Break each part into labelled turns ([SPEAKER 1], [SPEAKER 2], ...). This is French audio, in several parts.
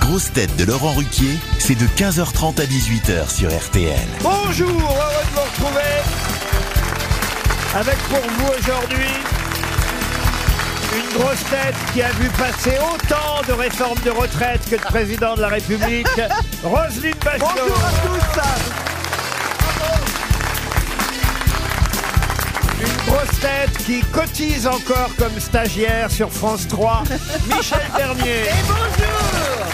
[SPEAKER 1] grosses têtes de Laurent Ruquier, c'est de 15h30 à 18h sur RTL.
[SPEAKER 2] Bonjour, heureux de vous retrouver. Avec pour vous aujourd'hui une grosse tête qui a vu passer autant de réformes de retraite que de président de la République, Roselyne Bachelot.
[SPEAKER 3] Bonjour à
[SPEAKER 2] Une grosse tête qui cotise encore comme stagiaire sur France 3, Michel Bernier. Et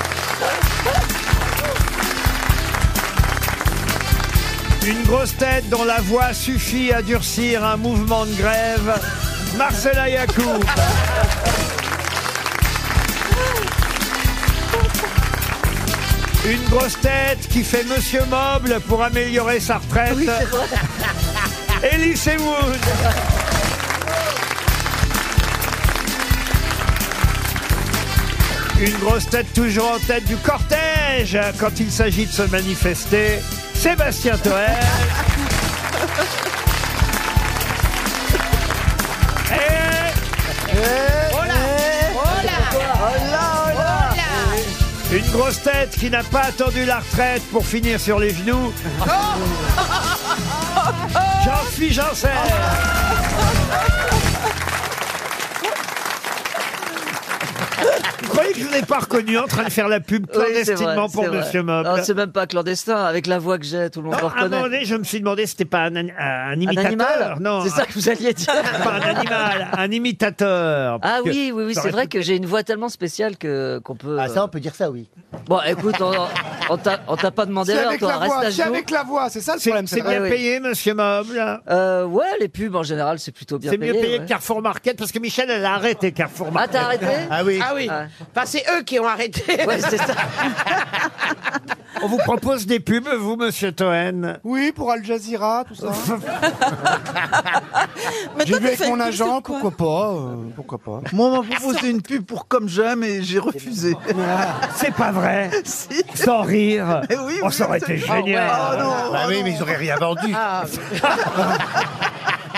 [SPEAKER 2] bonjour Une grosse tête dont la voix suffit à durcir un mouvement de grève, Marcela Yacoub. Une grosse tête qui fait Monsieur Moble pour améliorer sa retraite. Elise Wood.
[SPEAKER 1] Eh,
[SPEAKER 2] Une grosse tête toujours en tête du cortège quand il s'agit de se manifester, Sébastien Toer.
[SPEAKER 1] eh,
[SPEAKER 2] Une grosse tête qui n'a pas attendu la retraite pour finir sur les genoux. Jean-Philippe Janssen. Vous croyez que je ne l'ai pas reconnu en train de faire la pub
[SPEAKER 4] Oui, c'est vrai,
[SPEAKER 2] clandestinement pour
[SPEAKER 4] c'est vrai.
[SPEAKER 2] Monsieur Mob
[SPEAKER 4] Non, C'est même pas clandestin, avec la voix que j'ai, tout le monde
[SPEAKER 2] à
[SPEAKER 4] le
[SPEAKER 2] un moment
[SPEAKER 4] reconnaît.
[SPEAKER 2] donné, je me suis demandé, c'était pas un, an- un
[SPEAKER 4] Un
[SPEAKER 2] imitateur
[SPEAKER 4] animal
[SPEAKER 2] Non,
[SPEAKER 4] C'est ça que vous alliez dire
[SPEAKER 2] pas un animal, un imitateur.
[SPEAKER 4] Ah
[SPEAKER 2] Parce que
[SPEAKER 4] oui, oui, oui,
[SPEAKER 2] ça
[SPEAKER 4] c'est
[SPEAKER 2] aurait
[SPEAKER 4] vrai
[SPEAKER 2] pu-
[SPEAKER 4] que j'ai une voix tellement spéciale que qu'on peut. euh,
[SPEAKER 5] Ah ça, on peut dire ça, oui.
[SPEAKER 4] Bon, écoute, on, on t'a on t'a pas demandé
[SPEAKER 3] C'est
[SPEAKER 4] alors,
[SPEAKER 3] avec
[SPEAKER 4] toi,
[SPEAKER 3] la
[SPEAKER 4] reste
[SPEAKER 3] voix,
[SPEAKER 4] à
[SPEAKER 3] c'est
[SPEAKER 4] genoux.
[SPEAKER 3] avec la voix, c'est ça le
[SPEAKER 2] C'est
[SPEAKER 3] problème.
[SPEAKER 2] c'est
[SPEAKER 3] c'est
[SPEAKER 2] bien
[SPEAKER 4] vrai, oui.
[SPEAKER 2] payé, monsieur Moble.
[SPEAKER 4] Euh, ouais, les pubs en général, c'est plutôt bien
[SPEAKER 2] C'est
[SPEAKER 4] payé.
[SPEAKER 2] mieux payé
[SPEAKER 4] ouais.
[SPEAKER 2] que Carrefour Market parce que Michel, elle a arrêté Carrefour
[SPEAKER 4] Ah,
[SPEAKER 2] Market.
[SPEAKER 4] t'as arrêté
[SPEAKER 5] Ah oui.
[SPEAKER 6] Ah oui.
[SPEAKER 4] Ouais.
[SPEAKER 6] Enfin, c'est eux qui ont arrêté.
[SPEAKER 4] Ouais, c'est ça.
[SPEAKER 2] On vous propose des pubs, vous, monsieur Toen.
[SPEAKER 4] Oh,
[SPEAKER 3] Oui, pour Al Jazeera, tout ça.
[SPEAKER 7] Mais
[SPEAKER 3] J'ai
[SPEAKER 7] toi, tu
[SPEAKER 3] vu avec
[SPEAKER 7] fais
[SPEAKER 3] mon
[SPEAKER 7] une pub
[SPEAKER 3] agent,
[SPEAKER 7] sur quoi
[SPEAKER 3] pourquoi pas, euh, pourquoi pas.
[SPEAKER 5] Hein Moi, on m'a proposé une pub pour Comme J'aime et j'ai refusé.
[SPEAKER 2] C'est pas vrai.
[SPEAKER 5] Si.
[SPEAKER 2] Sans rire.
[SPEAKER 5] Eh oui,
[SPEAKER 2] oh,
[SPEAKER 5] oui,
[SPEAKER 2] ça aurait
[SPEAKER 5] ça-
[SPEAKER 2] été génial.
[SPEAKER 5] Oh non
[SPEAKER 1] Bah oui, mais ils auraient rien vendu.
[SPEAKER 4] Ah.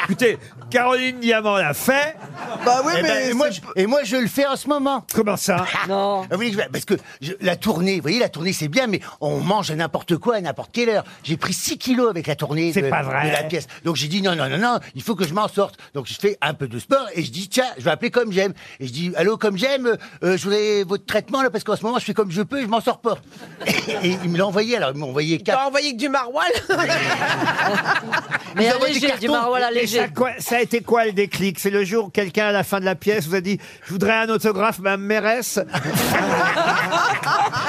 [SPEAKER 2] Écoutez, Caroline Diamant l'a fait. Ah
[SPEAKER 5] Bah oui,
[SPEAKER 1] Eh ben,
[SPEAKER 5] mais
[SPEAKER 1] et, moi,
[SPEAKER 5] c'est-
[SPEAKER 1] je, et moi, je le fais en ce moment.
[SPEAKER 2] Comment ça
[SPEAKER 4] Non.
[SPEAKER 1] Ah oui, je- parce que je- la tournée, vous voyez, la tournée c'est bien, mais on mange à n'importe quoi, à n'importe quelle heure. J'ai pris 6 kilos avec la tournée
[SPEAKER 2] C'est
[SPEAKER 1] de,
[SPEAKER 2] pas vrai.
[SPEAKER 1] de la pièce. Donc j'ai dit non, non, non, non, il faut que je m'en sorte. Donc je fais un peu de sport et je dis tiens, je vais appeler comme j'aime. Et je dis allô, comme j'aime, euh, euh, je voudrais votre traitement là parce qu'en ce moment je fais comme je peux et je m'en sors pas. Et, il me l'a envoyé, alors il m'a envoyé
[SPEAKER 6] T'as
[SPEAKER 1] 4.
[SPEAKER 6] envoyé que du maroilles
[SPEAKER 4] Mais
[SPEAKER 1] Ils
[SPEAKER 4] un
[SPEAKER 1] envoient des
[SPEAKER 4] léger, du
[SPEAKER 1] cartons.
[SPEAKER 4] maroilles à
[SPEAKER 2] Et
[SPEAKER 4] léger.
[SPEAKER 2] ça, quoi- ça a été quoi le déclic C'est le jour où quelqu'un à la fin de la pièce vous a dit Je voudrais un autographe, ma mairesse.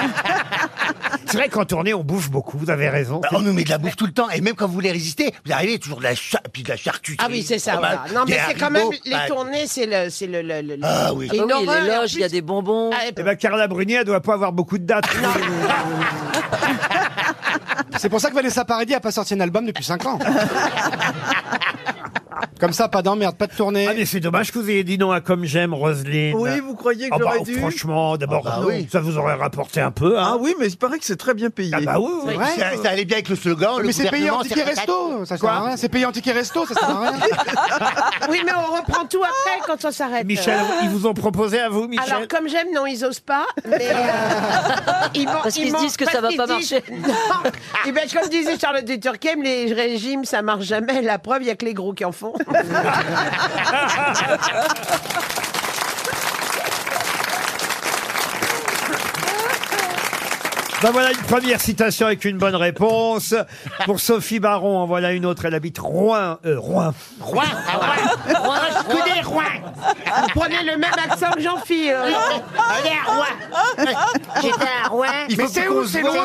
[SPEAKER 2] C'est vrai qu'en tournée, on bouffe beaucoup, vous avez raison.
[SPEAKER 1] Bah, on nous met de la bouffe tout le temps et même quand vous voulez résister, vous arrivez toujours de la, cha- puis de la charcuterie.
[SPEAKER 6] Ah oui, c'est ça.
[SPEAKER 1] du fromage,
[SPEAKER 6] voilà. Non,
[SPEAKER 1] des
[SPEAKER 6] mais c'est quand même
[SPEAKER 1] haricots,
[SPEAKER 6] les
[SPEAKER 1] bah,
[SPEAKER 6] tournées, c'est le, c'est le, le, le- le-
[SPEAKER 1] Ah oui.
[SPEAKER 6] c'est
[SPEAKER 4] bah, Ah
[SPEAKER 6] une
[SPEAKER 4] oui,
[SPEAKER 6] horreur,
[SPEAKER 4] les
[SPEAKER 6] et en
[SPEAKER 4] loges, il y a
[SPEAKER 6] plus-
[SPEAKER 4] des bonbons.
[SPEAKER 6] Ah, et-
[SPEAKER 2] Eh ben, Carla Bruni, elle doit pas avoir beaucoup de dates.
[SPEAKER 3] C'est pour ça que Vanessa Paradis a pas sorti un album depuis 5 ans. Comme ça, pas d'emmerde, pas de tournée.
[SPEAKER 2] Ah, mais c'est dommage que vous ayez dit non à Comme J'aime, Roselyne.
[SPEAKER 5] Oui, vous croyez que
[SPEAKER 2] Ah bah,
[SPEAKER 5] j'aurais dû
[SPEAKER 2] Franchement, d'abord,
[SPEAKER 1] Ah bah
[SPEAKER 2] non,
[SPEAKER 1] oui.
[SPEAKER 2] ça vous aurait rapporté un peu. hein.
[SPEAKER 5] Ah oui, mais il paraît que c'est très bien payé.
[SPEAKER 2] Ah bah oui, oui.
[SPEAKER 5] C'est vrai
[SPEAKER 1] Ça, ça allait bien avec le slogan. le
[SPEAKER 3] mais c'est payé en
[SPEAKER 1] gouvernement,
[SPEAKER 3] ticket
[SPEAKER 1] c'est ratat-
[SPEAKER 3] resto, ça sert à rien. C'est payé en ticket resto, ça sert à rien.
[SPEAKER 6] Oui, mais on reprend tout après quand on s'arrête.
[SPEAKER 2] Michel, ils vous ont proposé à vous, Michel
[SPEAKER 6] Alors, comme j'aime, non, ils osent pas. Mais euh, ils m'ont-
[SPEAKER 4] Parce qu'ils
[SPEAKER 6] ils
[SPEAKER 4] se
[SPEAKER 6] m'ont-
[SPEAKER 4] disent que ça
[SPEAKER 6] parce
[SPEAKER 4] va pas
[SPEAKER 6] qu'ils se disent- Non. Et ben, comme disait Charlotte de Turckheim, les régimes, ça marche jamais. La preuve, il y a que les gros qui en font.
[SPEAKER 2] Ben voilà une première citation avec une bonne réponse. Pour Sophie Baron, en voilà une autre. Elle habite Rouen. Euh, Rouen.
[SPEAKER 1] Rouen, ah, Rouen. Rouen, je connais Rouen.
[SPEAKER 6] Vous prenez le même accent que Jean-Philippe.
[SPEAKER 1] Allez, à Rouen. J'étais à Rouen.
[SPEAKER 5] Il faut
[SPEAKER 3] c'est
[SPEAKER 5] qu'on
[SPEAKER 3] où,
[SPEAKER 5] se
[SPEAKER 3] c'est
[SPEAKER 5] voit.
[SPEAKER 3] loin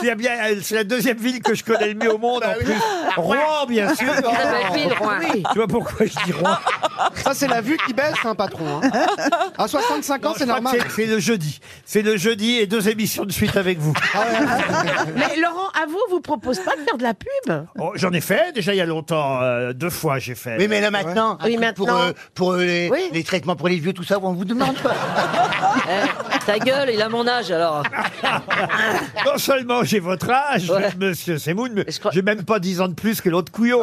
[SPEAKER 2] Il y a bien- elle- C'est la deuxième ville que je connais le mieux au monde, en plus. Rouen, bien sûr.
[SPEAKER 6] Ah
[SPEAKER 4] Très
[SPEAKER 6] bah,
[SPEAKER 4] belle ville, Rouen.
[SPEAKER 2] Tu vois pourquoi je dis Rouen
[SPEAKER 3] Ça, c'est la vue qui baisse, hein, patron. hein. À 65 ans,
[SPEAKER 2] Je
[SPEAKER 3] c'est
[SPEAKER 2] crois
[SPEAKER 3] normal.
[SPEAKER 2] que C'est le jeudi. C'est le jeudi et deux émissions de suite avec vous.
[SPEAKER 6] Mais Laurent, à vous, vous propose pas de faire de la pub
[SPEAKER 2] Oh, J'en ai fait déjà il y a longtemps. euh, deux fois, j'ai fait. Ah
[SPEAKER 1] Oui, mais là maintenant,
[SPEAKER 6] Ah Oui,
[SPEAKER 1] un truc pour,
[SPEAKER 6] maintenant.
[SPEAKER 1] euh, pour euh, les,
[SPEAKER 6] Oui.
[SPEAKER 1] les traitements pour les vieux, tout ça, on vous demande pas.
[SPEAKER 4] Eh, ta gueule, il a mon âge alors.
[SPEAKER 1] euh,
[SPEAKER 2] Non seulement j'ai votre âge,
[SPEAKER 4] Ouais.
[SPEAKER 2] monsieur Semoun, mais
[SPEAKER 4] Je crois-
[SPEAKER 1] Oh.
[SPEAKER 2] j'ai même pas dix ans de plus que l'autre couillon.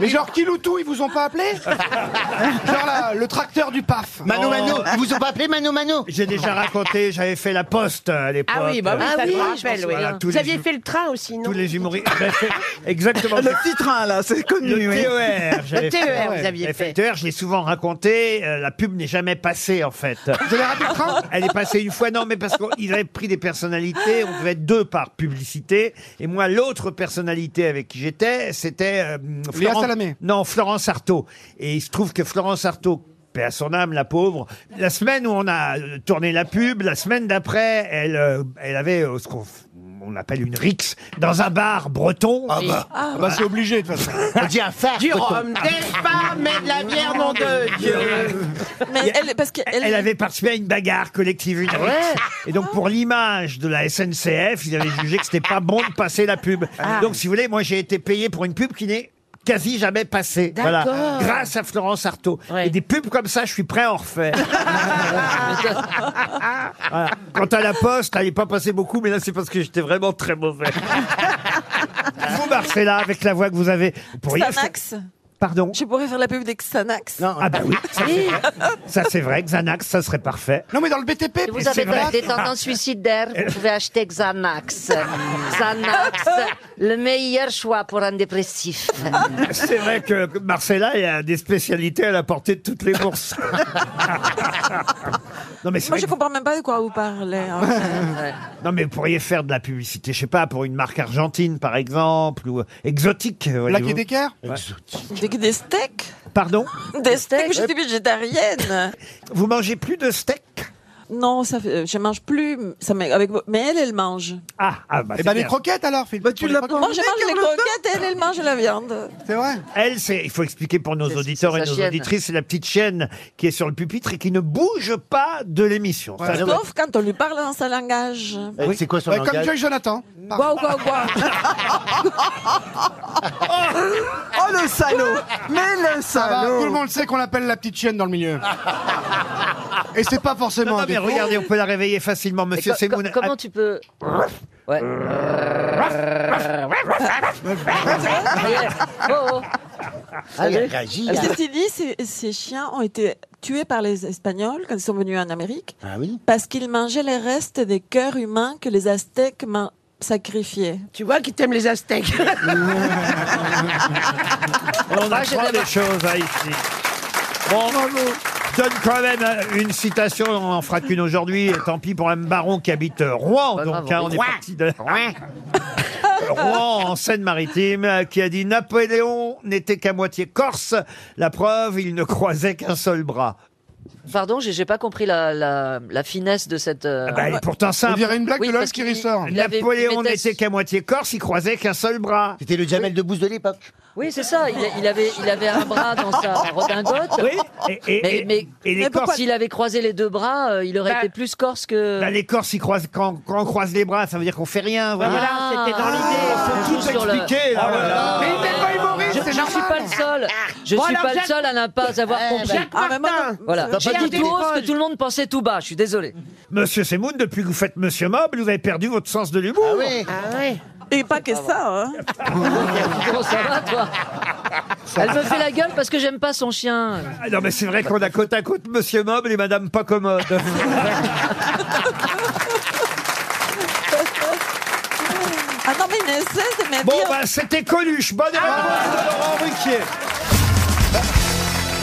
[SPEAKER 3] Mais genre Kiloutou, ils vous ont pas appelé Genre la- le tracteur du PAF.
[SPEAKER 5] Oh.
[SPEAKER 1] Mano Mano, ils vous ont pas appelé Mano Mano
[SPEAKER 2] J'ai déjà raconté, j'avais fait la poste à l'époque.
[SPEAKER 6] Ah oui, bah oui,
[SPEAKER 4] Ah
[SPEAKER 6] ça je
[SPEAKER 4] oui,
[SPEAKER 6] me
[SPEAKER 4] je
[SPEAKER 6] rappelle,
[SPEAKER 4] m'en
[SPEAKER 6] oui.
[SPEAKER 2] souviens. Tous
[SPEAKER 6] Vous
[SPEAKER 2] les
[SPEAKER 6] aviez
[SPEAKER 2] jours.
[SPEAKER 6] fait le train aussi, non
[SPEAKER 2] Tous les humoristes. J'avais fait exactement.
[SPEAKER 5] Le petit train, là, c'est connu.
[SPEAKER 2] Le
[SPEAKER 5] oui.
[SPEAKER 2] TER, j'avais
[SPEAKER 6] Le TER,
[SPEAKER 2] fait.
[SPEAKER 6] vous aviez
[SPEAKER 2] J'avais
[SPEAKER 6] fait.
[SPEAKER 2] le TER, je l'ai souvent raconté. euh, la pub n'est jamais passée, en fait.
[SPEAKER 3] Vous avez raté le train
[SPEAKER 2] Elle est passée une fois, non, mais parce qu'ils avaient pris des personnalités. On devait être deux par publicité. Et moi, l'autre personnalité avec qui j'étais, c'était. euh,
[SPEAKER 3] Léa
[SPEAKER 2] Florence-
[SPEAKER 3] Salamé.
[SPEAKER 2] Non, Florence Artaud. Et il se trouve que Florence Artaud. paix à son âme, la pauvre. La semaine où on a euh, tourné la pub, la semaine d'après, elle, euh, elle avait euh, ce qu'on f- on appelle une rixe dans un bar breton.
[SPEAKER 1] Ah bah,
[SPEAKER 3] Ah bah c'est obligé de toute façon.
[SPEAKER 1] on dit un phare.
[SPEAKER 6] Du
[SPEAKER 1] coton.
[SPEAKER 6] rhum, des femmes, mais de la bière, nom de Dieu.
[SPEAKER 7] Mais elle, parce qu'elle
[SPEAKER 2] Elle avait participé à une bagarre collective. une
[SPEAKER 6] Ah
[SPEAKER 2] rixe. Et donc, pour l'image de la SNCF, ils avaient jugé que c'était pas bon de passer la pub.
[SPEAKER 6] Ah.
[SPEAKER 2] Donc, si vous voulez, moi, j'ai été payé pour une pub qui n'est quasi jamais passée. Voilà. Grâce à Florence Artaud.
[SPEAKER 6] Ouais.
[SPEAKER 2] Et des pubs comme ça, je suis prêt à en refaire. Voilà. Quant à la poste, elle n'est pas passée beaucoup, mais là, c'est parce que j'étais vraiment très mauvais. vous, Marcella, avec la voix que vous avez, vous pourriez.
[SPEAKER 7] Xanax.
[SPEAKER 2] Pardon.
[SPEAKER 7] Je pourrais faire la pub des Xanax.
[SPEAKER 1] Non,
[SPEAKER 2] Ah, bah oui, ça c'est vrai. Ça, c'est vrai. Xanax, ça serait parfait.
[SPEAKER 3] Non mais dans le BTP.
[SPEAKER 8] Si vous
[SPEAKER 2] c'est
[SPEAKER 8] avez
[SPEAKER 2] vrai. Ah.
[SPEAKER 8] des tendances suicidaires, vous pouvez acheter Xanax. Xanax, le meilleur choix pour un dépressif.
[SPEAKER 2] C'est vrai que Marcella, elle a des spécialités à la portée de toutes les bourses. non, mais c'est
[SPEAKER 7] Moi,
[SPEAKER 2] vrai
[SPEAKER 7] je
[SPEAKER 2] que-
[SPEAKER 7] comprends même pas de quoi vous parlez. hein.
[SPEAKER 2] non, mais vous pourriez faire de la publicité, je sais pas, pour une marque argentine, par exemple, ou euh, exotique.
[SPEAKER 3] Black
[SPEAKER 2] voyez-vous.
[SPEAKER 3] et Decker
[SPEAKER 7] des, des steaks
[SPEAKER 2] Pardon
[SPEAKER 7] Des steaks, j'étais végétarienne.
[SPEAKER 2] Vous mangez plus de steak
[SPEAKER 7] Non, ça fait, euh, je mange plus. Ça m'est- avec, mais elle, elle mange.
[SPEAKER 2] Ah, ah, bah,
[SPEAKER 3] Eh
[SPEAKER 2] c'est
[SPEAKER 3] ben les
[SPEAKER 2] bien.
[SPEAKER 3] croquettes alors Philippe.
[SPEAKER 5] Bah, tu
[SPEAKER 3] Pour les
[SPEAKER 5] l'as
[SPEAKER 3] croquettes,
[SPEAKER 7] Moi,
[SPEAKER 5] Mais
[SPEAKER 7] je mange les
[SPEAKER 5] Carlotta
[SPEAKER 7] croquettes, elle, elle mange la viande.
[SPEAKER 3] C'est vrai.
[SPEAKER 2] Elle, c'est, il faut expliquer pour nos
[SPEAKER 4] C'est-
[SPEAKER 2] auditeurs
[SPEAKER 4] c'est
[SPEAKER 2] et
[SPEAKER 4] sa
[SPEAKER 2] nos
[SPEAKER 4] chienne.
[SPEAKER 2] auditrices, c'est la petite chienne qui est sur le pupitre et qui ne bouge pas de l'émission. Ça,
[SPEAKER 1] Ouais.
[SPEAKER 7] Sauf quand on lui parle dans sa langage.
[SPEAKER 1] Euh, C'est quoi son
[SPEAKER 3] Ouais, comme
[SPEAKER 1] langage
[SPEAKER 3] Joy Jonathan.
[SPEAKER 7] Waouh, waouh, waouh.
[SPEAKER 5] Oh, le salaud Mais le
[SPEAKER 3] Ça va, tout le
[SPEAKER 5] salaud
[SPEAKER 3] monde sait qu'on l'appelle la petite chienne dans le milieu. Et c'est pas forcément
[SPEAKER 2] Non,
[SPEAKER 3] un
[SPEAKER 2] mais
[SPEAKER 3] défaut.
[SPEAKER 2] regardez, on peut la réveiller facilement,
[SPEAKER 4] Mais
[SPEAKER 2] monsieur
[SPEAKER 4] co-
[SPEAKER 2] Semoun.
[SPEAKER 4] co- comment tu peux. Ouais. Oh, oh.
[SPEAKER 1] Ah, il a réagi.
[SPEAKER 7] Parce que ce qu'il dit, ces, ces chiens ont été tués par les Espagnols quand ils sont venus en Amérique
[SPEAKER 1] Ah oui
[SPEAKER 7] parce qu'ils mangeaient les restes des cœurs humains que les Aztèques man- sacrifiaient.
[SPEAKER 6] Tu vois qu'ils t'aiment les Aztèques.
[SPEAKER 7] Ah,
[SPEAKER 2] On apprend des choses hein, ici. Bon, je donne quand même euh, une citation, on en fera qu'une aujourd'hui, et tant pis pour M. Baron qui habite euh, Rouen,
[SPEAKER 4] Pas
[SPEAKER 2] donc
[SPEAKER 4] grave,
[SPEAKER 2] hein,
[SPEAKER 4] on
[SPEAKER 2] on est
[SPEAKER 4] est-
[SPEAKER 2] parti de Rouen en Seine-Maritime, euh, qui a dit Napoléon n'était qu'à moitié corse, la preuve, il ne croisait qu'un seul bras.
[SPEAKER 4] Pardon, j'ai j'ai pas compris la, la, la finesse de cette. euh,
[SPEAKER 2] Ah bah, elle est pourtant
[SPEAKER 3] On
[SPEAKER 2] simple.
[SPEAKER 3] dirait une blague
[SPEAKER 4] Oui,
[SPEAKER 3] de LOL
[SPEAKER 4] parce
[SPEAKER 3] qui
[SPEAKER 4] qu'il-
[SPEAKER 3] ressort.
[SPEAKER 4] il avait-
[SPEAKER 2] Napoléon
[SPEAKER 4] il mettait-
[SPEAKER 2] n'était qu'à moitié corse, il croisait qu'un seul bras.
[SPEAKER 1] C'était le Jamel Debbouze de l'époque.
[SPEAKER 4] Oui, c'est ça. Il, a- il avait, il avait un bras dans sa redingote.
[SPEAKER 2] Oui, et, et-
[SPEAKER 4] Mais,
[SPEAKER 2] et-
[SPEAKER 4] mais,
[SPEAKER 2] et les
[SPEAKER 4] mais pourquoi-
[SPEAKER 2] Corses,
[SPEAKER 4] s'il avait croisé les deux bras, euh, il aurait
[SPEAKER 6] Bah-
[SPEAKER 4] été plus corse que.
[SPEAKER 2] bah, les Corses, ils croisent, quand, quand on croise les bras, ça veut dire qu'on fait rien. Voilà.
[SPEAKER 4] Ah.
[SPEAKER 6] c'était dans l'idée.
[SPEAKER 4] Tout sur le- Ah,
[SPEAKER 2] là, voilà.
[SPEAKER 3] Mais il n'est pas humoriste,
[SPEAKER 4] Je,
[SPEAKER 3] c'est
[SPEAKER 4] je suis
[SPEAKER 3] normal.
[SPEAKER 4] pas le seul. Je
[SPEAKER 6] Bon,
[SPEAKER 4] suis
[SPEAKER 6] alors,
[SPEAKER 4] pas le
[SPEAKER 6] Jacques- Eh ben,
[SPEAKER 4] seul à ne pas avoir compris. Ah,
[SPEAKER 6] Jacques Martin.
[SPEAKER 4] Voilà.
[SPEAKER 1] T'as
[SPEAKER 4] J'ai
[SPEAKER 1] pas
[SPEAKER 4] dit
[SPEAKER 1] dit
[SPEAKER 4] tout haut
[SPEAKER 6] l'école.
[SPEAKER 4] ce que tout le monde pensait tout bas. Je suis désolé.
[SPEAKER 2] Monsieur Semoun, depuis que vous faites Monsieur Moble, vous avez perdu votre sens de l'humour.
[SPEAKER 1] Ah oui
[SPEAKER 6] Ah ouais.
[SPEAKER 7] Et pas que ça. hein.
[SPEAKER 4] Comment ça va, toi Elle me fait la gueule parce que j'aime pas son chien.
[SPEAKER 2] Ah non, mais c'est vrai qu'on a côte à côte Monsieur Moble et Madame Pas Commode.
[SPEAKER 7] Ah non, mais il ne cesse de me
[SPEAKER 2] bon,
[SPEAKER 7] dire.
[SPEAKER 2] bah, c'était Coluche. Bonne réponse de
[SPEAKER 7] Ah.
[SPEAKER 2] Laurent Ruquier.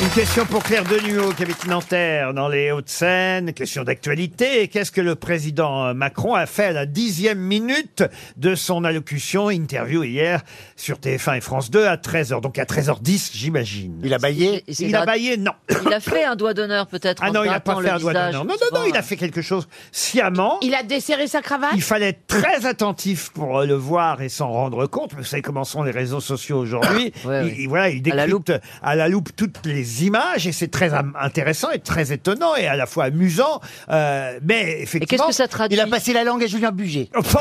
[SPEAKER 2] Une question pour Claire Denuot, qui habite Nanterre, dans les Hauts-de-Seine. Question d'actualité. Qu'est-ce que le président euh, Macron a fait à la dixième minute de son allocution, interview hier sur TF1 et France 2 à 13h, donc à 13h10, j'imagine.
[SPEAKER 1] Il a baillé
[SPEAKER 4] Et c'est
[SPEAKER 2] Il a
[SPEAKER 4] grat-
[SPEAKER 2] baillé Non.
[SPEAKER 4] il a fait un doigt d'honneur peut-être.
[SPEAKER 2] Ah
[SPEAKER 4] en
[SPEAKER 2] non, il n'a
[SPEAKER 4] grattant
[SPEAKER 2] pas
[SPEAKER 4] le
[SPEAKER 2] fait un doigt
[SPEAKER 4] visage,
[SPEAKER 2] d'honneur. Non,
[SPEAKER 4] souvent,
[SPEAKER 2] non, non, il
[SPEAKER 4] euh.
[SPEAKER 2] a fait quelque chose sciemment.
[SPEAKER 6] Il a desserré sa cravate.
[SPEAKER 2] Il fallait être très attentif pour euh, le voir et s'en rendre compte. Vous savez comment sont les réseaux sociaux aujourd'hui. Il-
[SPEAKER 4] Ouais, ouais.
[SPEAKER 2] il- Voilà, il
[SPEAKER 4] À la
[SPEAKER 2] décrypte à la loupe toutes les des images et c'est très am- intéressant et très étonnant et à la fois amusant. euh, mais effectivement.
[SPEAKER 4] Et qu'est-ce que ça traduit
[SPEAKER 1] Il a passé la langue à Julien Buget.
[SPEAKER 2] Oh,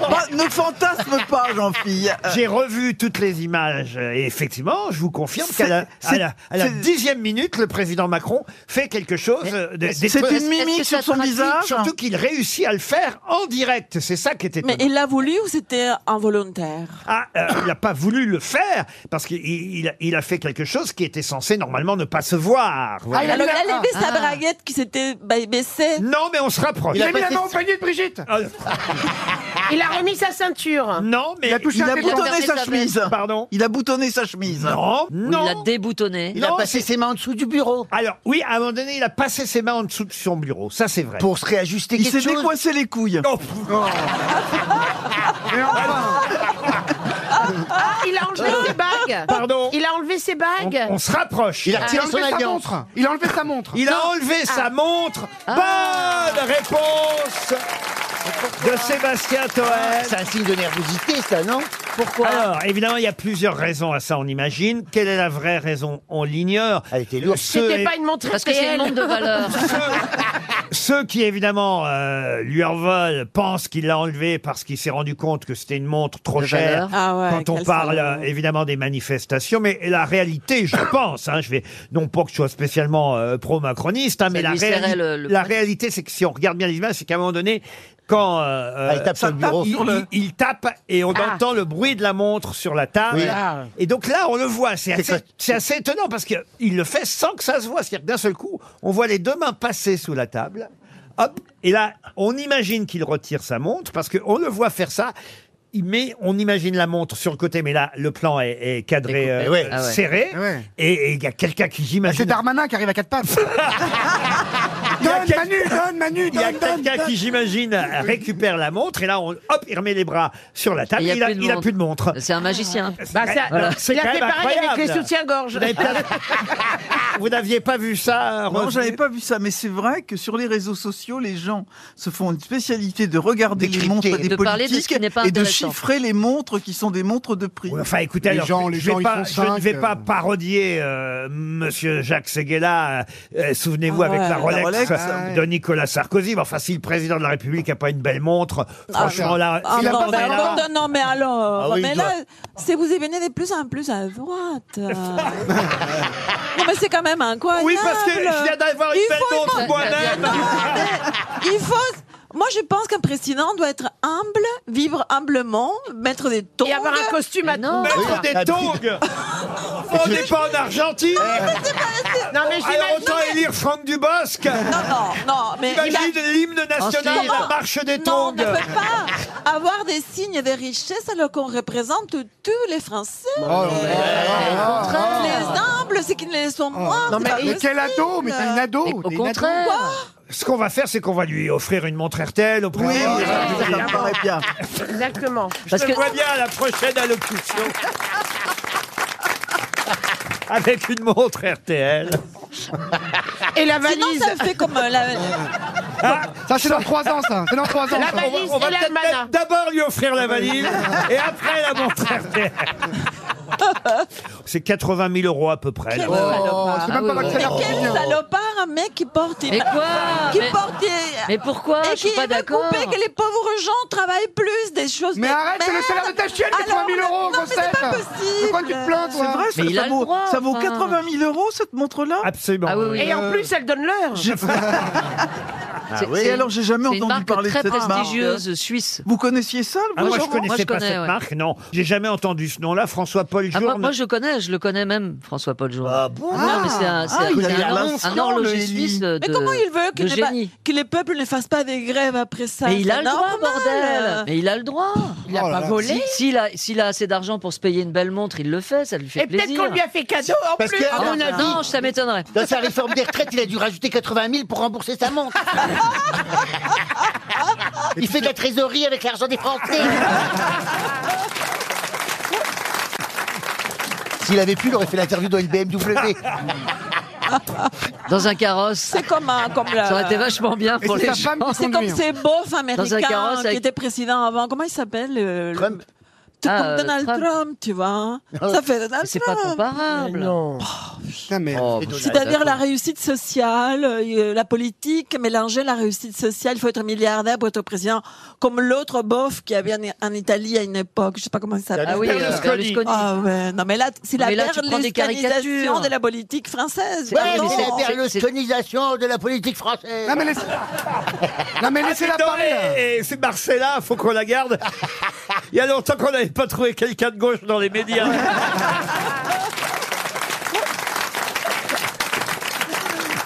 [SPEAKER 5] Bah, ne fantasme pas, Jean-Fille. Euh,
[SPEAKER 2] J'ai revu toutes les images et effectivement, je vous confirme
[SPEAKER 5] C'est-
[SPEAKER 2] qu'à la, à
[SPEAKER 5] c'est-
[SPEAKER 2] la- à la
[SPEAKER 5] c'est-
[SPEAKER 2] dixième minute, le président Macron fait quelque chose. euh, de- des-
[SPEAKER 5] C'est une
[SPEAKER 4] est-ce que
[SPEAKER 5] mimique
[SPEAKER 4] ça
[SPEAKER 5] sur son
[SPEAKER 4] traduit
[SPEAKER 5] visage.
[SPEAKER 2] Surtout qu'il réussit à le faire en direct. C'est ça qui était.
[SPEAKER 7] Mais il l'a voulu ou c'était involontaire
[SPEAKER 2] Ah, euh, il n'a pas voulu le faire parce qu'il il a, il a fait quelque chose qui était censé normalement ne pas se voir. vous voyez.
[SPEAKER 7] Alors Ah, il a levé
[SPEAKER 1] Ah.
[SPEAKER 5] Ah.
[SPEAKER 7] sa braguette qui s'était bah, ba- baissée.
[SPEAKER 2] Non, mais on se rapproche.
[SPEAKER 3] Il a mis la main au panier de Brigitte.
[SPEAKER 2] Ah,
[SPEAKER 6] Il a remis sa ceinture.
[SPEAKER 2] non, mais
[SPEAKER 3] Il a touché
[SPEAKER 5] Il a
[SPEAKER 3] un téton.
[SPEAKER 5] boutonné
[SPEAKER 4] fermé
[SPEAKER 5] sa
[SPEAKER 4] sa
[SPEAKER 5] chemise.
[SPEAKER 2] pardon.
[SPEAKER 5] Il a boutonné sa chemise.
[SPEAKER 2] Non,
[SPEAKER 4] Oui,
[SPEAKER 2] Oh, non.
[SPEAKER 4] Il a déboutonné.
[SPEAKER 1] Il
[SPEAKER 2] Non,
[SPEAKER 1] a passé ses mains en dessous du bureau
[SPEAKER 2] Alors oui, à un moment donné, il a passé ses mains en dessous de son bureau. Ça, c'est vrai.
[SPEAKER 1] pour se réajuster
[SPEAKER 5] Il
[SPEAKER 1] quelque
[SPEAKER 5] s'est
[SPEAKER 1] chose.
[SPEAKER 5] décoincé les couilles.
[SPEAKER 2] Oh, pff,
[SPEAKER 3] Mais enfin,
[SPEAKER 6] Il a enlevé ses bagues.
[SPEAKER 2] pardon.
[SPEAKER 6] Il a enlevé ses
[SPEAKER 2] On,
[SPEAKER 6] bagues. Ah,
[SPEAKER 2] on se rapproche.
[SPEAKER 1] Il a
[SPEAKER 3] il
[SPEAKER 1] retiré
[SPEAKER 3] a
[SPEAKER 1] son
[SPEAKER 3] enlevé sa
[SPEAKER 1] alliance.
[SPEAKER 3] montre. Il a enlevé sa montre.
[SPEAKER 2] Il a enlevé
[SPEAKER 1] Ah.
[SPEAKER 2] sa montre. Bonne réponse de Sébastien
[SPEAKER 1] Ah, C'est
[SPEAKER 2] Toer.
[SPEAKER 1] un signe de nervosité, ça, non
[SPEAKER 4] Pourquoi
[SPEAKER 2] Alors, évidemment, il y a plusieurs raisons à ça, on imagine. Quelle est la vraie raison On l'ignore.
[SPEAKER 1] Elle était lourde.
[SPEAKER 2] Ceux
[SPEAKER 6] C'était
[SPEAKER 2] et-
[SPEAKER 6] pas une montre
[SPEAKER 4] Parce que c'est
[SPEAKER 6] réelle.
[SPEAKER 4] le manque de valeur.
[SPEAKER 2] Ceux qui, évidemment, euh, lui en veulent, pensent qu'il l'a enlevé parce qu'il s'est rendu compte que c'était une montre trop
[SPEAKER 4] De
[SPEAKER 2] chère.
[SPEAKER 4] valeur.
[SPEAKER 7] Ah ouais,
[SPEAKER 2] quand on
[SPEAKER 7] quel
[SPEAKER 2] parle,
[SPEAKER 7] salaud.
[SPEAKER 2] euh, évidemment, des manifestations. Mais la réalité, je pense, hein, je vais, non pas que je sois spécialement euh, pro-macroniste, hein, mais la,
[SPEAKER 4] lui serrait
[SPEAKER 2] réali-
[SPEAKER 4] le- le-
[SPEAKER 2] la réalité, c'est que si on regarde bien les images, c'est qu'à un moment donné, quand euh,
[SPEAKER 1] Ah, il tape
[SPEAKER 2] ça
[SPEAKER 1] sur le bureau.
[SPEAKER 2] tape, il, il- il tape et on
[SPEAKER 4] Ah.
[SPEAKER 2] entend le bruit de la montre sur la table.
[SPEAKER 1] Oui.
[SPEAKER 3] Ah.
[SPEAKER 2] Et donc là, on le voit. C'est assez,
[SPEAKER 1] quoi
[SPEAKER 2] c'est assez étonnant parce qu'il le fait sans que ça se voit. C'est-à-dire que d'un seul coup, on voit les deux mains passer sous la table. Hop. Et là, on imagine qu'il retire sa montre parce qu'on le voit faire ça. Il met, on imagine la montre sur le côté, mais là, le plan est, est cadré, euh,
[SPEAKER 1] Eh ouais.
[SPEAKER 4] Ah ouais.
[SPEAKER 2] serré.
[SPEAKER 3] Eh ouais.
[SPEAKER 2] Et et il y a quelqu'un qui,
[SPEAKER 3] Bah, C'est
[SPEAKER 2] j'imagine,
[SPEAKER 3] Darmanin qui arrive à quatre pattes. donne
[SPEAKER 2] quel-
[SPEAKER 3] Manu, donne Manu,
[SPEAKER 2] Il y a
[SPEAKER 3] donne, donne.
[SPEAKER 2] quelqu'un qui, j'imagine, récupère la montre et là, on, hop, il remet les bras sur la table.
[SPEAKER 4] Et il y a
[SPEAKER 2] Il a,
[SPEAKER 4] plus de
[SPEAKER 2] il a
[SPEAKER 4] montre.
[SPEAKER 2] plus de montre.
[SPEAKER 4] C'est un magicien.
[SPEAKER 6] Bah, ça-
[SPEAKER 2] Voilà. C'est
[SPEAKER 6] Il a
[SPEAKER 2] quand
[SPEAKER 6] fait
[SPEAKER 2] même
[SPEAKER 6] pareil avec les
[SPEAKER 2] incroyable.
[SPEAKER 6] soutiens-gorge.
[SPEAKER 2] Vous n'avez pas- Ah, Vous n'aviez pas vu ça
[SPEAKER 5] Non,
[SPEAKER 2] Roselyne
[SPEAKER 5] j'avais pas vu ça, mais c'est vrai que sur les réseaux sociaux, les gens se font une spécialité de regarder les
[SPEAKER 1] Décrypter.
[SPEAKER 5] montres des
[SPEAKER 4] De parler de ce
[SPEAKER 5] politiques
[SPEAKER 4] qui n'est pas
[SPEAKER 5] et de
[SPEAKER 4] intéressant.
[SPEAKER 5] chiffrer les montres qui sont des montres de prix.
[SPEAKER 2] Oui, Enfin, écoutez,
[SPEAKER 3] Les
[SPEAKER 2] alors,
[SPEAKER 3] gens-
[SPEAKER 2] je-
[SPEAKER 3] les
[SPEAKER 2] je, vais
[SPEAKER 3] gens, ils
[SPEAKER 2] pas-
[SPEAKER 3] font
[SPEAKER 2] je ne
[SPEAKER 3] cinq,
[SPEAKER 2] vais pas
[SPEAKER 3] euh.
[SPEAKER 2] parodier euh, Monsieur Jacques Seguela. euh, Souvenez-vous
[SPEAKER 7] Ah
[SPEAKER 2] avec
[SPEAKER 7] ouais,
[SPEAKER 2] la
[SPEAKER 7] la
[SPEAKER 2] Rolex,
[SPEAKER 5] Rolex,
[SPEAKER 2] euh, de Nicolas Sarkozy. Mais enfin, si le président de la République n'a pas une belle montre, franchement
[SPEAKER 7] non.
[SPEAKER 2] là,
[SPEAKER 7] Ah
[SPEAKER 2] si
[SPEAKER 7] non, mais
[SPEAKER 2] on est là-
[SPEAKER 7] alors, non, mais alors,
[SPEAKER 1] Ah oui,
[SPEAKER 7] mais
[SPEAKER 1] il doit-
[SPEAKER 7] là, c'est vous y venez de plus en plus à droite. Euh, non, mais c'est quand même incroyable.
[SPEAKER 2] oui, parce que je viens d'avoir une
[SPEAKER 7] Il
[SPEAKER 2] belle
[SPEAKER 7] faut
[SPEAKER 2] montre
[SPEAKER 7] une-
[SPEAKER 2] moi-même.
[SPEAKER 7] Il faut. Moi, je pense qu'un président doit être humble, vivre humblement, mettre des tongs.
[SPEAKER 6] Et avoir un costume à
[SPEAKER 4] Non.
[SPEAKER 6] trous.
[SPEAKER 2] Mettre des
[SPEAKER 1] Ah,
[SPEAKER 2] tongs. On n'est pas en Argentine.
[SPEAKER 7] Ah,
[SPEAKER 6] Non, mais
[SPEAKER 2] Alors
[SPEAKER 6] j'imagine.
[SPEAKER 2] autant élire Franck Dubosc.
[SPEAKER 7] Non, non, non, mais il a-
[SPEAKER 2] Imagine l'hymne national,
[SPEAKER 4] Ensuite-
[SPEAKER 2] la marche des
[SPEAKER 7] Non, on
[SPEAKER 2] tongs.
[SPEAKER 7] ne peut pas avoir des signes de richesse alors qu'on représente tous les Français.
[SPEAKER 3] Oh,
[SPEAKER 7] les humbles, c'est qu'ils ne les sont moins.
[SPEAKER 3] Ah. Non,
[SPEAKER 7] c'est
[SPEAKER 3] mais,
[SPEAKER 7] pas
[SPEAKER 3] mais quel
[SPEAKER 7] possible.
[SPEAKER 3] ado Mais t'es une ado
[SPEAKER 4] Au
[SPEAKER 3] t'es une ado.
[SPEAKER 4] contraire.
[SPEAKER 2] Ce qu'on va faire, c'est qu'on va lui offrir une montre RTL au
[SPEAKER 5] Oui,
[SPEAKER 2] président. de la
[SPEAKER 5] ça
[SPEAKER 2] République.
[SPEAKER 5] me paraît bien.
[SPEAKER 6] Exactement.
[SPEAKER 4] Parce
[SPEAKER 2] Je te
[SPEAKER 4] que-
[SPEAKER 2] vois bien à la prochaine allocution. Avec une montre RTL.
[SPEAKER 6] Et la
[SPEAKER 7] Sinon,
[SPEAKER 6] valise.
[SPEAKER 7] ça
[SPEAKER 2] Ah.
[SPEAKER 7] fait comme euh, la.
[SPEAKER 3] Ah, Ça, c'est dans 3 ans, ça. C'est dans 3 ans.
[SPEAKER 6] La
[SPEAKER 3] ça.
[SPEAKER 6] valise.
[SPEAKER 2] On va
[SPEAKER 6] Et la
[SPEAKER 2] peut-être
[SPEAKER 6] mana.
[SPEAKER 2] même d'abord lui offrir la valise et après la montre RTL. C'est 80 000 euros à peu près. là.
[SPEAKER 7] Quel
[SPEAKER 3] Oh,
[SPEAKER 7] salopard.
[SPEAKER 3] c'est même pas
[SPEAKER 4] Ah oui, oui.
[SPEAKER 3] Maxime
[SPEAKER 7] Mais quel
[SPEAKER 3] Artignon.
[SPEAKER 7] salopard, un mec qui porte.
[SPEAKER 4] Mais quoi
[SPEAKER 7] Qui
[SPEAKER 4] mais,
[SPEAKER 7] porte.
[SPEAKER 4] mais pourquoi
[SPEAKER 7] et
[SPEAKER 4] Je
[SPEAKER 7] qui
[SPEAKER 4] suis pas
[SPEAKER 7] veut
[SPEAKER 4] d'accord.
[SPEAKER 7] couper que les pauvres gens travaillent plus des choses.
[SPEAKER 3] Mais
[SPEAKER 7] de
[SPEAKER 3] arrête, c'est le
[SPEAKER 7] merde.
[SPEAKER 3] salaire de ta chienne, 80 000
[SPEAKER 7] Alors,
[SPEAKER 3] euros,
[SPEAKER 7] non, mais
[SPEAKER 3] grossesse.
[SPEAKER 7] C'est pas
[SPEAKER 3] De quoi
[SPEAKER 7] possible.
[SPEAKER 3] tu te plains,
[SPEAKER 5] C'est
[SPEAKER 3] toi
[SPEAKER 5] vrai,
[SPEAKER 4] Mais
[SPEAKER 5] ça,
[SPEAKER 4] il a
[SPEAKER 5] ça
[SPEAKER 4] le
[SPEAKER 5] vaut,
[SPEAKER 4] droit,
[SPEAKER 5] ça vaut
[SPEAKER 4] enfin.
[SPEAKER 5] 80 000 euros cette montre-là
[SPEAKER 2] Absolument.
[SPEAKER 4] Ah oui, oui.
[SPEAKER 6] Et en plus, elle donne l'heure.
[SPEAKER 4] C'est-
[SPEAKER 5] Et Ah alors, j'ai jamais
[SPEAKER 4] C'est une
[SPEAKER 5] entendu
[SPEAKER 4] marque
[SPEAKER 5] parler de
[SPEAKER 4] très
[SPEAKER 5] cette marque.
[SPEAKER 4] prestigieuse suisse.
[SPEAKER 5] Vous connaissiez ça le
[SPEAKER 2] Ah, moi, je
[SPEAKER 5] Beaujolais
[SPEAKER 2] connaissais
[SPEAKER 4] Moi, je
[SPEAKER 2] pas
[SPEAKER 4] connais,
[SPEAKER 2] cette
[SPEAKER 4] ouais.
[SPEAKER 2] marque, non. J'ai jamais entendu ce nom-là. François-Paul
[SPEAKER 4] Ah, moi,
[SPEAKER 2] Journe.
[SPEAKER 4] moi, je connais, je le connais même, François-Paul Journe.
[SPEAKER 1] Ah bon
[SPEAKER 4] Non, mais c'est un, c'est
[SPEAKER 5] Ah,
[SPEAKER 4] un-
[SPEAKER 5] il a
[SPEAKER 4] c'est
[SPEAKER 5] l'air
[SPEAKER 4] un,
[SPEAKER 5] l'instant,
[SPEAKER 4] un horloger
[SPEAKER 5] le Eli.
[SPEAKER 4] suisse de
[SPEAKER 7] Mais comment il veut que
[SPEAKER 4] de
[SPEAKER 7] les, ba-
[SPEAKER 4] génie.
[SPEAKER 7] que les peuples ne fassent pas des grèves après ça
[SPEAKER 4] Mais il a
[SPEAKER 7] c'est
[SPEAKER 4] le droit,
[SPEAKER 7] normal. Ah,
[SPEAKER 4] bordel Mais il a le droit
[SPEAKER 3] Il
[SPEAKER 2] Oh
[SPEAKER 3] a pas
[SPEAKER 4] Si- S'il a, s'il a assez d'argent pour se payer une belle montre, il le fait, ça lui fait
[SPEAKER 6] Et peut-être
[SPEAKER 4] plaisir. Ah,
[SPEAKER 6] qu'on lui a fait cadeau en
[SPEAKER 1] Parce
[SPEAKER 6] plus.
[SPEAKER 1] que-
[SPEAKER 6] à mon avis.
[SPEAKER 4] Non, ça m'étonnerait.
[SPEAKER 1] Dans sa réforme des retraites, il a dû rajouter 80 000 pour rembourser sa montre. Il fait de la trésorerie avec l'argent des Français. S'il avait pu, il aurait fait l'interview dans une BMW.
[SPEAKER 4] Dans un carrosse,
[SPEAKER 7] C'est comme, un- comme la-
[SPEAKER 4] ça aurait été vachement bien
[SPEAKER 3] Et
[SPEAKER 4] pour
[SPEAKER 3] c'est sa
[SPEAKER 4] les gens.
[SPEAKER 3] femme qui
[SPEAKER 7] C'est
[SPEAKER 3] conduit. hein.
[SPEAKER 7] comme ces beaufs
[SPEAKER 4] carrosse
[SPEAKER 7] américains qui
[SPEAKER 4] avec-
[SPEAKER 7] étaient présidents avant. Comment il s'appelle euh, le-
[SPEAKER 1] Trump.
[SPEAKER 8] Ah,
[SPEAKER 7] comme
[SPEAKER 8] euh,
[SPEAKER 7] Donald
[SPEAKER 8] Trump.
[SPEAKER 7] Trump. tu vois. hein.
[SPEAKER 3] Ah.
[SPEAKER 7] Ça fait Donald
[SPEAKER 4] C'est
[SPEAKER 2] Ah.
[SPEAKER 4] pas
[SPEAKER 7] Trump.
[SPEAKER 4] comparable.
[SPEAKER 6] Non.
[SPEAKER 3] Putain, mais
[SPEAKER 7] Oh,
[SPEAKER 2] Oh,
[SPEAKER 7] C'est-à-dire la réussite sociale, euh, la politique, mélanger la réussite sociale. Il faut être milliardaire pour être président, comme l'autre bof qui avait en, en Italie à une époque. Je sais pas comment ça s'appelle.
[SPEAKER 4] Ah oui, euh,
[SPEAKER 2] Berlusconi.
[SPEAKER 4] Berlusconi.
[SPEAKER 7] Ah ouais, non mais là, c'est la
[SPEAKER 4] Mais là, tu prends des
[SPEAKER 7] berlusconisation
[SPEAKER 4] caricatures.
[SPEAKER 7] de la politique française.
[SPEAKER 1] Ouais,
[SPEAKER 7] Pardon.
[SPEAKER 1] mais c'est la
[SPEAKER 4] c'est-
[SPEAKER 1] berlusconisation de la politique française.
[SPEAKER 3] Non mais laissez, non, mais laissez la
[SPEAKER 2] Non,
[SPEAKER 3] parler. là.
[SPEAKER 2] et- et c'est Marcella, faut qu'on la garde. Il y a longtemps qu'on n'avait pas trouvé quelqu'un de gauche dans les médias.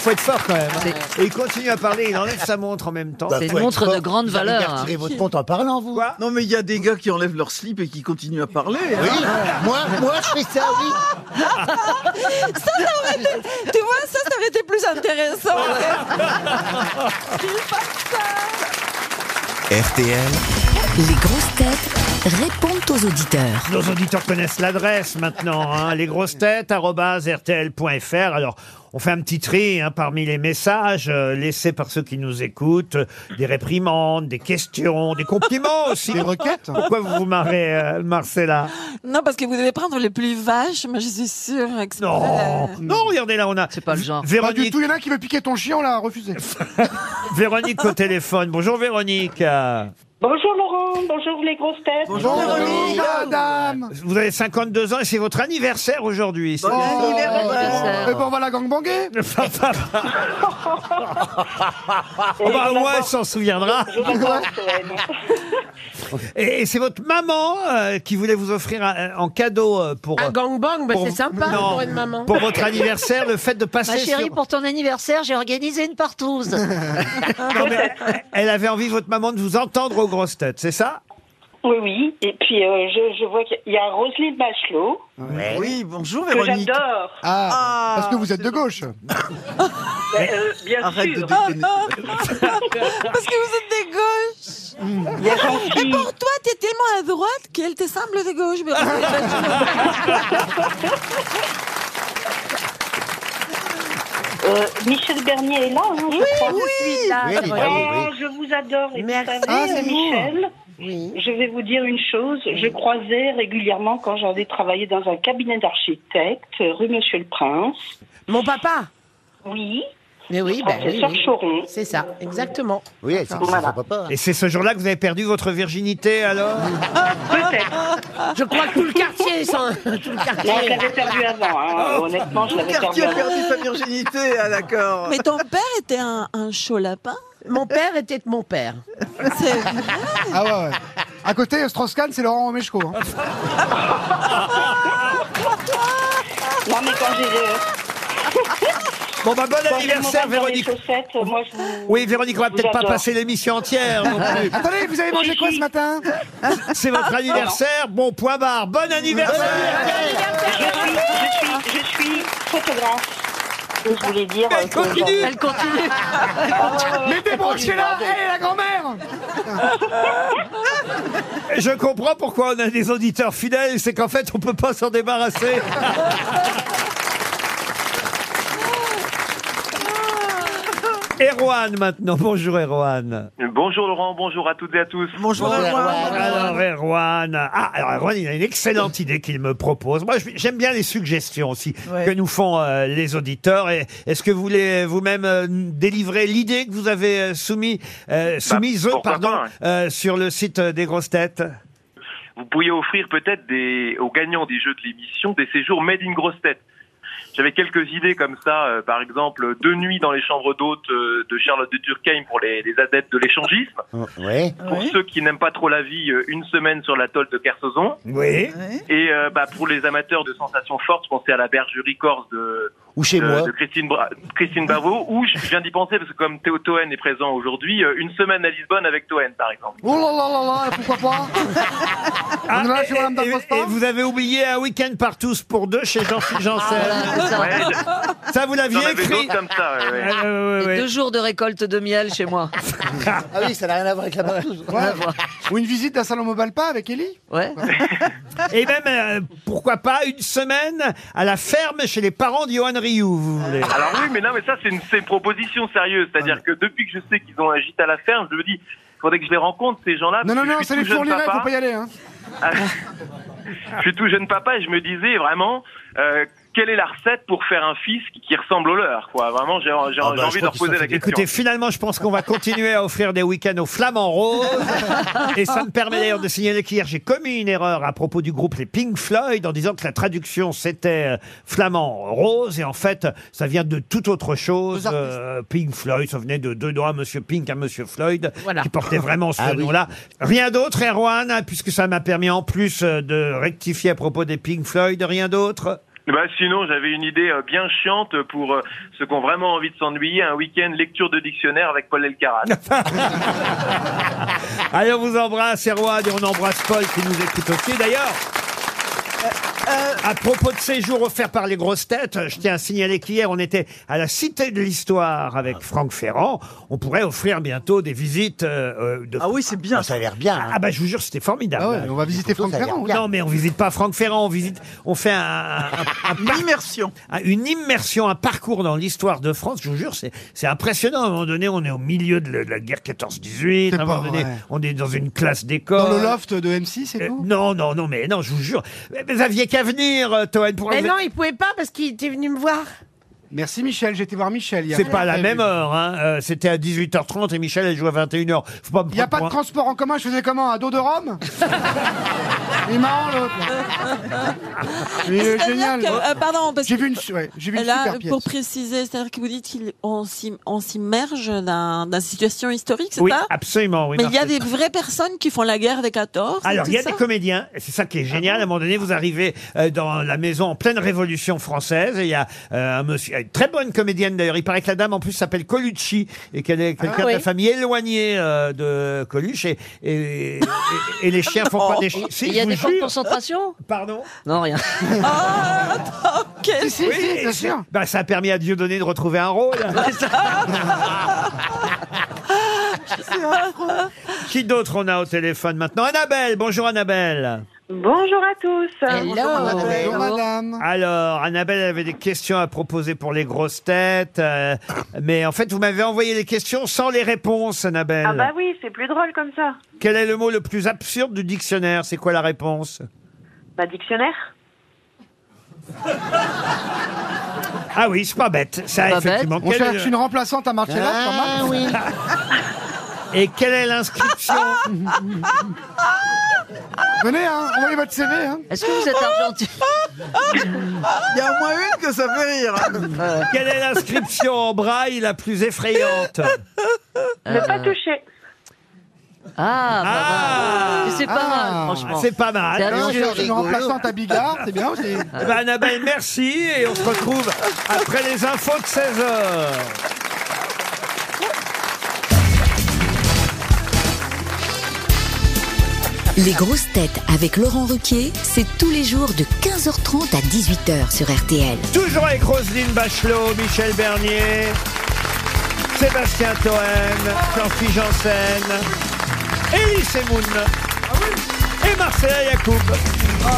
[SPEAKER 2] Faut être fort quand même. hein. Et il continue à parler, il enlève sa montre en même temps.
[SPEAKER 1] Bah,
[SPEAKER 4] C'est une
[SPEAKER 1] faut être
[SPEAKER 4] montre de
[SPEAKER 1] fort.
[SPEAKER 4] grande
[SPEAKER 1] Vous allez
[SPEAKER 4] valeur,
[SPEAKER 1] bien
[SPEAKER 4] hein.
[SPEAKER 1] retirer votre compte en parlant, vous.
[SPEAKER 2] Quoi
[SPEAKER 5] Non, mais il y a des gars qui enlèvent leur slip et qui continuent à parler. hein.
[SPEAKER 1] Oui, moi, moi, je fais ça, oui.
[SPEAKER 7] Ça, ça aurait été, tu vois, ça, ça aurait été plus intéressant. Il fait ça.
[SPEAKER 9] RTL,
[SPEAKER 10] Les grosses têtes répondent aux auditeurs.
[SPEAKER 2] Nos auditeurs connaissent l'adresse maintenant, hein, lesgrossetêtes.rtl.fr. Alors, on fait un petit tri hein, parmi les messages euh, laissés par ceux qui nous écoutent, euh, des réprimandes, des questions, des compliments aussi.
[SPEAKER 3] Des requêtes
[SPEAKER 2] Pourquoi vous vous marrez, euh, Marcella
[SPEAKER 7] Non, parce que vous devez prendre les plus vaches, mais je suis sûre. que c'est-
[SPEAKER 2] Non, non, regardez là, on a
[SPEAKER 4] Hmm. C'est pas le genre.
[SPEAKER 3] Pas du
[SPEAKER 2] Véronique,
[SPEAKER 3] tout, il y en a un qui veut piquer ton chien, on l'a refusé.
[SPEAKER 2] Véronique au téléphone. Bonjour Véronique. Euh,
[SPEAKER 11] Bonjour Laurent, bonjour les grosses têtes.
[SPEAKER 5] Bonjour,
[SPEAKER 3] Véronique, madame
[SPEAKER 2] Vous avez 52 ans et c'est votre anniversaire aujourd'hui. c'est-
[SPEAKER 3] Oh. Eh ben on va la gangbanger
[SPEAKER 2] Oh, bah, au moins, elle s'en souviendra.
[SPEAKER 11] Je vous embrasse, ouais, bon.
[SPEAKER 2] Et, et c'est votre maman euh, qui voulait vous offrir un- un- en cadeau euh, pour...
[SPEAKER 6] Un gangbang, bah,
[SPEAKER 2] pour-
[SPEAKER 6] c'est sympa
[SPEAKER 2] Non,
[SPEAKER 6] pour une maman.
[SPEAKER 2] pour votre anniversaire, le fait de passer
[SPEAKER 8] Ma chérie,
[SPEAKER 2] sur-
[SPEAKER 8] pour ton anniversaire, j'ai organisé une partouze.
[SPEAKER 2] Non, mais elle- elle avait envie, votre maman, de vous entendre aux grosses têtes, c'est ça
[SPEAKER 11] Oui, oui. Et puis, euh, je, je vois qu'il y a Roselyne Bachelot,
[SPEAKER 5] Oui, bonjour
[SPEAKER 11] que
[SPEAKER 5] Véronique.
[SPEAKER 11] j'adore.
[SPEAKER 3] Ah, parce que vous êtes de gauche
[SPEAKER 11] Ben, euh, bien
[SPEAKER 5] Arrête de
[SPEAKER 11] sûr.
[SPEAKER 5] déconner.
[SPEAKER 7] Parce que vous êtes des gauches.
[SPEAKER 11] Il y a
[SPEAKER 7] Et
[SPEAKER 11] Jean-Philippe.
[SPEAKER 7] pour toi, t'es tellement à droite qu'elle te semble de gauche. mais-
[SPEAKER 11] Euh, Michel Bernier est là, hein, je crois.
[SPEAKER 8] Oui, là,
[SPEAKER 1] Oui, elle est là, oui, oui.
[SPEAKER 11] Oh, je vous adore. Et
[SPEAKER 6] Merci.
[SPEAKER 11] vous savez,
[SPEAKER 6] Ah,
[SPEAKER 3] c'est
[SPEAKER 11] Michel,
[SPEAKER 6] Oui.
[SPEAKER 11] je vais vous dire une chose. Je croisais régulièrement quand j'avais travaillé dans un cabinet d'architecte, rue Monsieur le Prince.
[SPEAKER 6] Mon papa.
[SPEAKER 11] Oui,
[SPEAKER 6] Mais oui, bah, oui,
[SPEAKER 11] professeur
[SPEAKER 6] oui.
[SPEAKER 11] Choron.
[SPEAKER 6] C'est ça, exactement.
[SPEAKER 1] Oui, c'est c'est hein.
[SPEAKER 11] Voilà.
[SPEAKER 1] son
[SPEAKER 6] hein.
[SPEAKER 1] papa.
[SPEAKER 2] Et c'est ce jour-là que vous avez perdu votre virginité, alors
[SPEAKER 11] Peut-être.
[SPEAKER 6] Je crois que tout le quartier, sans... tout le
[SPEAKER 11] Non, je
[SPEAKER 6] quartier.
[SPEAKER 11] l'avais perdu avant. hein. Honnêtement, je l'avais
[SPEAKER 5] Car
[SPEAKER 11] perdu
[SPEAKER 5] qui a
[SPEAKER 11] avant.
[SPEAKER 5] perdu sa virginité Ah, d'accord.
[SPEAKER 7] Mais ton père était un, un chaud lapin.
[SPEAKER 6] Mon père était de mon père.
[SPEAKER 7] C'est-
[SPEAKER 3] Ah ouais, ouais. À côté, Strauss-Kahn, c'est Laurent Romeshko. hein.
[SPEAKER 11] Non, mais quand j'ai... euh,
[SPEAKER 2] Bon, bah, bon
[SPEAKER 11] quand j'ai mon
[SPEAKER 2] anniversaire,
[SPEAKER 11] ventre dans les
[SPEAKER 2] Véronique.
[SPEAKER 11] chaussettes, moi, je vous...
[SPEAKER 2] Oui, Véronique, on va
[SPEAKER 11] je
[SPEAKER 2] peut-être
[SPEAKER 11] vous
[SPEAKER 2] pas
[SPEAKER 11] adore.
[SPEAKER 2] passer l'émission entière. non plus.
[SPEAKER 3] Attendez, vous avez mangé quoi ce matin
[SPEAKER 2] C'est votre anniversaire, bon point barre. Bon anniversaire
[SPEAKER 11] Je suis, je suis, je suis photographe. Et je voulais dire... euh,
[SPEAKER 2] Elle
[SPEAKER 11] que-
[SPEAKER 2] continue
[SPEAKER 4] Elle continue.
[SPEAKER 11] Euh,
[SPEAKER 3] Mais débranchez-la Hé, la grand-mère
[SPEAKER 2] Je comprends pourquoi on a des auditeurs fidèles, c'est qu'en fait, on peut pas s'en débarrasser. Erwan maintenant, bonjour Erwan.
[SPEAKER 12] Bonjour Laurent, bonjour à toutes et à tous.
[SPEAKER 5] Bonjour à moi.
[SPEAKER 2] Alors Erwan, ah alors Erwan, il a une excellente idée qu'il me propose. Moi, je- j'aime bien les suggestions aussi
[SPEAKER 5] Ouais.
[SPEAKER 2] que nous font euh, les auditeurs. Et Est-ce que vous voulez vous-même euh, délivrer l'idée que vous avez euh, soumis, euh, soumise eux,
[SPEAKER 12] Bah, pourquoi
[SPEAKER 2] pardon,
[SPEAKER 12] pas, ouais.
[SPEAKER 2] euh, sur le site euh, des grosses têtes
[SPEAKER 12] Vous pourriez offrir peut-être des, aux gagnants des jeux de l'émission des séjours made in grosse tête. J'avais quelques idées comme ça, euh, par exemple deux nuits dans les chambres d'hôtes euh, de Charlotte de Durkheim pour les, les adeptes de l'échangisme.
[SPEAKER 1] Ouais.
[SPEAKER 12] Pour
[SPEAKER 5] Ouais.
[SPEAKER 12] ceux qui n'aiment pas trop la vie, euh, une semaine sur l'atoll de Kersozon.
[SPEAKER 2] Oui.
[SPEAKER 5] Ouais.
[SPEAKER 12] Et euh, bah, pour les amateurs de sensations fortes, pensez à la bergerie corse de,
[SPEAKER 1] Ou chez
[SPEAKER 12] de-
[SPEAKER 1] moi.
[SPEAKER 12] de Christine, Bra- Christine Bravo. Ou je viens d'y penser parce que comme Théo Toen est présent aujourd'hui, euh, une semaine à Lisbonne avec Toen par exemple.
[SPEAKER 3] Oh là là là là, pourquoi pas
[SPEAKER 2] Ah,
[SPEAKER 3] On est là
[SPEAKER 2] et,
[SPEAKER 3] chez Madame
[SPEAKER 2] et-
[SPEAKER 3] Dacosta
[SPEAKER 2] et vous avez oublié un week-end par tous pour deux chez Jean-Philippe Janssen.
[SPEAKER 12] Ouais,
[SPEAKER 2] Ça, Bah, vous
[SPEAKER 12] j'en
[SPEAKER 2] l'aviez
[SPEAKER 12] avais
[SPEAKER 2] écrit.
[SPEAKER 12] d'autres comme ça. ouais, ouais.
[SPEAKER 2] Euh, ouais, ouais,
[SPEAKER 4] Deux
[SPEAKER 2] ouais.
[SPEAKER 4] jours de récolte de miel chez moi. Ah,
[SPEAKER 1] Ah oui, ça n'a rien à voir avec la partouze.
[SPEAKER 3] Ouais. Ou une visite d'un salon mobile pas avec Ellie
[SPEAKER 4] Ouais.
[SPEAKER 2] Et même, euh, pourquoi pas, une semaine à la ferme chez les parents de Johan Rioux, vous voulez.
[SPEAKER 12] Alors oui, mais non, mais ça c'est une, c'est une proposition sérieuse. C'est-à-dire que depuis que je sais qu'ils ont un gîte à la ferme, je me dis, faudrait que je les rencontre, ces
[SPEAKER 2] Ah,
[SPEAKER 12] gens-là.
[SPEAKER 3] Non, non,
[SPEAKER 12] parce que
[SPEAKER 3] non,
[SPEAKER 12] je suis
[SPEAKER 3] c'est les
[SPEAKER 12] tout jeune
[SPEAKER 3] fournirais,
[SPEAKER 12] papa.
[SPEAKER 3] faut pas y aller. Hein.
[SPEAKER 12] Ah, je suis tout jeune papa et je me disais vraiment, euh, quelle est la recette pour faire un fils qui, qui ressemble au leur quoi. Vraiment, j'ai j'ai-
[SPEAKER 2] Ah bah,
[SPEAKER 12] j'ai envie de reposer la question.
[SPEAKER 2] Écoutez, finalement, je pense qu'on va continuer à offrir des week-ends aux flamants roses. Et ça me permet d'ailleurs de signaler qu'hier, j'ai commis une erreur à propos du groupe Les Pink Floyd en disant que la traduction c'était euh, flamand rose. Et en fait, ça vient de toute autre chose. Euh, Pink Floyd, ça venait de deux doigts, monsieur Pink à monsieur Floyd, qui portait vraiment ce
[SPEAKER 1] Ah oui.
[SPEAKER 2] nom-là. Rien d'autre, Erwan, puisque ça m'a permis en plus euh, de rectifier à propos des Pink Floyd, rien d'autre.
[SPEAKER 12] Bah, sinon, j'avais une idée euh, bien chiante pour euh, ceux qui ont vraiment envie de s'ennuyer, un week-end lecture de dictionnaire avec Paul Elkarat.
[SPEAKER 2] Ah, Allez, on vous embrasse, Erwan, et on embrasse Paul qui nous écoute aussi. D'ailleurs, à propos de ces jours offerts par les grosses têtes, je tiens à signaler qu'hier, on était à la Cité de l'Histoire avec Franck Ferrand. On pourrait offrir bientôt des visites euh, euh, de... Ah oui, c'est bien. Ça a l'air bien. Ah bah, je vous jure, c'était formidable. on va visiter
[SPEAKER 1] photos, Franck ça a l'air Ferrand. bien.
[SPEAKER 2] Non, mais on visite pas Franck Ferrand, on visite... On fait un... une immersion. Une immersion, un parcours dans l'histoire de France. Je vous jure, c'est c'est impressionnant. À un moment donné, on est au milieu de la, de la guerre 14-18. À un moment donné,
[SPEAKER 3] vrai.
[SPEAKER 2] on est dans une classe d'école. Euh,
[SPEAKER 3] Dans le loft de M6 et tout
[SPEAKER 2] Non, non, non, mais non, je vous jure. Mais vous aviez qu'à venir, euh, Toen. Pour
[SPEAKER 6] Mais non, il pouvait pas parce qu'il était venu me voir.
[SPEAKER 3] Merci Michel, j'étais voir Michel hier. Eh,
[SPEAKER 2] C'est pas à la même heure, hein. Euh, C'était à 18h30 et Michel, elle joue à 21h. Faut pas me
[SPEAKER 3] Il n'y a pas
[SPEAKER 2] prendre
[SPEAKER 3] de
[SPEAKER 2] pour un-
[SPEAKER 3] transport en commun, je faisais comment Un dos de Rome Il est marrant l'autre. Il est
[SPEAKER 7] C'est-à-dire
[SPEAKER 3] génial.
[SPEAKER 7] que- euh, pardon, parce
[SPEAKER 3] J'ai
[SPEAKER 7] que-
[SPEAKER 3] vu une, su- ouais, j'ai vu une
[SPEAKER 7] Là,
[SPEAKER 3] super pièce.
[SPEAKER 7] pour préciser, c'est-à-dire que vous dites qu'on s'im- on s'immerge d'un- d'une situation historique, c'est
[SPEAKER 2] Oui,
[SPEAKER 7] ça
[SPEAKER 2] absolument. Oui,
[SPEAKER 7] Mais il y a des
[SPEAKER 2] Marcel.
[SPEAKER 7] vraies personnes qui font la guerre des 14 et
[SPEAKER 2] Alors,
[SPEAKER 7] tout
[SPEAKER 2] il y a
[SPEAKER 7] ça
[SPEAKER 2] des comédiens, et c'est ça qui est génial. À un moment donné, vous arrivez euh, dans la maison en pleine révolution française, et il y a euh, un monsieur, une très bonne comédienne d'ailleurs. Il paraît que la dame en plus s'appelle Colucci, et qu'elle est quelqu'un
[SPEAKER 1] Ah oui.
[SPEAKER 2] de la famille éloignée euh, de Coluche, et, et, et- et les chiens font pas des chiens.
[SPEAKER 4] Il y a des camps de concentration
[SPEAKER 2] Ah, Pardon
[SPEAKER 4] Non, rien.
[SPEAKER 2] Si, si, bien sûr. Bah, ça a permis à Dieudonné de retrouver un rôle. Qui d'autre on a au téléphone maintenant Annabelle, bonjour Annabelle.
[SPEAKER 11] Bonjour à tous.
[SPEAKER 3] Bonjour madame.
[SPEAKER 2] Alors, Annabelle avait des questions à proposer pour les grosses têtes, euh, mais en fait, vous m'avez envoyé les questions sans les réponses, Annabelle.
[SPEAKER 11] Ah bah oui, c'est plus drôle comme ça.
[SPEAKER 2] Quel est le mot le plus absurde du dictionnaire C'est quoi la réponse
[SPEAKER 11] Bah dictionnaire.
[SPEAKER 2] Ah oui, c'est pas bête. Ça, effectivement.
[SPEAKER 3] On
[SPEAKER 2] Quel est
[SPEAKER 3] cherche
[SPEAKER 2] le- Ah.
[SPEAKER 3] une remplaçante à Marcella, c'est pas mal.
[SPEAKER 2] Et quelle est l'inscription
[SPEAKER 3] Venez, hein, envoyez votre CV. Hein.
[SPEAKER 4] Est-ce que vous êtes argentin
[SPEAKER 5] Il y a au moins une que ça fait rire.
[SPEAKER 2] Euh. Quelle est l'inscription en braille la plus effrayante
[SPEAKER 11] Euh. Ne pas toucher.
[SPEAKER 4] Ah, bah, bah. c'est pas
[SPEAKER 3] Ah.
[SPEAKER 4] mal, franchement.
[SPEAKER 2] C'est pas mal.
[SPEAKER 4] C'est
[SPEAKER 3] Et on
[SPEAKER 4] absurde, Ah
[SPEAKER 3] cherche une
[SPEAKER 4] rigolo.
[SPEAKER 3] remplaçante à Bigard, c'est bien aussi.
[SPEAKER 2] Eh ben, Annabelle, merci et on se retrouve après les infos de 16h.
[SPEAKER 10] Les grosses têtes avec Laurent Ruquier, c'est tous les jours de 15h30 à 18h sur RTL.
[SPEAKER 2] Toujours avec Roselyne Bachelot, Michel Bernier, Sébastien Toen, Jean-Philippe Janssen, Elie Semoun et Marcella Yacoub. Oh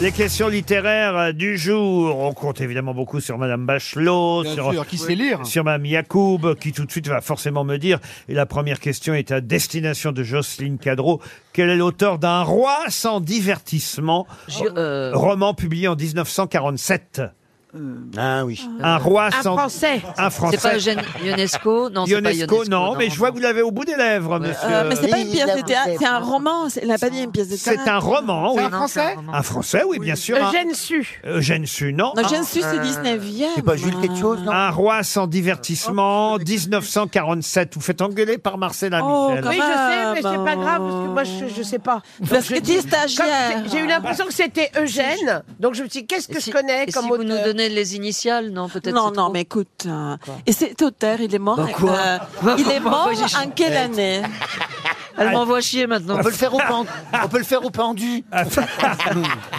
[SPEAKER 2] Les questions littéraires euh, du jour. On compte évidemment beaucoup sur Madame Bachelot,
[SPEAKER 3] Bien
[SPEAKER 2] sur,
[SPEAKER 3] sûr, qui sait lire.
[SPEAKER 2] sur Madame Yacoub, qui tout de suite va forcément me dire. Et la première question est à destination de Jocelyne Cadreau. Quel est l'auteur d'un roi sans divertissement Roman publié en 1947.
[SPEAKER 1] Ah oui.
[SPEAKER 2] Un roi
[SPEAKER 4] Un
[SPEAKER 2] sans.
[SPEAKER 4] Français.
[SPEAKER 2] Un français.
[SPEAKER 4] C'est pas Eugène Ionesco Non, c'est pas
[SPEAKER 2] Ionesco,
[SPEAKER 4] Ionesco.
[SPEAKER 2] non, mais je vois que vous l'avez au bout des lèvres, monsieur.
[SPEAKER 7] Euh, mais c'est pas une pièce de théâtre, c'est un roman. c'est- Elle n'a pas dit une pièce de théâtre.
[SPEAKER 2] C'est un roman, oui.
[SPEAKER 7] C'est un français
[SPEAKER 2] Un français, oui, bien sûr. hein. Euh, un-
[SPEAKER 6] Eugène Euh, Su.
[SPEAKER 2] Eugène Su, non.
[SPEAKER 7] Non, Jeanne
[SPEAKER 2] Un-
[SPEAKER 7] Sus, c'est 19e.
[SPEAKER 2] Un roi sans
[SPEAKER 7] Oh,
[SPEAKER 2] divertissement, 1947. Vous faites engueuler par Marcella Ah,
[SPEAKER 4] Oh,
[SPEAKER 2] Michel.
[SPEAKER 6] oui, je sais, mais c'est pas grave parce que moi je, je sais pas. Donc,
[SPEAKER 7] Parce
[SPEAKER 6] je
[SPEAKER 7] que
[SPEAKER 6] dis-
[SPEAKER 7] t'es stagiaire.
[SPEAKER 6] comme c'est- J'ai eu l'impression que c'était Eugène, donc je me suis dit qu'est-ce que je connais
[SPEAKER 4] Et si
[SPEAKER 6] comme
[SPEAKER 4] vous
[SPEAKER 6] auteur
[SPEAKER 4] nous donnez les initiales, non, peut-être
[SPEAKER 7] Non,
[SPEAKER 4] c'est
[SPEAKER 7] non,
[SPEAKER 4] trop.
[SPEAKER 7] mais écoute. euh, et cet auteur, il est mort.
[SPEAKER 4] Bah quoi
[SPEAKER 7] euh,
[SPEAKER 4] Bah
[SPEAKER 7] il est
[SPEAKER 4] comment
[SPEAKER 7] mort
[SPEAKER 4] Moi, j'ai-
[SPEAKER 7] en quelle année
[SPEAKER 4] Elle m'envoie chier maintenant. On peut le faire au pendu. On peut le faire au pendu.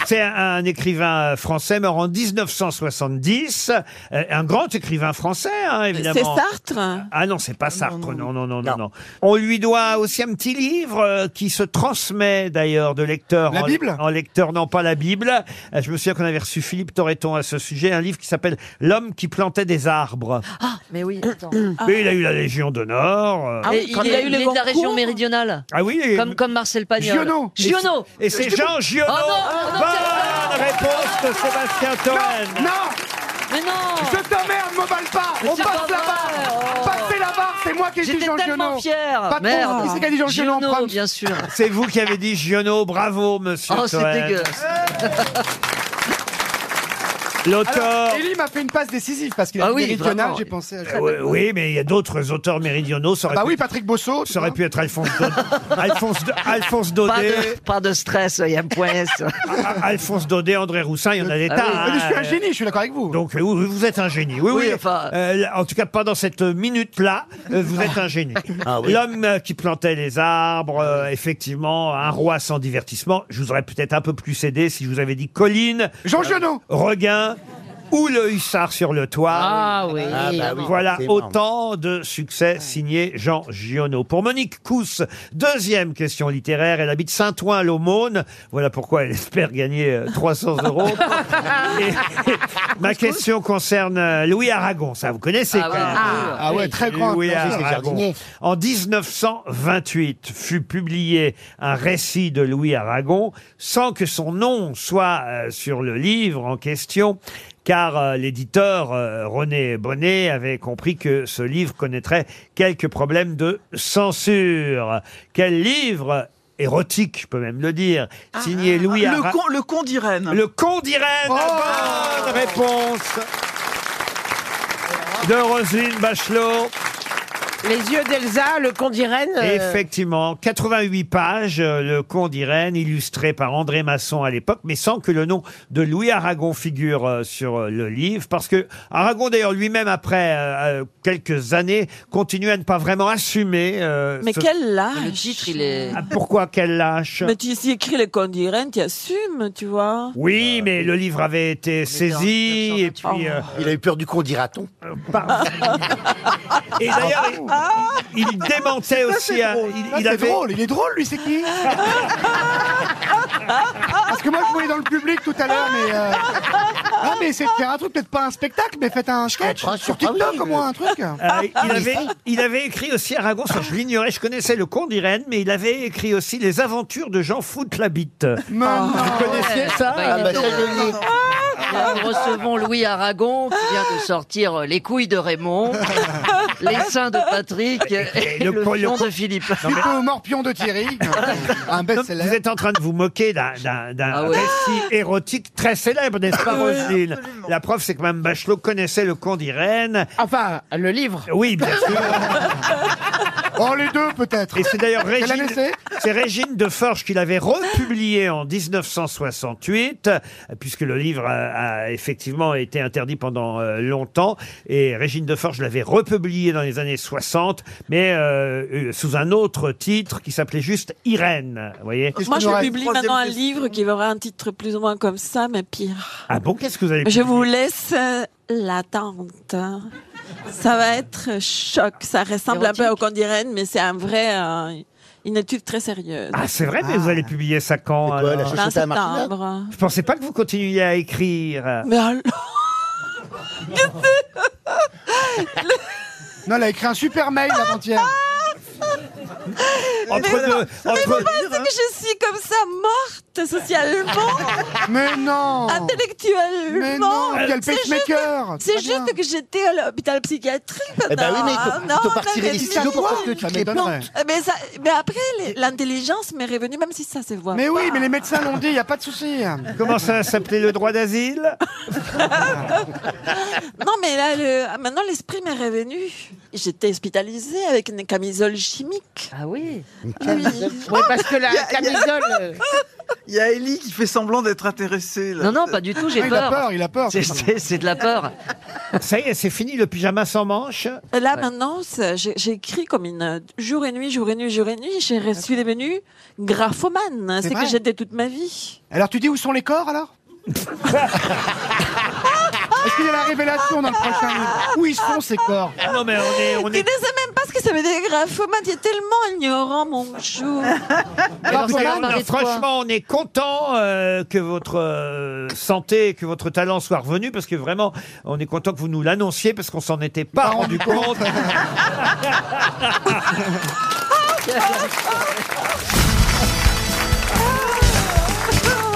[SPEAKER 2] C'est un, un écrivain français mort en 1970, euh, un grand écrivain français, hein, évidemment.
[SPEAKER 7] C'est Sartre
[SPEAKER 2] Ah non, c'est pas Sartre, non, non, non, non, non. On lui doit aussi un petit livre euh, qui se transmet d'ailleurs de lecteur
[SPEAKER 3] La
[SPEAKER 2] en,
[SPEAKER 3] Bible
[SPEAKER 2] en lecteur, non pas la Bible. Euh, Je me souviens qu'on avait reçu Philippe Torreton à ce sujet, un livre qui s'appelle L'homme qui plantait des arbres.
[SPEAKER 4] Ah, mais oui, attends. Ah.
[SPEAKER 2] Mais il a eu la Légion d'honneur. euh,
[SPEAKER 4] Et il, a eu les de la région méridionale.
[SPEAKER 2] Ah oui, et-
[SPEAKER 4] Ah Comme, comme Marcel Pagnol.
[SPEAKER 2] Giono.
[SPEAKER 4] Giono.
[SPEAKER 2] Et c'est Jean Giono.
[SPEAKER 4] Oh non, oh non,
[SPEAKER 2] Bonne réponse de Sébastien Toen.
[SPEAKER 4] Mais non
[SPEAKER 3] Je t'emmerde, m'emballe pas
[SPEAKER 4] Mais
[SPEAKER 3] On
[SPEAKER 4] c'est
[SPEAKER 3] passe
[SPEAKER 4] pas
[SPEAKER 3] la barre Passez la barre, c'est moi qui ai dit
[SPEAKER 4] J'étais
[SPEAKER 3] Jean
[SPEAKER 4] tellement
[SPEAKER 3] Giono
[SPEAKER 4] fier.
[SPEAKER 3] Pas de
[SPEAKER 4] Ah, Merde.
[SPEAKER 3] con, Qui c'est qui a dit Jean Giono en
[SPEAKER 4] Giono,
[SPEAKER 3] premier
[SPEAKER 4] bien sûr.
[SPEAKER 2] C'est vous qui avez dit Giono. Bravo, monsieur
[SPEAKER 4] Oh, c'est
[SPEAKER 2] Toen.
[SPEAKER 4] dégueulasse.
[SPEAKER 2] L'auteur.
[SPEAKER 3] Alors, Élie m'a fait une passe décisive parce qu'il a
[SPEAKER 2] Ah
[SPEAKER 3] dit
[SPEAKER 2] oui,
[SPEAKER 3] méridional,
[SPEAKER 2] vraiment.
[SPEAKER 3] j'ai pensé à
[SPEAKER 2] Euh, oui, oui, mais il y a d'autres auteurs méridionaux. Ça aurait
[SPEAKER 3] Bah
[SPEAKER 2] pu-
[SPEAKER 3] oui, Patrick Bosso.
[SPEAKER 2] ça aurait pu être Alphonse Daudet. Alphonse, Do- Alphonse Daudet.
[SPEAKER 4] Pas de, pas de stress, il y a un point S.
[SPEAKER 2] Ah, ah, Alphonse Daudet, André Roussin, il y en a des
[SPEAKER 4] Ah
[SPEAKER 2] tas.
[SPEAKER 4] oui.
[SPEAKER 2] hein.
[SPEAKER 4] Mais je suis un
[SPEAKER 3] génie, je suis d'accord avec vous.
[SPEAKER 2] Donc euh, oui, vous êtes un génie. Oui, oui.
[SPEAKER 4] Oui, enfin-
[SPEAKER 2] Euh, là, en tout cas, pas dans cette minute-là, euh, vous êtes un génie.
[SPEAKER 1] Ah oui.
[SPEAKER 2] L'homme euh, qui plantait les arbres, euh, effectivement, un roi sans divertissement. Je vous aurais peut-être un peu plus aidé si je vous avais dit Colline.
[SPEAKER 3] Jean Giono.
[SPEAKER 2] Regain. Ou le hussard sur le toit. Euh,
[SPEAKER 4] Ah oui. Ah bah oui,
[SPEAKER 2] voilà
[SPEAKER 1] forcément.
[SPEAKER 2] autant de succès signés Jean Giono. Pour Monique Cousse, deuxième question littéraire. Elle habite Saint-Ouen, l'aumône. Voilà pourquoi elle espère gagner euh, 300 euros. Et- ma question concerne euh, Louis Aragon. Ça, vous connaissez
[SPEAKER 4] Ah
[SPEAKER 2] quand
[SPEAKER 4] oui,
[SPEAKER 2] même.
[SPEAKER 4] bien sûr.
[SPEAKER 3] Ah ouais, très grand.
[SPEAKER 2] Louis
[SPEAKER 1] Francis
[SPEAKER 2] Aragon.
[SPEAKER 1] Jardinier.
[SPEAKER 2] En 1928 fut publié un récit de Louis Aragon sans que son nom soit euh, sur le livre en question. Car euh, l'éditeur euh, René Bonnet avait compris que ce livre connaîtrait quelques problèmes de censure. Quel livre érotique, je peux même le dire, signé Louis
[SPEAKER 5] Ah, Le
[SPEAKER 2] Aragon
[SPEAKER 5] con, le con d'Irène. Oh.
[SPEAKER 2] le con d'Irène,
[SPEAKER 6] Oh
[SPEAKER 2] bonne réponse de Roselyne Bachelot.
[SPEAKER 6] Les yeux d'Elsa, le con d'Irène. euh,
[SPEAKER 2] Effectivement, 88 pages, euh, le con d'Irène, illustré par André Masson à l'époque, mais sans que le nom de Louis Aragon figure euh, sur euh, le livre, parce que Aragon, d'ailleurs, lui-même, après euh, euh, quelques années, continue à ne pas vraiment assumer. euh,
[SPEAKER 7] Mais
[SPEAKER 2] ce-
[SPEAKER 7] quel
[SPEAKER 4] Le
[SPEAKER 7] lâche
[SPEAKER 4] titre, il est.
[SPEAKER 2] Ah, Pourquoi qu'elle lâche
[SPEAKER 7] Mais tu si écris le condirène, tu assumes, tu vois.
[SPEAKER 2] Oui, mais le livre avait été saisi, et puis... euh,
[SPEAKER 1] Il a eu peur du con, dira-t-on.
[SPEAKER 2] Par- Et euh, d'ailleurs, il, il démentait aussi. à- il,
[SPEAKER 3] Ah,
[SPEAKER 2] il
[SPEAKER 3] c'est
[SPEAKER 2] avait,
[SPEAKER 3] drôle, il est drôle, lui, c'est qui Parce que moi, je voyais dans le public tout à l'heure, mais. euh, Ah, mais c'est de faire un truc, peut-être pas un spectacle, mais faites un sketch
[SPEAKER 1] comprends,
[SPEAKER 3] sur
[SPEAKER 1] Ah, je
[SPEAKER 3] TikTok,
[SPEAKER 1] comprends, oui, Ah,
[SPEAKER 3] au moins, un truc.
[SPEAKER 2] euh, il avait, il avait écrit aussi Aragon, ça je l'ignorais, je connaissais le con d'Irène, mais il avait écrit aussi Les Aventures de Jean Foutlabit.
[SPEAKER 3] Mais non.
[SPEAKER 2] Vous connaissiez ça
[SPEAKER 1] Ah bah ça, je l'ai.
[SPEAKER 4] Là, ah. nous recevons Louis Aragon qui vient de sortir euh, Les couilles de Raymond, Les seins de Patrick et,
[SPEAKER 2] et le
[SPEAKER 4] le,
[SPEAKER 2] poil-
[SPEAKER 4] fion de Philippe.
[SPEAKER 3] Plutôt au morpion de Thierry. un
[SPEAKER 2] Non,
[SPEAKER 3] best-seller.
[SPEAKER 2] vous êtes en train de vous moquer d'un d'un- d'un
[SPEAKER 4] Ah ouais.
[SPEAKER 2] récit érotique très célèbre, n'est-ce pas, Roselyne La preuve, c'est que Mme Bachelot connaissait le con d'Irène.
[SPEAKER 6] Enfin, le livre.
[SPEAKER 2] Oui, bien sûr.
[SPEAKER 3] Oh, les deux, peut-être.
[SPEAKER 2] Et c'est d'ailleurs Régine,
[SPEAKER 3] année c'est
[SPEAKER 2] c'est Régine Deforge qui l'avait republié en 1968, euh, puisque le livre a, a effectivement été interdit pendant euh, longtemps. Et Régine Deforge l'avait republié dans les années 60, mais euh, euh, sous un autre titre qui s'appelait juste Irène. Vous voyez
[SPEAKER 3] Qu'est-ce
[SPEAKER 7] Moi,
[SPEAKER 3] qu'il
[SPEAKER 7] je
[SPEAKER 3] nous reste
[SPEAKER 7] publie
[SPEAKER 5] Troisième
[SPEAKER 7] maintenant un
[SPEAKER 5] question.
[SPEAKER 7] livre qui aura un titre plus ou moins comme ça, mais pire.
[SPEAKER 2] Ah bon, qu'est-ce que vous allez
[SPEAKER 7] Je
[SPEAKER 2] publier
[SPEAKER 7] vous laisse euh, l'attente. Ça va être choc. Ça ressemble un peu au
[SPEAKER 4] Érotique.
[SPEAKER 7] condirène, mais c'est un vrai, euh, une étude très sérieuse.
[SPEAKER 2] Ah, c'est vrai, mais vous allez publier ça quand
[SPEAKER 1] C'est quoi, la
[SPEAKER 2] alors
[SPEAKER 1] chose-
[SPEAKER 7] Fin
[SPEAKER 1] c'est un martyr.
[SPEAKER 7] septembre.
[SPEAKER 2] Je pensais pas que vous continuiez à écrire.
[SPEAKER 7] Mais alors
[SPEAKER 3] Non, elle a écrit un super mail avant-hier.
[SPEAKER 2] Entre deux, entre-
[SPEAKER 3] Hein
[SPEAKER 7] C'est que je suis comme ça morte socialement,
[SPEAKER 3] Mais non Mais
[SPEAKER 7] intellectuellement.
[SPEAKER 3] non, quel
[SPEAKER 7] C'est juste-
[SPEAKER 3] pacemaker
[SPEAKER 7] C'est
[SPEAKER 3] Très bien.
[SPEAKER 7] juste que j'étais à l'hôpital psychiatrique.
[SPEAKER 1] Eh ben oui, mais il
[SPEAKER 7] pendant-
[SPEAKER 1] faut-
[SPEAKER 7] Non,
[SPEAKER 1] il faut
[SPEAKER 7] non,
[SPEAKER 1] partir
[SPEAKER 7] mais
[SPEAKER 1] les
[SPEAKER 7] c'est
[SPEAKER 1] stylos pour
[SPEAKER 7] toi.
[SPEAKER 1] que tu
[SPEAKER 3] Ça
[SPEAKER 1] te les
[SPEAKER 3] m'étonnerait.
[SPEAKER 1] plantes.
[SPEAKER 7] Mais, ça- mais après, les- l'intelligence m'est revenue, même si ça se voit.
[SPEAKER 3] Mais oui,
[SPEAKER 7] pas.
[SPEAKER 3] mais les médecins l'ont dit, il a pas de souci.
[SPEAKER 2] Comment ça s'appelait le droit d'asile
[SPEAKER 7] Non, mais là, le- maintenant, l'esprit m'est revenu. J'étais hospitalisée avec une camisole chimique.
[SPEAKER 4] Ah oui.
[SPEAKER 7] Oui.
[SPEAKER 6] Oui, parce que la camisole. euh,
[SPEAKER 5] Il y a Ellie qui fait semblant d'être intéressée. là.
[SPEAKER 4] Non, non, pas du tout, j'ai peur. C'est- C'est c'est de la peur.
[SPEAKER 2] Ça y est, c'est fini le pyjama sans manches
[SPEAKER 7] Là, maintenant, c'est- j'ai j'ai écrit comme une euh, jour et nuit, jour et nuit, jour et nuit. J'ai reçu des menus graphomane.
[SPEAKER 3] C'est
[SPEAKER 7] C'est que
[SPEAKER 3] vrai
[SPEAKER 7] j'étais toute ma vie.
[SPEAKER 3] Alors tu dis où sont les corps alors Est-ce qu'il y a la révélation dans le prochain livre Où ils sont ces corps
[SPEAKER 2] Ah Non mais on est,
[SPEAKER 7] Tu ne sais même pas ce que ça veut dire graphomane. Tu es tellement ignorant, mon chou.
[SPEAKER 2] Franchement, franchement, on est content euh, que votre euh, santé, que votre talent soit revenu, parce que vraiment, on est content que vous nous l'annonciez, parce qu'on s'en était
[SPEAKER 4] Bah,
[SPEAKER 2] pas rendu compte.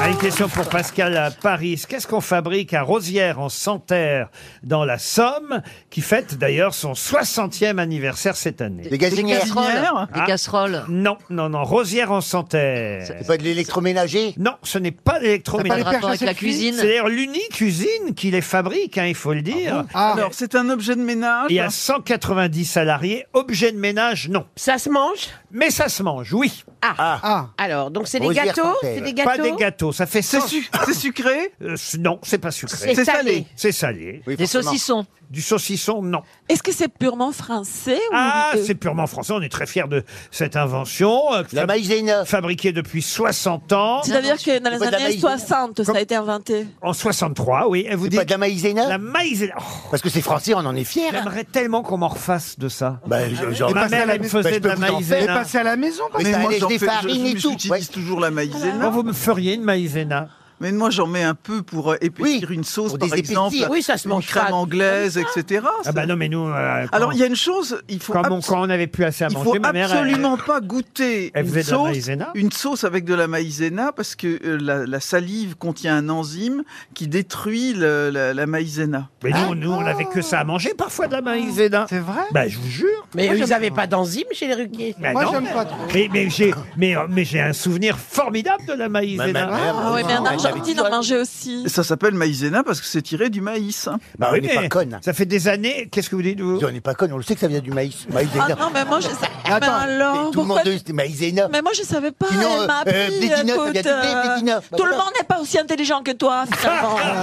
[SPEAKER 2] Ah, une question pour Pascal à Paris. Qu'est-ce qu'on fabrique à Rosière en Santerre, dans la Somme, qui fête d'ailleurs son 60e anniversaire cette année Ah, Des
[SPEAKER 1] gazinières. Des casseroles. Des
[SPEAKER 2] casseroles Non, non, non. Rosière en Santerre. C'est
[SPEAKER 1] pas de l'électroménager
[SPEAKER 2] Non, ce n'est pas l'électroménager.
[SPEAKER 4] Ça a pas de rapport avec la cuisine
[SPEAKER 2] C'est d'ailleurs l'unique usine qui les fabrique, hein, il faut le dire.
[SPEAKER 5] Alors, c'est un objet de ménage.
[SPEAKER 2] Il y a 190 salariés. Objet de ménage, non.
[SPEAKER 6] Ça se mange
[SPEAKER 2] Mais ça se mange, oui.
[SPEAKER 6] Ah. Alors, donc c'est des
[SPEAKER 2] Rosière
[SPEAKER 6] gâteaux
[SPEAKER 2] Santerre.
[SPEAKER 6] C'est des gâteaux
[SPEAKER 2] Pas des gâteaux, ça fait
[SPEAKER 5] C'est
[SPEAKER 2] cent-
[SPEAKER 5] su- c'est sucré
[SPEAKER 2] Euh, c- non, c'est pas sucré.
[SPEAKER 7] C'est C'est salé. salé.
[SPEAKER 2] C'est salé.
[SPEAKER 7] Des forcément. saucissons.
[SPEAKER 2] Du saucisson, non.
[SPEAKER 7] Est-ce que c'est purement français ou-
[SPEAKER 2] Ah,
[SPEAKER 7] euh,
[SPEAKER 2] c'est purement français. On est très fiers de cette invention. La
[SPEAKER 1] maïzena.
[SPEAKER 2] Fabriquée depuis 60 ans.
[SPEAKER 7] C'est-à-dire que dans les années 60, ça a été inventé.
[SPEAKER 2] En 63, oui. Et vous dites...
[SPEAKER 1] pas de la maïzena
[SPEAKER 2] La maïzena.
[SPEAKER 1] Parce que c'est français, on en est fiers.
[SPEAKER 2] Oh.
[SPEAKER 1] Bah,
[SPEAKER 2] J'aimerais tellement qu'on m'en refasse de ça.
[SPEAKER 1] genre-
[SPEAKER 2] ma
[SPEAKER 1] Et passer à
[SPEAKER 2] mère,
[SPEAKER 1] la
[SPEAKER 2] elle me
[SPEAKER 1] maison.
[SPEAKER 2] faisait
[SPEAKER 1] Bah, je
[SPEAKER 2] de
[SPEAKER 1] peux
[SPEAKER 2] la hein.
[SPEAKER 1] vous en faire.
[SPEAKER 2] maïzena.
[SPEAKER 1] Et passer à la maison, parce que ça allait
[SPEAKER 5] j'en
[SPEAKER 1] des
[SPEAKER 5] fais- je-
[SPEAKER 1] farines et
[SPEAKER 5] je-
[SPEAKER 1] tout,
[SPEAKER 5] J'utilise toujours la maïzena.
[SPEAKER 2] vous me feriez une maïzena
[SPEAKER 5] Mais moi, j'en mets un peu pour euh, épaissir une sauce, par
[SPEAKER 2] des
[SPEAKER 5] exemple.
[SPEAKER 2] épaissir. Oui, ça se
[SPEAKER 5] une
[SPEAKER 2] mange
[SPEAKER 5] crème
[SPEAKER 2] pas.
[SPEAKER 5] anglaise, etc.
[SPEAKER 2] Ah bah non, mais nous... euh, quand-
[SPEAKER 5] Alors, il y a une chose, il faut,
[SPEAKER 2] quand, on,
[SPEAKER 5] abs-
[SPEAKER 2] quand on avait plus assez à
[SPEAKER 5] il
[SPEAKER 2] manger,
[SPEAKER 5] faut
[SPEAKER 2] ma mère... elle-
[SPEAKER 5] absolument pas goûter
[SPEAKER 2] elle
[SPEAKER 5] une,
[SPEAKER 2] faisait de la
[SPEAKER 5] sauce,
[SPEAKER 2] maïzena
[SPEAKER 5] une sauce avec de la maïzena parce que euh, la, la salive contient un enzyme qui détruit le- la, la maïzena. Ah.
[SPEAKER 2] Mais nous, nous, on n'avait que ça à manger, parfois de la maïzena.
[SPEAKER 5] C'est vrai
[SPEAKER 2] Bah, je vous jure.
[SPEAKER 6] Mais
[SPEAKER 2] Moi,
[SPEAKER 6] ils
[SPEAKER 2] j'aime-
[SPEAKER 6] n'avaient pas d'enzymes chez les ruquiers.
[SPEAKER 2] Bah non. Mais, mais j'ai mais, euh, mais j'ai un souvenir formidable de la maïzena.
[SPEAKER 7] Ah oui, mais
[SPEAKER 2] bah,
[SPEAKER 7] en Argentine, on mangeait aussi.
[SPEAKER 5] Ça s'appelle maïzena parce que c'est tiré du maïs. hein.
[SPEAKER 1] Bah, on n'est pas conne.
[SPEAKER 2] Ça fait des années. Qu'est-ce que vous dites, vous
[SPEAKER 1] On n'est pas conne, on le sait que ça vient du maïs. Maïzena.
[SPEAKER 7] Ah non, mais moi, je sais- mais
[SPEAKER 1] Attends,
[SPEAKER 7] alors,
[SPEAKER 1] tout le monde
[SPEAKER 7] pourquoi-
[SPEAKER 1] dit c'était maïzena.
[SPEAKER 7] Mais moi, je savais pas.
[SPEAKER 1] Sinon,
[SPEAKER 7] elle
[SPEAKER 1] euh,
[SPEAKER 7] m'a appris.
[SPEAKER 1] euh, Blédina, ça vient
[SPEAKER 7] écoute,
[SPEAKER 1] du blé,
[SPEAKER 7] euh,
[SPEAKER 1] Blédina. Bah
[SPEAKER 7] tout le
[SPEAKER 1] voilà.
[SPEAKER 7] monde n'est pas aussi intelligent que toi, finalement.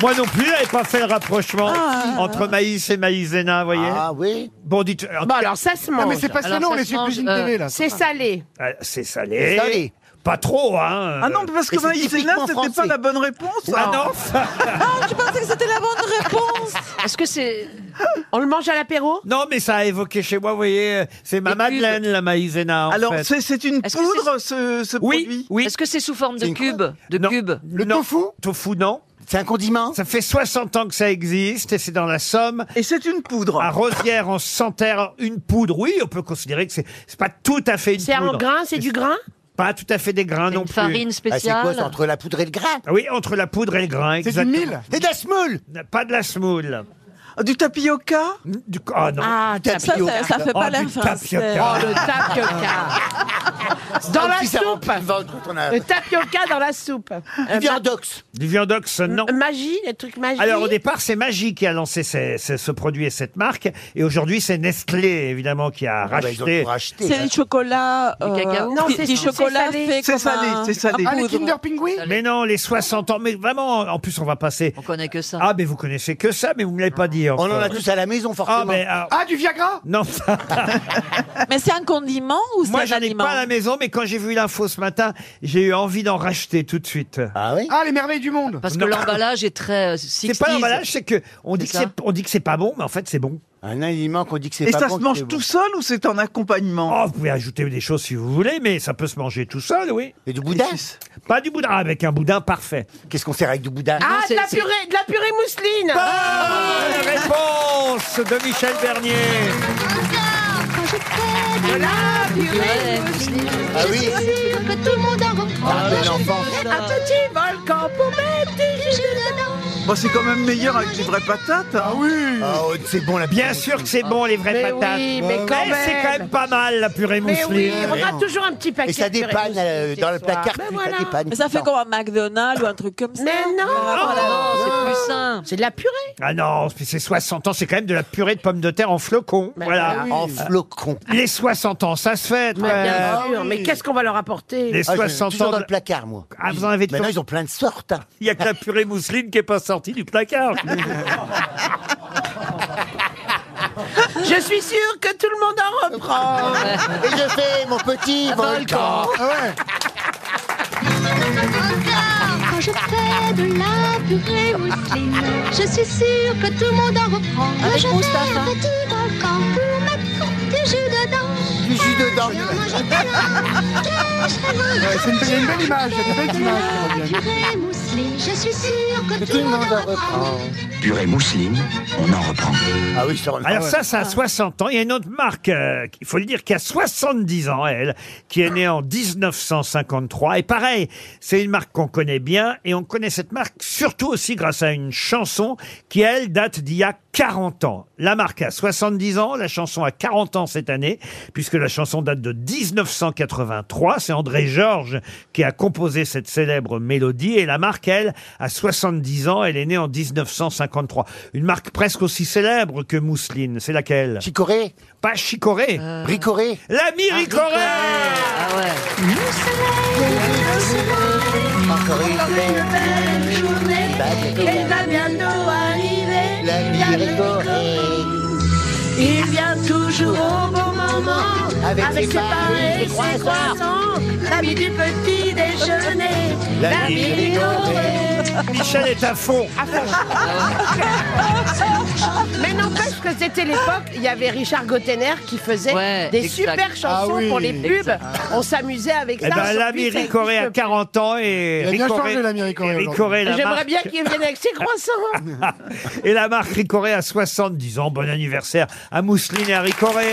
[SPEAKER 2] Moi non plus, j'avais pas fait le rapprochement
[SPEAKER 7] Ah.
[SPEAKER 2] entre maïs et maïzena, vous voyez.
[SPEAKER 1] Ah oui.
[SPEAKER 2] Bon, dites. en tout
[SPEAKER 6] Bah
[SPEAKER 2] cas,
[SPEAKER 6] alors ça se mange.
[SPEAKER 3] mais c'est passionnant,
[SPEAKER 6] Alors, ça
[SPEAKER 3] les
[SPEAKER 6] se
[SPEAKER 3] sur
[SPEAKER 6] mange, euh,
[SPEAKER 3] Cuisine TV, là,
[SPEAKER 6] C'est
[SPEAKER 3] ça.
[SPEAKER 6] salé.
[SPEAKER 2] euh, c'est salé.
[SPEAKER 1] C'est salé.
[SPEAKER 2] Pas trop, hein.
[SPEAKER 5] Ah non, parce que
[SPEAKER 1] Et c'est
[SPEAKER 5] maïzena,
[SPEAKER 1] typiquement
[SPEAKER 5] c'était pas
[SPEAKER 1] français.
[SPEAKER 5] la bonne réponse.
[SPEAKER 2] Ah
[SPEAKER 5] hein.
[SPEAKER 2] non.
[SPEAKER 7] Ah, tu pensais que c'était la bonne réponse
[SPEAKER 4] Est-ce que c'est.
[SPEAKER 6] On le mange à l'apéro
[SPEAKER 2] Non, mais ça a évoqué chez moi, vous voyez, c'est ma
[SPEAKER 4] Des
[SPEAKER 2] madeleine, la maïzena. En
[SPEAKER 5] Alors,
[SPEAKER 2] fait.
[SPEAKER 5] c'est- c'est une
[SPEAKER 4] Est-ce que c'est-
[SPEAKER 5] poudre, ce, ce
[SPEAKER 2] Oui,
[SPEAKER 5] produit
[SPEAKER 2] oui.
[SPEAKER 4] Est-ce que c'est sous forme de
[SPEAKER 1] une
[SPEAKER 4] cube De
[SPEAKER 2] Non.
[SPEAKER 4] cube
[SPEAKER 3] Le
[SPEAKER 2] Non.
[SPEAKER 3] tofu
[SPEAKER 2] Tofu, non.
[SPEAKER 1] C'est un condiment
[SPEAKER 2] Ça fait 60 ans que ça existe et c'est dans la Somme.
[SPEAKER 5] Et c'est une poudre.
[SPEAKER 2] À Rosière, en Santerre, une poudre. Oui, on peut considérer que c'est c'est pas tout à fait une
[SPEAKER 6] C'est en
[SPEAKER 2] poudre.
[SPEAKER 6] grain, c'est du grain
[SPEAKER 2] Pas tout à fait des grains non
[SPEAKER 4] Une farine
[SPEAKER 1] Ah, C'est
[SPEAKER 4] spéciale
[SPEAKER 1] quoi, c'est entre la poudre et le grain
[SPEAKER 2] plus. Oui, entre la poudre et le grain,
[SPEAKER 3] C'est du
[SPEAKER 2] exactement.
[SPEAKER 3] mille
[SPEAKER 1] C'est de la semoule
[SPEAKER 2] Pas de la semoule.
[SPEAKER 5] Du tapioca
[SPEAKER 2] Du... Ah non.
[SPEAKER 6] Ah,
[SPEAKER 1] Tapioca.
[SPEAKER 7] Ça, ça, ça fait
[SPEAKER 2] Oh,
[SPEAKER 7] pas l'air
[SPEAKER 2] du
[SPEAKER 7] français.
[SPEAKER 2] tapioca.
[SPEAKER 6] Oh, le tapioca. Dans
[SPEAKER 1] Ah,
[SPEAKER 6] la
[SPEAKER 1] si, ça
[SPEAKER 6] soupe.
[SPEAKER 1] remplit le ventre quand on a-
[SPEAKER 6] Le tapioca dans la soupe.
[SPEAKER 1] Du
[SPEAKER 6] Euh,
[SPEAKER 2] Ah.
[SPEAKER 1] viandox.
[SPEAKER 2] Du viandox, non.
[SPEAKER 6] ma- Magie, les trucs magiques.
[SPEAKER 2] Alors au départ, c'est Magie qui a lancé ces- ces- ce produit et cette marque. Et aujourd'hui, c'est Nestlé, évidemment, qui a
[SPEAKER 1] Ah, bah, ils ont
[SPEAKER 2] racheté.
[SPEAKER 1] tout racheté.
[SPEAKER 7] C'est du chocolat.
[SPEAKER 4] Du cacao. Non,
[SPEAKER 7] Non,
[SPEAKER 6] c'est-
[SPEAKER 7] c'est Ah, du
[SPEAKER 6] c'est
[SPEAKER 7] chocolat
[SPEAKER 6] salé.
[SPEAKER 7] fait
[SPEAKER 5] C'est
[SPEAKER 7] comme
[SPEAKER 5] salé,
[SPEAKER 7] un-
[SPEAKER 5] c'est salé.
[SPEAKER 7] un
[SPEAKER 3] Ah, les
[SPEAKER 7] poudre.
[SPEAKER 3] Kinder Pingouin
[SPEAKER 2] mais non, les 60 ans. Mais vraiment, en plus, on va passer.
[SPEAKER 4] On connaît que ça.
[SPEAKER 2] Ah, mais vous connaissez que ça, mais vous me l'avez pas dit.
[SPEAKER 1] On en a
[SPEAKER 2] encore.
[SPEAKER 1] tous à la maison, forcément.
[SPEAKER 2] Ah, mais. ah,
[SPEAKER 3] Ah, du Viagra
[SPEAKER 2] non,
[SPEAKER 7] Mais c'est un condiment ou c'est
[SPEAKER 2] moi
[SPEAKER 7] un
[SPEAKER 2] j'en ai
[SPEAKER 7] aliment
[SPEAKER 2] pas à la maison, mais quand j'ai vu l'info ce matin, j'ai eu envie d'en racheter tout de suite.
[SPEAKER 1] Ah oui
[SPEAKER 3] Ah, les merveilles du monde
[SPEAKER 4] Parce que
[SPEAKER 2] Non.
[SPEAKER 4] l'emballage est très. euh, 60s.
[SPEAKER 2] C'est pas l'emballage, c'est que on dit que
[SPEAKER 4] C'est
[SPEAKER 2] c'est,
[SPEAKER 4] ça.
[SPEAKER 2] on dit que c'est pas bon, mais en fait c'est bon.
[SPEAKER 1] Un aliment qu'on dit que c'est
[SPEAKER 5] Et
[SPEAKER 1] pas
[SPEAKER 5] ça
[SPEAKER 1] bon,
[SPEAKER 5] se mange
[SPEAKER 1] c'est bon.
[SPEAKER 5] tout seul ou c'est en accompagnement
[SPEAKER 2] Oh, vous pouvez ajouter des choses si vous voulez, mais ça peut se manger tout seul, oui.
[SPEAKER 1] Et du boudin
[SPEAKER 2] Pas du boudin, Ah, avec un boudin parfait.
[SPEAKER 1] Qu'est-ce qu'on sert avec du boudin
[SPEAKER 6] Ah,
[SPEAKER 4] Non,
[SPEAKER 6] de
[SPEAKER 4] c'est-
[SPEAKER 6] la
[SPEAKER 4] c'est-
[SPEAKER 6] purée, de la purée mousseline. Ah
[SPEAKER 2] Bonne Ah, réponse de Michel Bernier.
[SPEAKER 6] de la purée.
[SPEAKER 4] Ouais.
[SPEAKER 1] Ah oui Ah, mais l'enfant.
[SPEAKER 6] Un petit volcan pour mettre du jus dedans.
[SPEAKER 5] Bon, c'est quand même meilleur avec des vraies patates. Ah oui
[SPEAKER 1] oh, C'est bon, la
[SPEAKER 2] Bien sûr que c'est bon, les vraies
[SPEAKER 5] Mais
[SPEAKER 2] patates.
[SPEAKER 5] oui, mais quand
[SPEAKER 2] c'est
[SPEAKER 5] même.
[SPEAKER 2] quand même pas mal, la purée
[SPEAKER 6] Mais
[SPEAKER 2] mousseline.
[SPEAKER 6] oui, on a toujours un petit paquet.
[SPEAKER 1] Et ça
[SPEAKER 6] de purée
[SPEAKER 1] dépanne, euh,
[SPEAKER 6] moussine
[SPEAKER 1] dans
[SPEAKER 6] ce
[SPEAKER 1] le
[SPEAKER 6] soir.
[SPEAKER 1] placard,
[SPEAKER 6] Ben
[SPEAKER 1] ça
[SPEAKER 6] voilà.
[SPEAKER 1] dépanne.
[SPEAKER 7] Mais ça fait
[SPEAKER 1] Non.
[SPEAKER 7] comme un McDonald's ou un truc comme ça.
[SPEAKER 6] Mais non,
[SPEAKER 7] non,
[SPEAKER 6] c'est plus sain. C'est de la purée.
[SPEAKER 2] Ah non, puis c'est 60 ans, c'est quand même de la purée de pommes de terre en flocons. voilà.
[SPEAKER 1] oui. En flocons.
[SPEAKER 2] Les 60 ans, ça se fait.
[SPEAKER 6] Ben Mais bien
[SPEAKER 2] euh,
[SPEAKER 6] sûr, mais qu'est-ce qu'on va leur apporter
[SPEAKER 2] Les
[SPEAKER 1] Ah, je-
[SPEAKER 2] 60
[SPEAKER 1] toujours
[SPEAKER 2] ans
[SPEAKER 1] dans
[SPEAKER 2] de-
[SPEAKER 1] le placard, moi.
[SPEAKER 2] Ah, vous en avez
[SPEAKER 1] Maintenant,
[SPEAKER 2] toujours-
[SPEAKER 1] ils ont plein de sortes. hein.
[SPEAKER 2] Il n'y a que la purée mousseline qui n'est pas sortie du placard.
[SPEAKER 6] Je suis sûre que tout le monde en reprend. Ah, bah,
[SPEAKER 1] Et je fais mon petit volcan.
[SPEAKER 13] Quand je fais de la purée mousseline, je suis sûre que tout le monde en reprend.
[SPEAKER 10] Avec
[SPEAKER 13] je
[SPEAKER 10] Mustapha.
[SPEAKER 13] fais un petit volcan pour mettre du jus dedans.
[SPEAKER 1] Du jus dedans.
[SPEAKER 13] Et en manger plein. Que je vais
[SPEAKER 3] Ouais, c'est une- c'est une belle image, c'est une belle
[SPEAKER 13] de
[SPEAKER 3] image qui
[SPEAKER 13] la
[SPEAKER 3] revient.
[SPEAKER 13] purée mousseline, je suis sûre que tout le monde en
[SPEAKER 7] Ah,
[SPEAKER 13] reprend.
[SPEAKER 9] Purée mousseline, on en reprend.
[SPEAKER 1] Ah oui, ça
[SPEAKER 2] Alors ça, ça a 60 ans. Il y a une autre marque, euh, il faut le dire, qui a 70 ans, elle, qui est née en 1953. Et pareil, c'est une marque qu'on connaît bien. Et on connaît cette marque surtout aussi grâce à une chanson qui, elle, date d'il y a 40 ans. La marque a 70 ans, la chanson a 40 ans cette année, puisque la chanson date de 1983. C'est André Georges qui a composé cette célèbre mélodie. Et la marque, elle, a 70 ans. Elle est née en 1953. Une marque presque aussi célèbre que Mousseline. C'est laquelle
[SPEAKER 1] Chicorée
[SPEAKER 2] Pas Chicorée.
[SPEAKER 1] Ricorée
[SPEAKER 2] L'ami Ricorée
[SPEAKER 1] Encore une belle journée.
[SPEAKER 13] Elle va bientôt arriver. La Ricorée. Il vient toujours au bon moment
[SPEAKER 1] Avec
[SPEAKER 13] avec,
[SPEAKER 1] ses
[SPEAKER 13] ses pains
[SPEAKER 1] pains,
[SPEAKER 13] et
[SPEAKER 1] ses
[SPEAKER 13] ses
[SPEAKER 1] croissants.
[SPEAKER 13] croissants, l'ami du petit déjeuner,
[SPEAKER 1] La
[SPEAKER 13] l'ami
[SPEAKER 1] Ricorée.
[SPEAKER 13] rigorée.
[SPEAKER 2] Michel est à fond.
[SPEAKER 6] Mais n'empêche que c'était l'époque, il y avait Richard Gottener qui faisait
[SPEAKER 4] Ouais,
[SPEAKER 6] des
[SPEAKER 4] exact.
[SPEAKER 6] super chansons
[SPEAKER 4] Ah oui.
[SPEAKER 6] pour les pubs.
[SPEAKER 4] Exact.
[SPEAKER 6] On s'amusait avec
[SPEAKER 2] Eh
[SPEAKER 6] ça.
[SPEAKER 2] ben,
[SPEAKER 6] Sauf
[SPEAKER 2] l'ami
[SPEAKER 6] que ça
[SPEAKER 2] Ricoré a
[SPEAKER 6] existe
[SPEAKER 2] 40 ans et
[SPEAKER 3] Il a bien
[SPEAKER 2] Ricoré-
[SPEAKER 3] changé, l'ami Ricoré,
[SPEAKER 2] et
[SPEAKER 3] aujourd'hui.
[SPEAKER 2] Ricoré, la
[SPEAKER 6] J'aimerais
[SPEAKER 2] marque-
[SPEAKER 6] bien qu'il vienne avec ses croissants. hein.
[SPEAKER 2] et la marque Ricoré a 70 ans. Bon anniversaire à Mousseline et à Ricoré.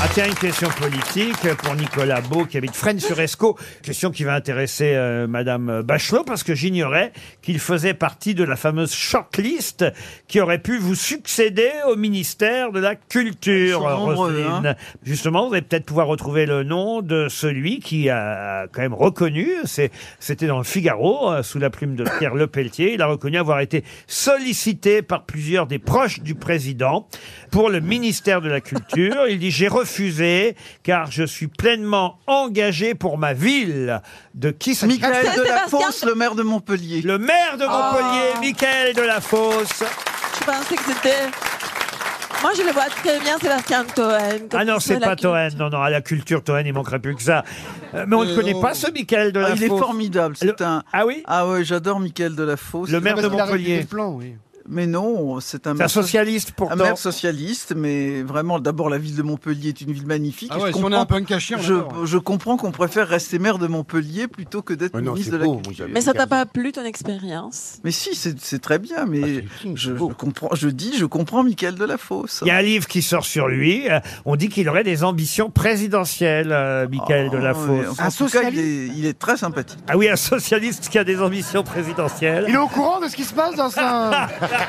[SPEAKER 2] Ah tiens, une question politique pour Nicolas Beau qui habite Fresnes-sur-Escaut. Question qui va intéresser euh, Madame Bachelot parce que j'ignorais qu'il faisait partie de la fameuse shortlist qui aurait pu vous succéder au ministère de la Culture,
[SPEAKER 5] Ils sont nombreux,
[SPEAKER 2] Roselyne.
[SPEAKER 5] hein.
[SPEAKER 2] Justement, vous allez peut-être pouvoir retrouver le nom de celui qui a quand même reconnu, c'est- c'était dans le Figaro, euh, sous la plume de Pierre Lepelletier, il a reconnu avoir été sollicité par plusieurs des proches du président pour le ministère de la Culture. Il dit « J'ai refusé, car je suis pleinement engagé pour ma ville. » De qui ça
[SPEAKER 5] Michael de la Fosse, le maire de Montpellier. Oh.
[SPEAKER 2] Le maire de Montpellier, Michael de la Fosse.
[SPEAKER 7] Je pensais que c'était. Moi, je le vois très bien, Sébastien Toen.
[SPEAKER 2] Ah non,
[SPEAKER 7] comme
[SPEAKER 2] c'est
[SPEAKER 7] la
[SPEAKER 2] pas Toen. Non, non, à la culture Toen, il manquerait plus que ça. Euh, Mais on ne
[SPEAKER 5] Euh,
[SPEAKER 2] connaît
[SPEAKER 5] non.
[SPEAKER 2] pas ce Michael de
[SPEAKER 5] Ah,
[SPEAKER 2] la
[SPEAKER 5] il est
[SPEAKER 2] Fosse.
[SPEAKER 5] formidable, c'est un...
[SPEAKER 2] Ah oui
[SPEAKER 5] Ah ouais, j'adore Michael de la Fosse.
[SPEAKER 2] Le maire de Montpellier.
[SPEAKER 5] Mais non, c'est
[SPEAKER 2] C'est
[SPEAKER 5] un,
[SPEAKER 2] un
[SPEAKER 5] maire so-
[SPEAKER 2] socialiste
[SPEAKER 5] un
[SPEAKER 2] pourtant.
[SPEAKER 5] maire socialiste, mais vraiment, d'abord, la ville de Montpellier est une ville magnifique.
[SPEAKER 3] Ah
[SPEAKER 5] et
[SPEAKER 3] ouais,
[SPEAKER 5] je
[SPEAKER 3] si on est
[SPEAKER 5] comprends-
[SPEAKER 3] un punk à chien, on
[SPEAKER 5] je,
[SPEAKER 3] adore.
[SPEAKER 5] je comprends qu'on préfère rester maire de Montpellier plutôt que d'être
[SPEAKER 1] Ouais, non,
[SPEAKER 5] ministre
[SPEAKER 1] c'est
[SPEAKER 5] de la
[SPEAKER 1] beau,
[SPEAKER 5] Culture.
[SPEAKER 1] moi, j'aime
[SPEAKER 7] Mais ça t'a pas plu ton expérience
[SPEAKER 5] Mais si, c'est c'est très bien,
[SPEAKER 1] Ah,
[SPEAKER 5] mais je, je comprends, je dis, je comprends Michael de la Fosse.
[SPEAKER 2] Il y a un livre qui sort sur lui. Euh, On dit qu'il aurait des ambitions présidentielles, euh, Michael de la
[SPEAKER 5] Ah, Ouais,
[SPEAKER 2] Fosse.
[SPEAKER 5] enfin, en tout cas, il est, il est très sympathique.
[SPEAKER 2] Ah oui, un socialiste qui a des ambitions présidentielles.
[SPEAKER 3] Il est au courant de ce qui se passe dans sa. Ah,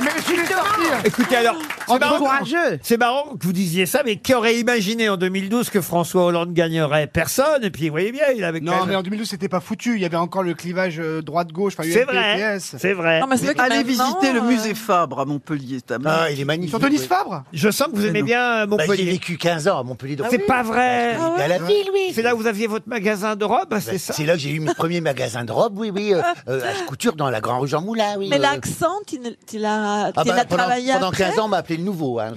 [SPEAKER 3] mais laisse-le sortir.
[SPEAKER 2] Écoutez alors, c'est marrant,
[SPEAKER 6] courageux.
[SPEAKER 2] c'est marrant que vous disiez ça, mais qui aurait imaginé en 2012 que François Hollande gagnerait Personne. Et puis, vous voyez bien, il avait quand
[SPEAKER 3] Non,
[SPEAKER 2] même-
[SPEAKER 3] mais en 2012, c'était pas foutu. Il y avait encore le clivage euh, droite-gauche. enfin,
[SPEAKER 2] C'est
[SPEAKER 3] UMP,
[SPEAKER 2] vrai,
[SPEAKER 3] PS.
[SPEAKER 2] c'est vrai.
[SPEAKER 7] Non, mais c'est vrai que
[SPEAKER 5] Allez
[SPEAKER 7] maintenant,
[SPEAKER 5] visiter le
[SPEAKER 7] euh,
[SPEAKER 5] musée Fabre à Montpellier. c'est un
[SPEAKER 1] Ah, il est magnifique.
[SPEAKER 3] Sur Denis Fabre
[SPEAKER 2] Je sens que vous aimez
[SPEAKER 5] non.
[SPEAKER 2] bien euh,
[SPEAKER 1] Bah, J'ai
[SPEAKER 2] Montpellier.
[SPEAKER 1] vécu 15 ans à Montpellier. donc-
[SPEAKER 2] C'est
[SPEAKER 7] Ah
[SPEAKER 2] pas vrai.
[SPEAKER 1] Et à la ville, oui.
[SPEAKER 2] C'est là où vous aviez votre magasin de robes, c'est ça
[SPEAKER 1] C'est là que j'ai eu mon premier magasin de robes, oui, oui, euh, euh, à couture dans la Grand Rue Jean Moulin, oui.
[SPEAKER 7] Mais
[SPEAKER 1] euh.
[SPEAKER 7] l'accent, tu ne- tu l'as
[SPEAKER 1] Ah
[SPEAKER 7] tu
[SPEAKER 1] bah,
[SPEAKER 7] l'as
[SPEAKER 1] pendant,
[SPEAKER 7] travaillé
[SPEAKER 1] pendant
[SPEAKER 7] après
[SPEAKER 1] 15 ans, on m'a appelé le nouveau. hein.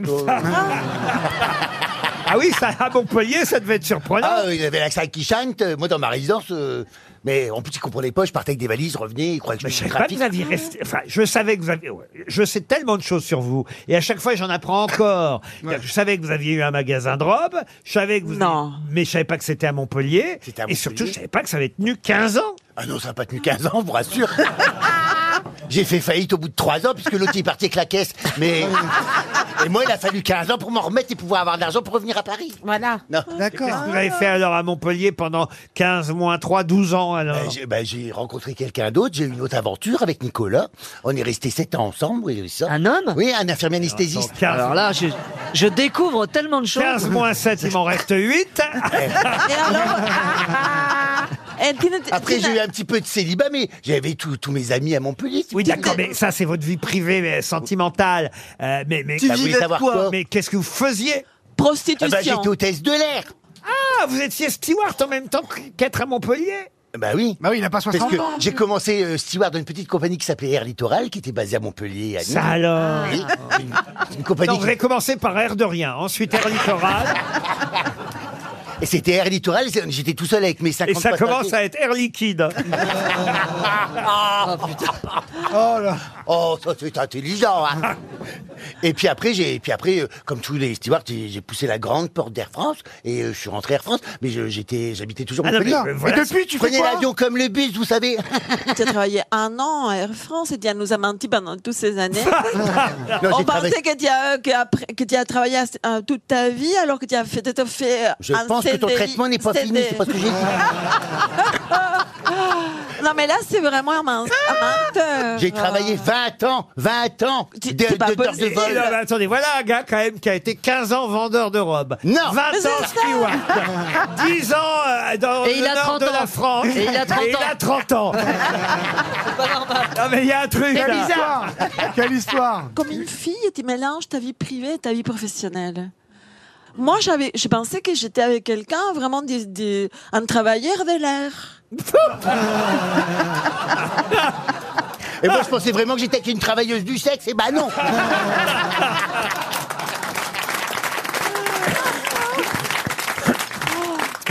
[SPEAKER 2] Ah oui, ça, à Montpellier, ça devait être surprenant.
[SPEAKER 1] Ah, euh, il avait l'accent qui chante. euh, Moi, dans ma résidence, euh, mais en plus, ils comprenaient pas. Je partais avec des valises, je revenais, ils croyaient que
[SPEAKER 2] Mais je
[SPEAKER 1] je
[SPEAKER 2] savais
[SPEAKER 1] suis
[SPEAKER 2] pas que
[SPEAKER 1] graphique.
[SPEAKER 2] vous aviez resté. Enfin, Ah, je savais que vous aviez. ouais, Je sais tellement de choses sur vous. Et à chaque fois, j'en apprends encore. C'est-à-dire que Je savais que vous aviez eu un magasin de robes. Je savais que vous.
[SPEAKER 7] Non.
[SPEAKER 2] Mais je savais pas que c'était à Montpellier.
[SPEAKER 1] C'était à
[SPEAKER 2] Et surtout, je
[SPEAKER 1] Montpellier.
[SPEAKER 2] savais pas que ça avait tenu 15 ans.
[SPEAKER 1] Ah non, ça n'a pas tenu 15 ans, je vous rassure. J'ai fait faillite au bout de 3 ans, puisque l'autre il est parti avec la caisse. Mais Et moi, il a fallu 15 ans pour m'en remettre et pouvoir avoir de l'argent pour revenir à Paris.
[SPEAKER 6] Voilà.
[SPEAKER 2] Qu'est-ce que vous avez fait alors à Montpellier pendant 15 moins 3, 12 ans alors
[SPEAKER 1] Ben, j'ai ben, j'ai rencontré quelqu'un d'autre, j'ai eu une autre aventure avec Nicolas. On est resté 7 ans ensemble, oui, oui, ça. Un homme Oui, un infirmier anesthésiste.
[SPEAKER 4] Alors là, je, je découvre tellement de choses.
[SPEAKER 2] 15 moins 7, il m'en reste 8.
[SPEAKER 7] Et alors
[SPEAKER 1] Après, j'ai eu un petit peu de célibat, mais j'avais tous tous mes amis à Montpellier.
[SPEAKER 2] Oui, d'accord, mais ça, c'est votre vie privée, mais sentimentale. Euh, mais, mais,
[SPEAKER 1] Tu Bah, vous vivais voulez de savoir quoi quoi
[SPEAKER 2] Mais qu'est-ce que vous faisiez
[SPEAKER 1] Ah bah, J'étais hôtesse de l'air.
[SPEAKER 2] Ah, vous étiez steward en même temps que- qu'être à Montpellier
[SPEAKER 1] Bah oui.
[SPEAKER 3] Bah oui, il n'a pas 60
[SPEAKER 1] Parce que
[SPEAKER 3] ans.
[SPEAKER 1] j'ai commencé euh, steward d'une petite compagnie qui s'appelait Air Littoral, qui était basée à Montpellier. À Nîmes.
[SPEAKER 2] Ça alors
[SPEAKER 1] Oui. Une compagnie
[SPEAKER 2] Non,
[SPEAKER 1] qui-
[SPEAKER 2] vous avez commencé par Air de rien, ensuite Air Littoral,
[SPEAKER 1] Et c'était Air Littoral, c'est- j'étais tout seul avec mes 50
[SPEAKER 2] et ça
[SPEAKER 1] passagers.
[SPEAKER 2] commence à être Air Liquide.
[SPEAKER 1] Ah, Oh là Oh, ça c'est intelligent hein. Et puis après, j'ai, et puis après, euh, comme tous les stewards, j'ai j'ai poussé la grande porte d'Air France et euh, je suis rentré Air France, mais je- j'étais, j'habitais toujours
[SPEAKER 2] Ah non,
[SPEAKER 1] Montpellier.
[SPEAKER 2] mais, euh, voilà.
[SPEAKER 1] Et depuis, tu prenais l'avion comme le bus, vous savez.
[SPEAKER 7] Tu as travaillé un an à Air France et tu nous as menti pendant toutes ces années.
[SPEAKER 1] j'ai
[SPEAKER 7] On
[SPEAKER 1] travaillé-
[SPEAKER 7] pensait que tu as, que après- que tu as travaillé euh, toute ta vie alors que tu as fait, t'as fait
[SPEAKER 1] Je
[SPEAKER 7] un
[SPEAKER 1] pense que ton
[SPEAKER 7] CDI
[SPEAKER 1] traitement n'est pas fini, c'est pas ce que j'ai dit.
[SPEAKER 7] Non mais là c'est vraiment un men- un menteur.
[SPEAKER 1] J'ai travaillé 20 ans, 20 ans de,
[SPEAKER 7] c'est pas
[SPEAKER 1] de- d'heures de
[SPEAKER 7] possible.
[SPEAKER 1] vol.
[SPEAKER 2] Et là, mais attendez, voilà un gars quand même qui a été 15 ans vendeur de robes.
[SPEAKER 1] Non.
[SPEAKER 2] 20
[SPEAKER 1] Mais c'est
[SPEAKER 2] ans
[SPEAKER 1] ça.
[SPEAKER 2] steward. 10 ans euh, dans
[SPEAKER 4] Et
[SPEAKER 2] le
[SPEAKER 4] il a
[SPEAKER 2] nord
[SPEAKER 4] 30
[SPEAKER 2] de la
[SPEAKER 4] ans.
[SPEAKER 2] France.
[SPEAKER 4] Et il a 30
[SPEAKER 2] Et il
[SPEAKER 4] ans.
[SPEAKER 2] a 30 ans. Non mais il y a un truc
[SPEAKER 7] C'est
[SPEAKER 2] là.
[SPEAKER 7] bizarre.
[SPEAKER 3] Quelle histoire
[SPEAKER 7] Comme une fille, tu mélanges ta vie privée et ta vie professionnelle. Moi, j'avais, je pensais que j'étais avec quelqu'un vraiment des, des- un travailleur de l'air.
[SPEAKER 1] Et moi, je pensais vraiment que j'étais qu'une travailleuse du sexe. Et bah non.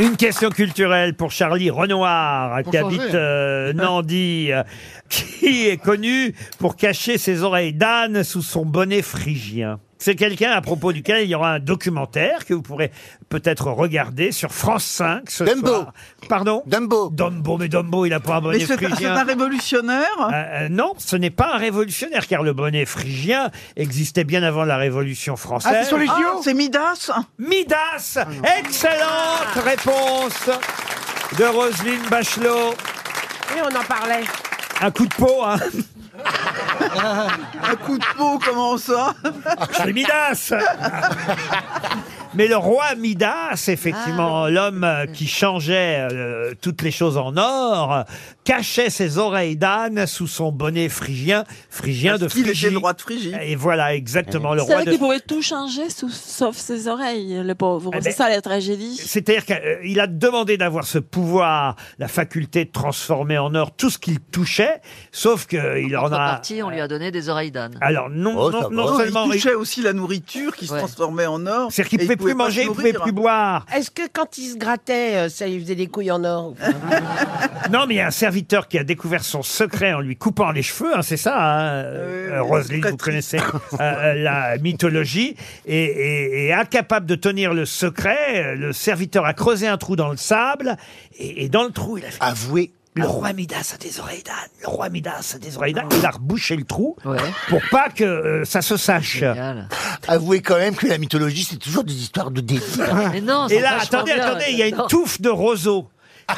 [SPEAKER 2] Une question culturelle pour Charlie Renoir,
[SPEAKER 3] Pour
[SPEAKER 2] qui
[SPEAKER 3] changer.
[SPEAKER 2] habite euh, Nandi, euh, qui est connu pour cacher ses oreilles d'âne sous son bonnet phrygien. C'est quelqu'un à propos duquel il y aura un documentaire que vous pourrez peut-être regarder sur France 5 ce
[SPEAKER 1] Dumbo.
[SPEAKER 2] soir. Pardon
[SPEAKER 1] Dumbo.
[SPEAKER 2] Dumbo, mais Dumbo, il a pas un bonnet
[SPEAKER 5] Mais c'est pas- c'est
[SPEAKER 2] phrygien.
[SPEAKER 5] un révolutionnaire
[SPEAKER 2] Euh, euh, non, ce n'est pas un révolutionnaire, car le bonnet phrygien existait bien avant la Révolution française.
[SPEAKER 3] Ah, c'est sur les
[SPEAKER 5] Ah,
[SPEAKER 3] JO
[SPEAKER 5] C'est Midas Ah,
[SPEAKER 2] Midas. Excellente réponse de Roselyne Bachelot.
[SPEAKER 6] Oui, on en parlait.
[SPEAKER 2] Un coup de peau, hein.
[SPEAKER 5] Un coup de peau, comment ça
[SPEAKER 2] C'est Ah, Midas. Mais le roi Midas, effectivement,
[SPEAKER 7] Ah.
[SPEAKER 2] l'homme euh, qui changeait euh, toutes les choses en or, euh, cachait ses oreilles d'âne sous son bonnet phrygien, phrygien de
[SPEAKER 5] Parce qu'il
[SPEAKER 2] Phrygie.
[SPEAKER 5] était le roi de Phrygie.
[SPEAKER 2] Et voilà, exactement, Oh, le
[SPEAKER 7] C'est
[SPEAKER 2] roi
[SPEAKER 7] vrai
[SPEAKER 2] de
[SPEAKER 7] qu'il pouvait tout changer sous- sauf ses oreilles, le pauvre.
[SPEAKER 2] Eh
[SPEAKER 7] c'est
[SPEAKER 2] ben-
[SPEAKER 7] ça la tragédie.
[SPEAKER 2] C'est-à-dire qu'il a demandé d'avoir ce pouvoir, la faculté de transformer en or tout ce qu'il touchait, sauf qu'il
[SPEAKER 4] En
[SPEAKER 2] en a. Ah,
[SPEAKER 4] partie, on lui a donné des oreilles d'âne.
[SPEAKER 2] Alors non,
[SPEAKER 1] Oh, ça
[SPEAKER 2] non,
[SPEAKER 1] va.
[SPEAKER 2] non
[SPEAKER 5] Non,
[SPEAKER 2] seulement.
[SPEAKER 5] il touchait aussi la nourriture qui
[SPEAKER 4] Ouais.
[SPEAKER 5] se transformait en or.
[SPEAKER 2] C'est-à-dire qu'il
[SPEAKER 5] et
[SPEAKER 2] ne pouvait plus
[SPEAKER 5] pas
[SPEAKER 2] manger,
[SPEAKER 5] se
[SPEAKER 2] il ne pouvait
[SPEAKER 5] nourrir.
[SPEAKER 2] plus boire.
[SPEAKER 6] Est-ce que quand il se grattait, euh, ça lui faisait des couilles en or ou pas
[SPEAKER 2] Non, mais il y a un serviteur qui a découvert son secret en lui coupant les cheveux, hein, c'est ça, hein, euh,
[SPEAKER 5] oui,
[SPEAKER 2] euh, Roselyne, vous
[SPEAKER 5] très
[SPEAKER 2] connaissez euh, euh, la mythologie, et, et- et incapable de tenir le secret, euh, le serviteur a creusé un trou dans le sable, et, et dans le trou, il a fait
[SPEAKER 1] Avouez.
[SPEAKER 2] Le roi Midas a des oreilles d'âne. Le roi Midas a des oreilles d'âne. Il a rebouché le trou
[SPEAKER 4] Ouais.
[SPEAKER 2] pour pas que euh, ça se sache.
[SPEAKER 4] Génial.
[SPEAKER 1] Avouez quand même que la mythologie, c'est toujours des histoires de désir.
[SPEAKER 4] Mais non,
[SPEAKER 2] Et
[SPEAKER 4] c'est
[SPEAKER 2] là,
[SPEAKER 4] vachement
[SPEAKER 2] attendez,
[SPEAKER 4] bien,
[SPEAKER 2] attendez, il y a une
[SPEAKER 4] j'adore.
[SPEAKER 2] touffe de roseaux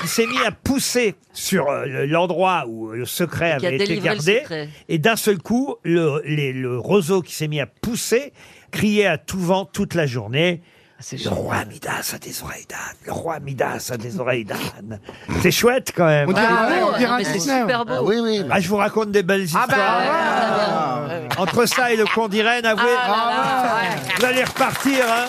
[SPEAKER 2] qui s'est mis à pousser sur euh, le- l'endroit où le secret
[SPEAKER 4] Et qui a
[SPEAKER 2] avait été
[SPEAKER 4] délivré le
[SPEAKER 2] gardé.
[SPEAKER 4] secret.
[SPEAKER 2] Et d'un seul coup, le, les- le roseau qui s'est mis à pousser criait à tout vent toute la journée.
[SPEAKER 4] Ah, C'est
[SPEAKER 2] Le
[SPEAKER 4] génial.
[SPEAKER 2] roi Midas a des oreilles d'âne. Le roi Midas a des oreilles d'âne. C'est chouette quand même.
[SPEAKER 3] On dirait,
[SPEAKER 4] Ah ouais,
[SPEAKER 3] on dirait
[SPEAKER 4] non,
[SPEAKER 3] un
[SPEAKER 4] mais c'est
[SPEAKER 3] Disney.
[SPEAKER 4] super beau.
[SPEAKER 1] Ah oui, oui.
[SPEAKER 2] Ah, je vous raconte des belles
[SPEAKER 3] bah,
[SPEAKER 2] histoires. Entre ça et le con d'Irène, avouez,
[SPEAKER 4] Ah
[SPEAKER 2] vous allez repartir. hein.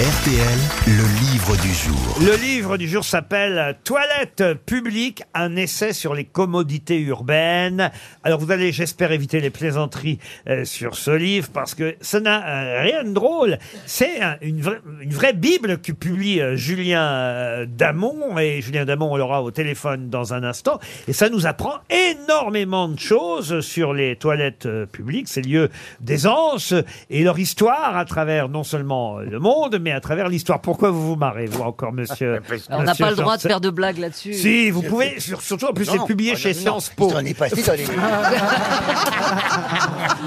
[SPEAKER 14] RTL, le livre du jour.
[SPEAKER 2] Le livre du jour s'appelle Toilette publique, un essai sur les commodités urbaines. Alors vous allez, j'espère, éviter les plaisanteries euh, sur ce livre parce que ça n'a euh, rien de drôle. C'est un- une, vraie, une vraie Bible que publie euh, Julien euh, Damon et Julien Damon, on l'aura au téléphone dans un instant. Et ça nous apprend énormément de choses sur les toilettes euh, publiques, ces lieux d'aisance et leur histoire à travers non seulement le monde, mais mais à travers l'histoire. Pourquoi vous vous marrez, vous encore, monsieur
[SPEAKER 4] On n'a
[SPEAKER 2] monsieur
[SPEAKER 4] pas le droit de
[SPEAKER 2] Janssen
[SPEAKER 4] faire de blagues là-dessus.
[SPEAKER 2] Si, vous pouvez, sur- surtout, en plus,
[SPEAKER 4] Non,
[SPEAKER 2] c'est publié
[SPEAKER 4] non,
[SPEAKER 2] chez
[SPEAKER 4] non,
[SPEAKER 2] Sciences Po.
[SPEAKER 1] il s'en est passé dans les-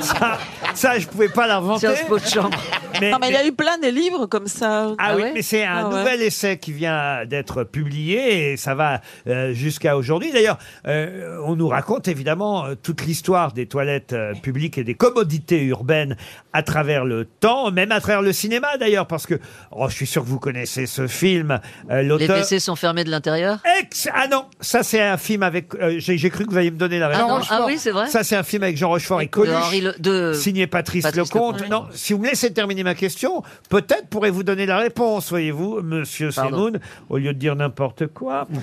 [SPEAKER 2] ça, ça, je pouvais pas l'inventer.
[SPEAKER 7] Sciences Po de chambre. non, mais il y a eu plein de livres comme ça.
[SPEAKER 2] Ah, oui, mais c'est un
[SPEAKER 7] Ah ouais.
[SPEAKER 2] nouvel essai qui vient d'être publié et ça va euh, jusqu'à aujourd'hui. D'ailleurs, euh, on nous raconte évidemment euh, toute l'histoire des toilettes euh, publiques et des commodités urbaines à travers le temps, même à travers le cinéma d'ailleurs, parce que oh, je suis sûr que vous connaissez ce film. euh,
[SPEAKER 4] Les
[SPEAKER 2] L'auteur.
[SPEAKER 4] WC sont fermés de l'intérieur
[SPEAKER 2] Ex- Ah non, ça c'est un film avec. euh, J'ai j'ai cru que vous alliez me donner la
[SPEAKER 4] Ah non,
[SPEAKER 2] réponse.
[SPEAKER 4] ah oui, c'est vrai.
[SPEAKER 2] Ça c'est un film avec Jean Rochefort et
[SPEAKER 4] De
[SPEAKER 2] Coluche,
[SPEAKER 4] Henri Le- de-
[SPEAKER 2] signé Patrice,
[SPEAKER 4] Patrice
[SPEAKER 2] Lecomte.
[SPEAKER 4] Lecomte.
[SPEAKER 2] Non, si vous me laissez terminer ma question, peut-être pourrez-vous donner la réponse, voyez-vous, Monsieur
[SPEAKER 4] Pardon.
[SPEAKER 2] Semoun, au lieu de dire n'importe quoi.
[SPEAKER 4] Tout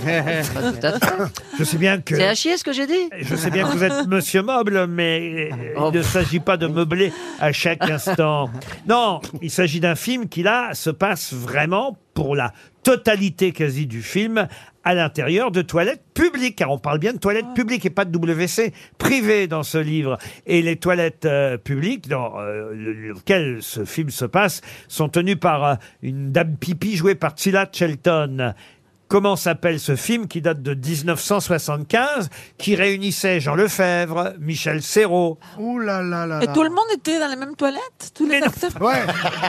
[SPEAKER 4] à fait.
[SPEAKER 2] Je sais bien que.
[SPEAKER 4] C'est à chier ce que j'ai dit
[SPEAKER 2] Je sais bien que vous êtes monsieur meuble, mais il ne s'agit pas de meubler à chaque instant. Non, il s'agit d'un film qui, là, se passe vraiment pour la totalité quasi du film à l'intérieur de toilettes publiques, car on parle bien de toilettes publiques et pas de WC privées dans ce livre. Et les toilettes euh, publiques dans euh, le- lequel ce film se passe sont tenues par euh, une dame pipi jouée par Tila Shelton. Comment s'appelle ce film qui date de 1975, qui réunissait Jean Lefebvre, Michel Serrault
[SPEAKER 3] Ouh là là là.
[SPEAKER 7] Et
[SPEAKER 3] là.
[SPEAKER 7] tout le monde était dans les mêmes toilettes Tous les acteurs
[SPEAKER 3] Ah Ouais,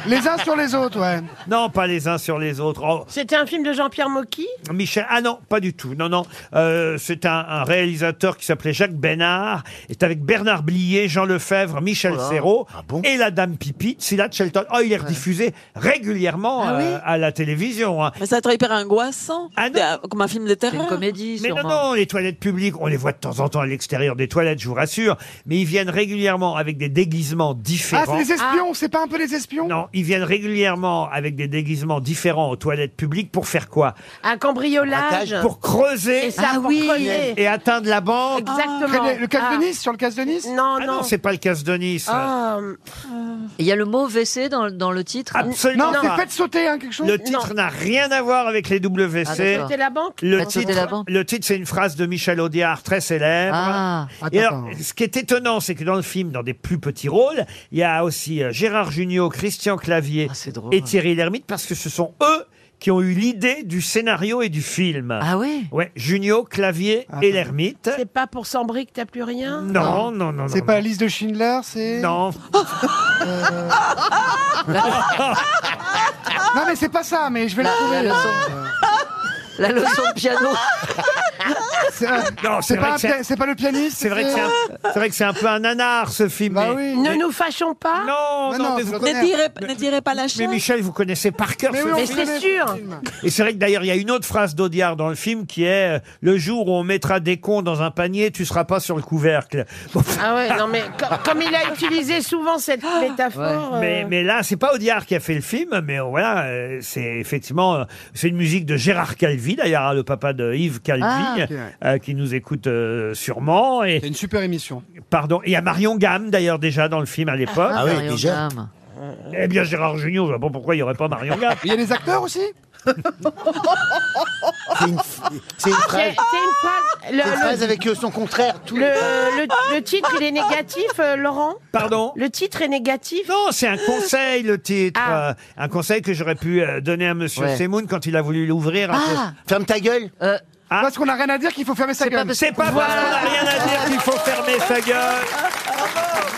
[SPEAKER 3] les uns sur les autres, ouais.
[SPEAKER 2] Non, pas les uns sur les autres. Oh,
[SPEAKER 6] C'était un film de Jean-Pierre Mocky
[SPEAKER 2] Michel, ah non, pas du tout. Non, non, Euh, c'est un, un réalisateur qui s'appelait Jacques Bénard. C'est avec Bernard Blier, Jean Lefebvre, Michel
[SPEAKER 1] Oh là.
[SPEAKER 2] Serrault
[SPEAKER 3] Ah
[SPEAKER 2] et la Dame Pipi, Silla Shelton. Oh, il est rediffusé régulièrement
[SPEAKER 7] Ah
[SPEAKER 2] euh,
[SPEAKER 7] oui
[SPEAKER 2] à la télévision. hein. Ah
[SPEAKER 7] Mais ça être hyper angoissant. C'est, euh, Comme un film de terreur.
[SPEAKER 2] Mais non, non, les toilettes publiques, on les voit de temps en temps à l'extérieur des toilettes, je vous rassure, mais ils viennent régulièrement avec des déguisements différents.
[SPEAKER 3] Ah, c'est les espions, c'est pas un peu les espions
[SPEAKER 2] Non, ils viennent régulièrement avec des déguisements différents aux toilettes publiques pour faire quoi
[SPEAKER 6] Un cambriolage.
[SPEAKER 2] Pour creuser
[SPEAKER 6] Et ça, Ah pour oui. creuser.
[SPEAKER 2] et atteindre la banque.
[SPEAKER 6] Exactement.
[SPEAKER 3] Le casse de
[SPEAKER 6] Ah.
[SPEAKER 3] Nice, sur le casse de Nice Euh.
[SPEAKER 6] Non,
[SPEAKER 2] Ah
[SPEAKER 6] non.
[SPEAKER 2] non, c'est pas le casse de Nice.
[SPEAKER 6] Ah,
[SPEAKER 4] Il y a le mot WC dans, dans le titre
[SPEAKER 2] Absolument
[SPEAKER 3] Non,
[SPEAKER 2] pas.
[SPEAKER 3] c'est faites sauter, hein, quelque chose
[SPEAKER 2] Le titre n'a rien à voir avec les
[SPEAKER 4] Ah,
[SPEAKER 2] WC.
[SPEAKER 4] d'accord.
[SPEAKER 6] C'était la banque
[SPEAKER 2] Le
[SPEAKER 4] Faites sauter
[SPEAKER 2] titre,
[SPEAKER 4] la banque.
[SPEAKER 2] le titre, c'est une phrase de Michel Audiard très célèbre.
[SPEAKER 4] Ah.
[SPEAKER 2] Et
[SPEAKER 4] Attends,
[SPEAKER 2] alors, ce qui est étonnant, c'est que dans le film, dans des plus petits rôles, il y a aussi euh, Gérard Jugnot, Christian Clavier
[SPEAKER 4] Ah,
[SPEAKER 2] et Thierry Lhermitte, parce que ce sont eux qui ont eu l'idée du scénario et du film.
[SPEAKER 4] Ah ouais
[SPEAKER 2] Ouais, Jugnot, Clavier et Lhermitte.
[SPEAKER 6] C'est pas pour Sambrick, t'as plus rien
[SPEAKER 2] Non, non, non,
[SPEAKER 3] C'est
[SPEAKER 2] non,
[SPEAKER 3] pas la liste de Schindler, c'est.
[SPEAKER 2] Non.
[SPEAKER 3] Euh, non, mais c'est pas ça, mais je vais
[SPEAKER 4] La-
[SPEAKER 3] le trouver.
[SPEAKER 4] la leçon. La leçon de piano.
[SPEAKER 3] C'est-
[SPEAKER 2] Non, c'est
[SPEAKER 3] C'est pas,
[SPEAKER 2] vrai que
[SPEAKER 3] un
[SPEAKER 2] c'est-
[SPEAKER 3] pia- c'est pas le pianiste
[SPEAKER 2] C'est vrai que c'est un, c'est vrai que c'est un peu un nanar ce film.
[SPEAKER 3] Bah
[SPEAKER 2] mais-
[SPEAKER 3] oui.
[SPEAKER 6] Ne nous fâchons pas
[SPEAKER 2] Non,
[SPEAKER 3] Mais
[SPEAKER 2] non,
[SPEAKER 3] non,
[SPEAKER 2] mais
[SPEAKER 3] je
[SPEAKER 2] vous
[SPEAKER 3] le
[SPEAKER 2] connaissez-
[SPEAKER 7] Ne tirez, ne tirez pas la
[SPEAKER 2] Mais
[SPEAKER 7] chaîne.
[SPEAKER 2] Michel, vous connaissez par cœur
[SPEAKER 3] Mais
[SPEAKER 2] ce
[SPEAKER 3] oui, on
[SPEAKER 6] Mais
[SPEAKER 2] film.
[SPEAKER 6] c'est
[SPEAKER 3] connaît
[SPEAKER 6] sûr.
[SPEAKER 3] ce film.
[SPEAKER 2] Et c'est vrai que d'ailleurs, il y a une autre phrase d'Audiard dans le film qui est euh, Le jour où on mettra des cons dans un panier, tu seras pas sur le couvercle. Bon,
[SPEAKER 6] Ah ouais, non mais co- comme il a utilisé souvent cette
[SPEAKER 3] Ah
[SPEAKER 6] métaphore.
[SPEAKER 2] mais,
[SPEAKER 6] euh,
[SPEAKER 2] mais là, c'est pas Audiard qui a fait le film, mais euh, voilà, euh, c'est effectivement. euh, C'est une musique de Gérard Calvi, d'ailleurs, hein, le papa de Yves Calvi,
[SPEAKER 4] Ah.
[SPEAKER 2] euh, euh, qui nous écoute euh, sûrement. Et,
[SPEAKER 3] C'est une super émission.
[SPEAKER 2] pardon, et il y a Marion Gamme, d'ailleurs, déjà dans le film à l'époque.
[SPEAKER 1] Ah oui,
[SPEAKER 4] Marion
[SPEAKER 1] déjà.
[SPEAKER 4] Gamme.
[SPEAKER 2] Eh bien, Gérard Jugnot, je vois pas pourquoi il y aurait pas Marion Gamme.
[SPEAKER 3] Il y a les acteurs aussi
[SPEAKER 1] C'est une, c'est une
[SPEAKER 6] Ah,
[SPEAKER 4] Ah,
[SPEAKER 6] C'est c'est une
[SPEAKER 1] phrase,
[SPEAKER 6] phrase. Le,
[SPEAKER 1] c'est une
[SPEAKER 6] le-
[SPEAKER 1] phrase avec euh, son contraire. Tout
[SPEAKER 6] le- le- le titre, il est négatif, euh, Laurent
[SPEAKER 2] Pardon
[SPEAKER 6] Le titre est négatif
[SPEAKER 2] Non, c'est un conseil, le titre.
[SPEAKER 6] Ah.
[SPEAKER 2] Euh, un conseil que j'aurais pu euh, donner à Monsieur
[SPEAKER 4] Ouais.
[SPEAKER 2] Semoun quand il a voulu l'ouvrir. un
[SPEAKER 4] Ah
[SPEAKER 1] Ferme ta gueule.
[SPEAKER 4] euh,
[SPEAKER 2] Ah.
[SPEAKER 3] Parce qu'on a rien à dire qu'il faut fermer sa
[SPEAKER 4] pas
[SPEAKER 3] gueule.
[SPEAKER 2] peu. C'est pas parce qu'on a rien à dire qu'il faut fermer sa gueule.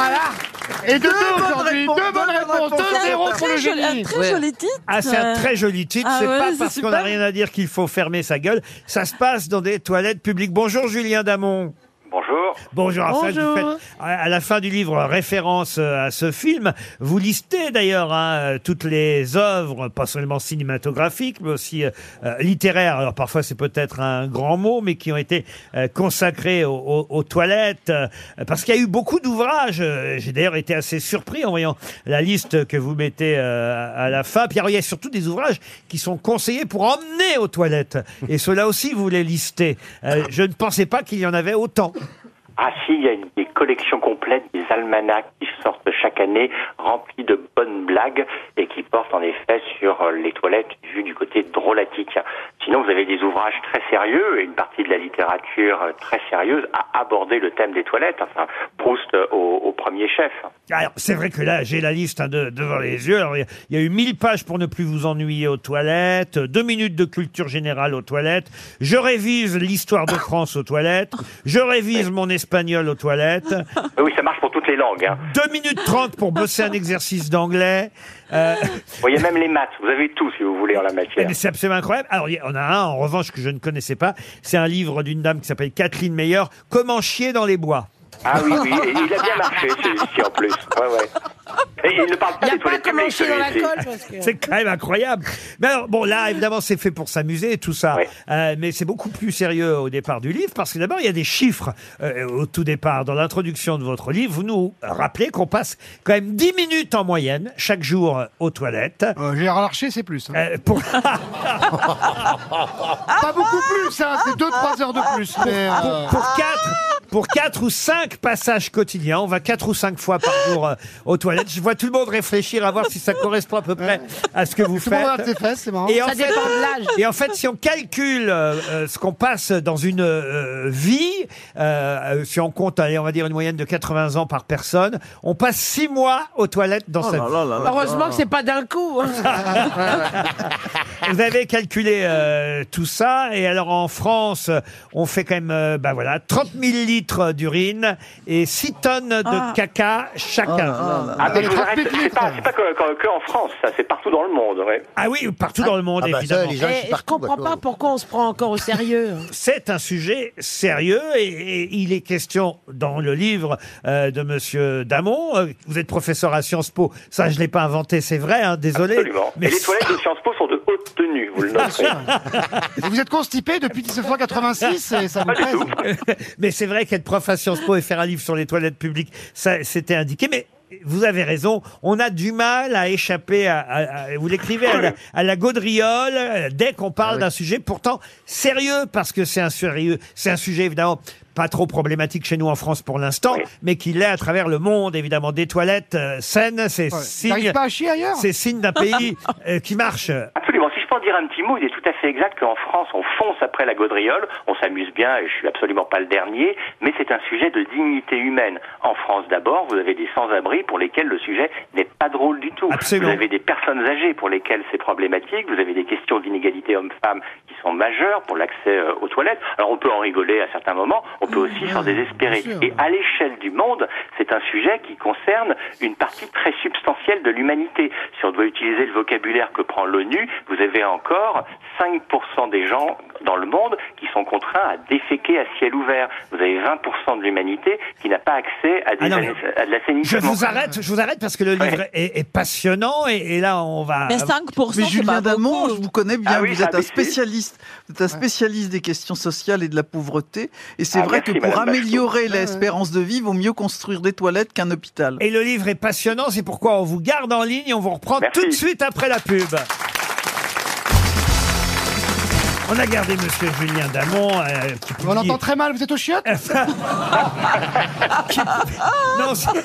[SPEAKER 3] Ah là Et deux, deux aujourd'hui,
[SPEAKER 6] réponses,
[SPEAKER 3] deux bonnes réponses,
[SPEAKER 7] C'est
[SPEAKER 3] deux zéro
[SPEAKER 7] un
[SPEAKER 3] pour le
[SPEAKER 7] très, joli, un
[SPEAKER 3] génie.
[SPEAKER 7] très
[SPEAKER 4] Ouais.
[SPEAKER 7] joli titre.
[SPEAKER 2] Ah, c'est un
[SPEAKER 7] Euh,
[SPEAKER 2] très joli titre.
[SPEAKER 7] Ah
[SPEAKER 2] c'est
[SPEAKER 7] ouais,
[SPEAKER 2] pas
[SPEAKER 7] c'est
[SPEAKER 2] parce qu'on a
[SPEAKER 7] super.
[SPEAKER 2] rien à dire qu'il faut fermer sa gueule. Ça se passe dans des toilettes publiques. Bonjour, Julien Damon.
[SPEAKER 12] Bonjour.
[SPEAKER 2] Bonjour. à ça,
[SPEAKER 6] Bonjour.
[SPEAKER 2] vous faites, à à la fin du livre, référence euh, à ce film. Vous listez d'ailleurs hein, euh, toutes les œuvres, pas seulement cinématographiques, mais aussi euh, euh, littéraires. Alors parfois c'est peut-être un grand mot, mais qui ont été euh, consacrées aux, aux- aux toilettes, euh, parce qu'il y a eu beaucoup d'ouvrages. Euh, J'ai d'ailleurs été assez surpris en voyant la liste que vous mettez euh, à la fin. Puis alors, il y a surtout des ouvrages qui sont conseillés pour emmener aux toilettes. Et cela aussi, vous les listez. Euh, je ne pensais pas qu'il y en avait autant.
[SPEAKER 15] Ah si, il y a une, des collections complètes des almanachs qui sortent chaque année, remplies de bonnes blagues et qui portent en effet sur euh, les toilettes vues du côté drôlatique. sinon, vous avez des ouvrages très sérieux et une partie de la littérature euh, très sérieuse à aborder le thème des toilettes. Enfin, Proust euh, au, au premier chef.
[SPEAKER 2] Ah, Alors, c'est vrai que là, j'ai la liste hein, de- devant les yeux. Alors, Il y a- il y, a eu 1000 pages pour ne plus vous ennuyer aux toilettes, euh, deux minutes de culture générale aux toilettes, je révise l'histoire de France aux toilettes, je révise mon espagnol aux toilettes,
[SPEAKER 15] Oui, oui, ça marche pour toutes les langues. hein.
[SPEAKER 2] 2 minutes 30 pour bosser un exercice d'anglais. Euh,
[SPEAKER 15] Vous voyez, même les maths, vous avez tout si vous voulez en la matière.
[SPEAKER 2] mais c'est absolument incroyable. Alors, il y en a un, en revanche, que je ne connaissais pas. C'est un livre d'une dame qui s'appelle Kathleen Meyer, Comment chier dans les bois.
[SPEAKER 15] Ah oui, oui, et il a bien marché celui-ci en plus. Ouais, ouais. Et il ne parle pas des toilettes publiques celui-ci.
[SPEAKER 2] C'est quand même incroyable. Mais alors, bon, là, évidemment, c'est fait pour s'amuser et tout ça. Euh, mais c'est beaucoup plus sérieux au départ du livre parce que d'abord, il y a des chiffres euh, au tout départ. Dans l'introduction de votre livre, vous nous rappelez qu'on passe quand même 10 minutes en moyenne chaque jour euh, aux toilettes.
[SPEAKER 3] Euh,
[SPEAKER 2] Gérard Larcher, c'est
[SPEAKER 3] hein.
[SPEAKER 2] plus. pour...
[SPEAKER 3] Pas beaucoup plus, hein, c'est 2-3 heures de plus. Mais, euh,
[SPEAKER 2] pour, pour quatre, pour quatre ou cinq passages quotidiens, on va quatre ou cinq fois par jour euh, aux toilettes. Je vois tout le monde réfléchir à voir si ça correspond à peu près à ce que vous
[SPEAKER 3] Tout le
[SPEAKER 2] faites.
[SPEAKER 3] monde regarde ses fesses, c'est marrant.
[SPEAKER 2] Et en
[SPEAKER 3] Ça
[SPEAKER 2] fait-
[SPEAKER 3] dépend de l'âge.
[SPEAKER 2] Et en fait, si on calcule euh, euh, ce qu'on passe dans une euh, vie, euh, euh, si on compte, allez, on va dire une moyenne de 80 ans par personne, on passe six mois aux toilettes dans
[SPEAKER 6] Oh
[SPEAKER 2] cette
[SPEAKER 6] là
[SPEAKER 2] vie.
[SPEAKER 6] là là là. Heureusement que c'est pas d'un coup. hein.
[SPEAKER 2] Vous avez calculé euh, tout ça et alors en France, euh, on fait quand même euh, bah voilà 30 000 litres d'urine et 6 tonnes de
[SPEAKER 15] Ah.
[SPEAKER 2] caca chacun.
[SPEAKER 15] Ah,
[SPEAKER 12] ben,
[SPEAKER 15] mais je vous arrête, c'est pas, c'est pas que, que- que en France, ça, c'est partout dans le monde, ouais.
[SPEAKER 2] Ah oui, partout dans le monde
[SPEAKER 15] Ah bah ça,
[SPEAKER 2] évidemment.
[SPEAKER 15] les gens, ils
[SPEAKER 6] Et je comprends pas pourquoi on se prend encore au sérieux.
[SPEAKER 2] C'est un sujet sérieux et, et il est question dans le livre euh, de Monsieur Damon. euh, vous êtes professeur à Sciences Po, ça je l'ai pas inventé, c'est vrai, hein, désolé.
[SPEAKER 15] Absolument.
[SPEAKER 2] Mais Ah,
[SPEAKER 15] Et les toilettes de Sciences Po sont de haute tenue, vous le
[SPEAKER 2] Bien
[SPEAKER 15] noterez.
[SPEAKER 3] Et vous êtes constipé depuis 1986 et ça vous pèse.
[SPEAKER 2] mais c'est vrai qu'être prof à Sciences Po et faire un livre sur les toilettes publiques, ça c'était indiqué. Mais vous avez raison, on a du mal à échapper à, à- à- vous l'écrivez à, la- à la gaudriole euh, dès qu'on
[SPEAKER 3] Ah
[SPEAKER 2] parle d'un sujet pourtant sérieux parce que c'est un sérieux, c'est un sujet évidemment pas trop problématique chez nous en France pour l'instant, mais qui l'est à travers le monde évidemment des toilettes euh, saines, c'est
[SPEAKER 3] Ouais.
[SPEAKER 2] signe
[SPEAKER 3] T'arrives pas à chier ailleurs
[SPEAKER 2] c'est signe d'un pays euh, qui marche.
[SPEAKER 15] Absolument. Si je peux en dire un petit mot, il est tout à fait exact qu'en France, on fonce après la gaudriole, on s'amuse bien, et je suis absolument pas le dernier, mais c'est un sujet de dignité humaine. En France, d'abord, vous avez des sans-abri pour lesquels le sujet n'est pas drôle du tout.
[SPEAKER 2] Absolument.
[SPEAKER 15] Vous avez des personnes âgées pour lesquelles c'est problématique, vous avez des questions d'inégalité homme-femme qui sont majeures pour l'accès euh, aux toilettes. Alors, on peut en rigoler à certains moments, on peut aussi s'en désespérer. Et à l'échelle du monde, c'est un sujet qui concerne une partie très substantielle de l'humanité. Si on doit utiliser le vocabulaire que prend l'ONU, vous avez encore 5% des gens dans le monde qui sont contraints à déféquer à ciel ouvert. Vous avez 20% de l'humanité qui n'a pas accès à, des
[SPEAKER 2] Ah non,
[SPEAKER 15] années- à de
[SPEAKER 2] Je
[SPEAKER 15] l'assainissement.
[SPEAKER 2] vous arrête, je vous arrête parce que le livre est, est passionnant et, et là on va.
[SPEAKER 5] Mais Julien Damon, je vous connais bien,
[SPEAKER 2] Ah oui,
[SPEAKER 5] vous êtes
[SPEAKER 2] ABC.
[SPEAKER 5] un spécialiste. Vous êtes un spécialiste des questions sociales et de la pauvreté. Et c'est
[SPEAKER 2] Ah,
[SPEAKER 5] vrai
[SPEAKER 2] merci,
[SPEAKER 5] que pour
[SPEAKER 2] Madame Bachelot.
[SPEAKER 5] améliorer
[SPEAKER 2] Ah, ouais.
[SPEAKER 5] l'espérance de vie, il vaut mieux construire des toilettes qu'un hôpital.
[SPEAKER 2] Et le livre est passionnant, c'est pourquoi on vous garde en ligne et on vous reprend tout de suite après la pub. On a gardé Monsieur Julien Damon. euh, qui
[SPEAKER 3] On
[SPEAKER 2] publie-
[SPEAKER 3] entend très mal, vous êtes au chiottes
[SPEAKER 2] Non, c'est-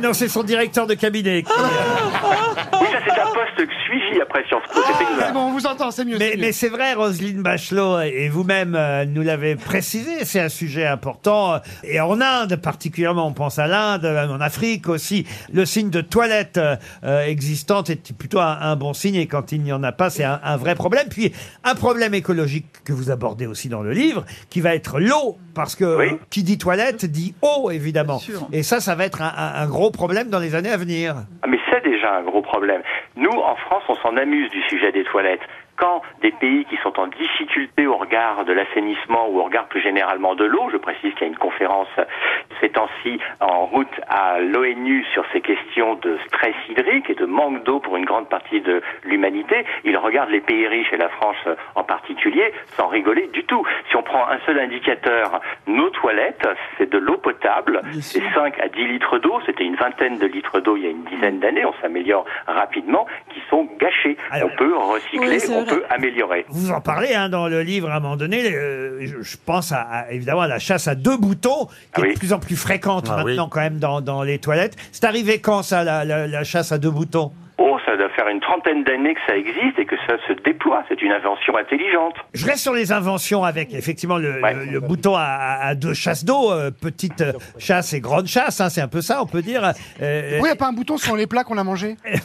[SPEAKER 2] non, c'est son directeur de cabinet. qui-
[SPEAKER 15] Oui, ça c'est un poste suivi après Sciences Po,
[SPEAKER 2] Ah,
[SPEAKER 15] c'est exact.
[SPEAKER 3] bon, on vous entend, c'est mieux.
[SPEAKER 2] Mais, mais c'est vrai, Roselyne Bachelot, et vous-même euh, nous l'avez précisé, c'est un sujet important. euh, Et en Inde particulièrement, on pense à l'Inde, même en Afrique aussi, le signe de toilette euh, euh, existante est plutôt un, un bon signe, et quand il n'y en a pas, c'est un, un vrai problème. Puis un problème écologique que vous abordez aussi dans le livre, qui va être l'eau, parce que euh, qui dit toilette dit eau, évidemment. Et ça, ça va être un- un- un gros problème dans les années à venir.
[SPEAKER 15] Ah, Mais c'est déjà un gros problème. Nous, en France, on s'en amuse du sujet des toilettes. Quand des pays qui sont en difficulté au regard de l'assainissement ou au regard plus généralement de l'eau, je précise qu'il y a une conférence ces temps-ci en route à l'ONU sur ces questions de stress hydrique et de manque d'eau pour une grande partie de l'humanité, ils regardent les pays riches et la France euh, en particulier sans rigoler du tout. Si on prend un seul indicateur, nos toilettes, c'est de l'eau potable, c'est 5 à 10 litres d'eau, c'était une vingtaine de litres d'eau il y a une dizaine d'années, on s'améliore rapidement, qui sont gâchés. on peut recycler,
[SPEAKER 2] Oui, c'est
[SPEAKER 15] on
[SPEAKER 2] vrai.
[SPEAKER 15] peut améliorer.
[SPEAKER 2] Vous en parlez hein, dans le livre à un moment donné. euh, je, je pense à, à- évidemment à la chasse à deux boutons, qui est de plus en plus fréquente
[SPEAKER 15] Ah oui.
[SPEAKER 2] maintenant quand même dans, dans les toilettes. C'est arrivé quand ça, la, la- la chasse à deux boutons
[SPEAKER 15] Oh, ça doit faire une trentaine d'années que ça existe et que ça se déploie. C'est une invention intelligente.
[SPEAKER 2] Je reste sur les inventions avec effectivement le, le- le bouton à, à- à deux chasses d'eau, euh, petite euh, chasse et grande chasse, hein, c'est un peu ça, on peut dire. Euh,
[SPEAKER 3] Pourquoi il n'y a pas un bouton sur les plats qu'on a mangés
[SPEAKER 2] Eh.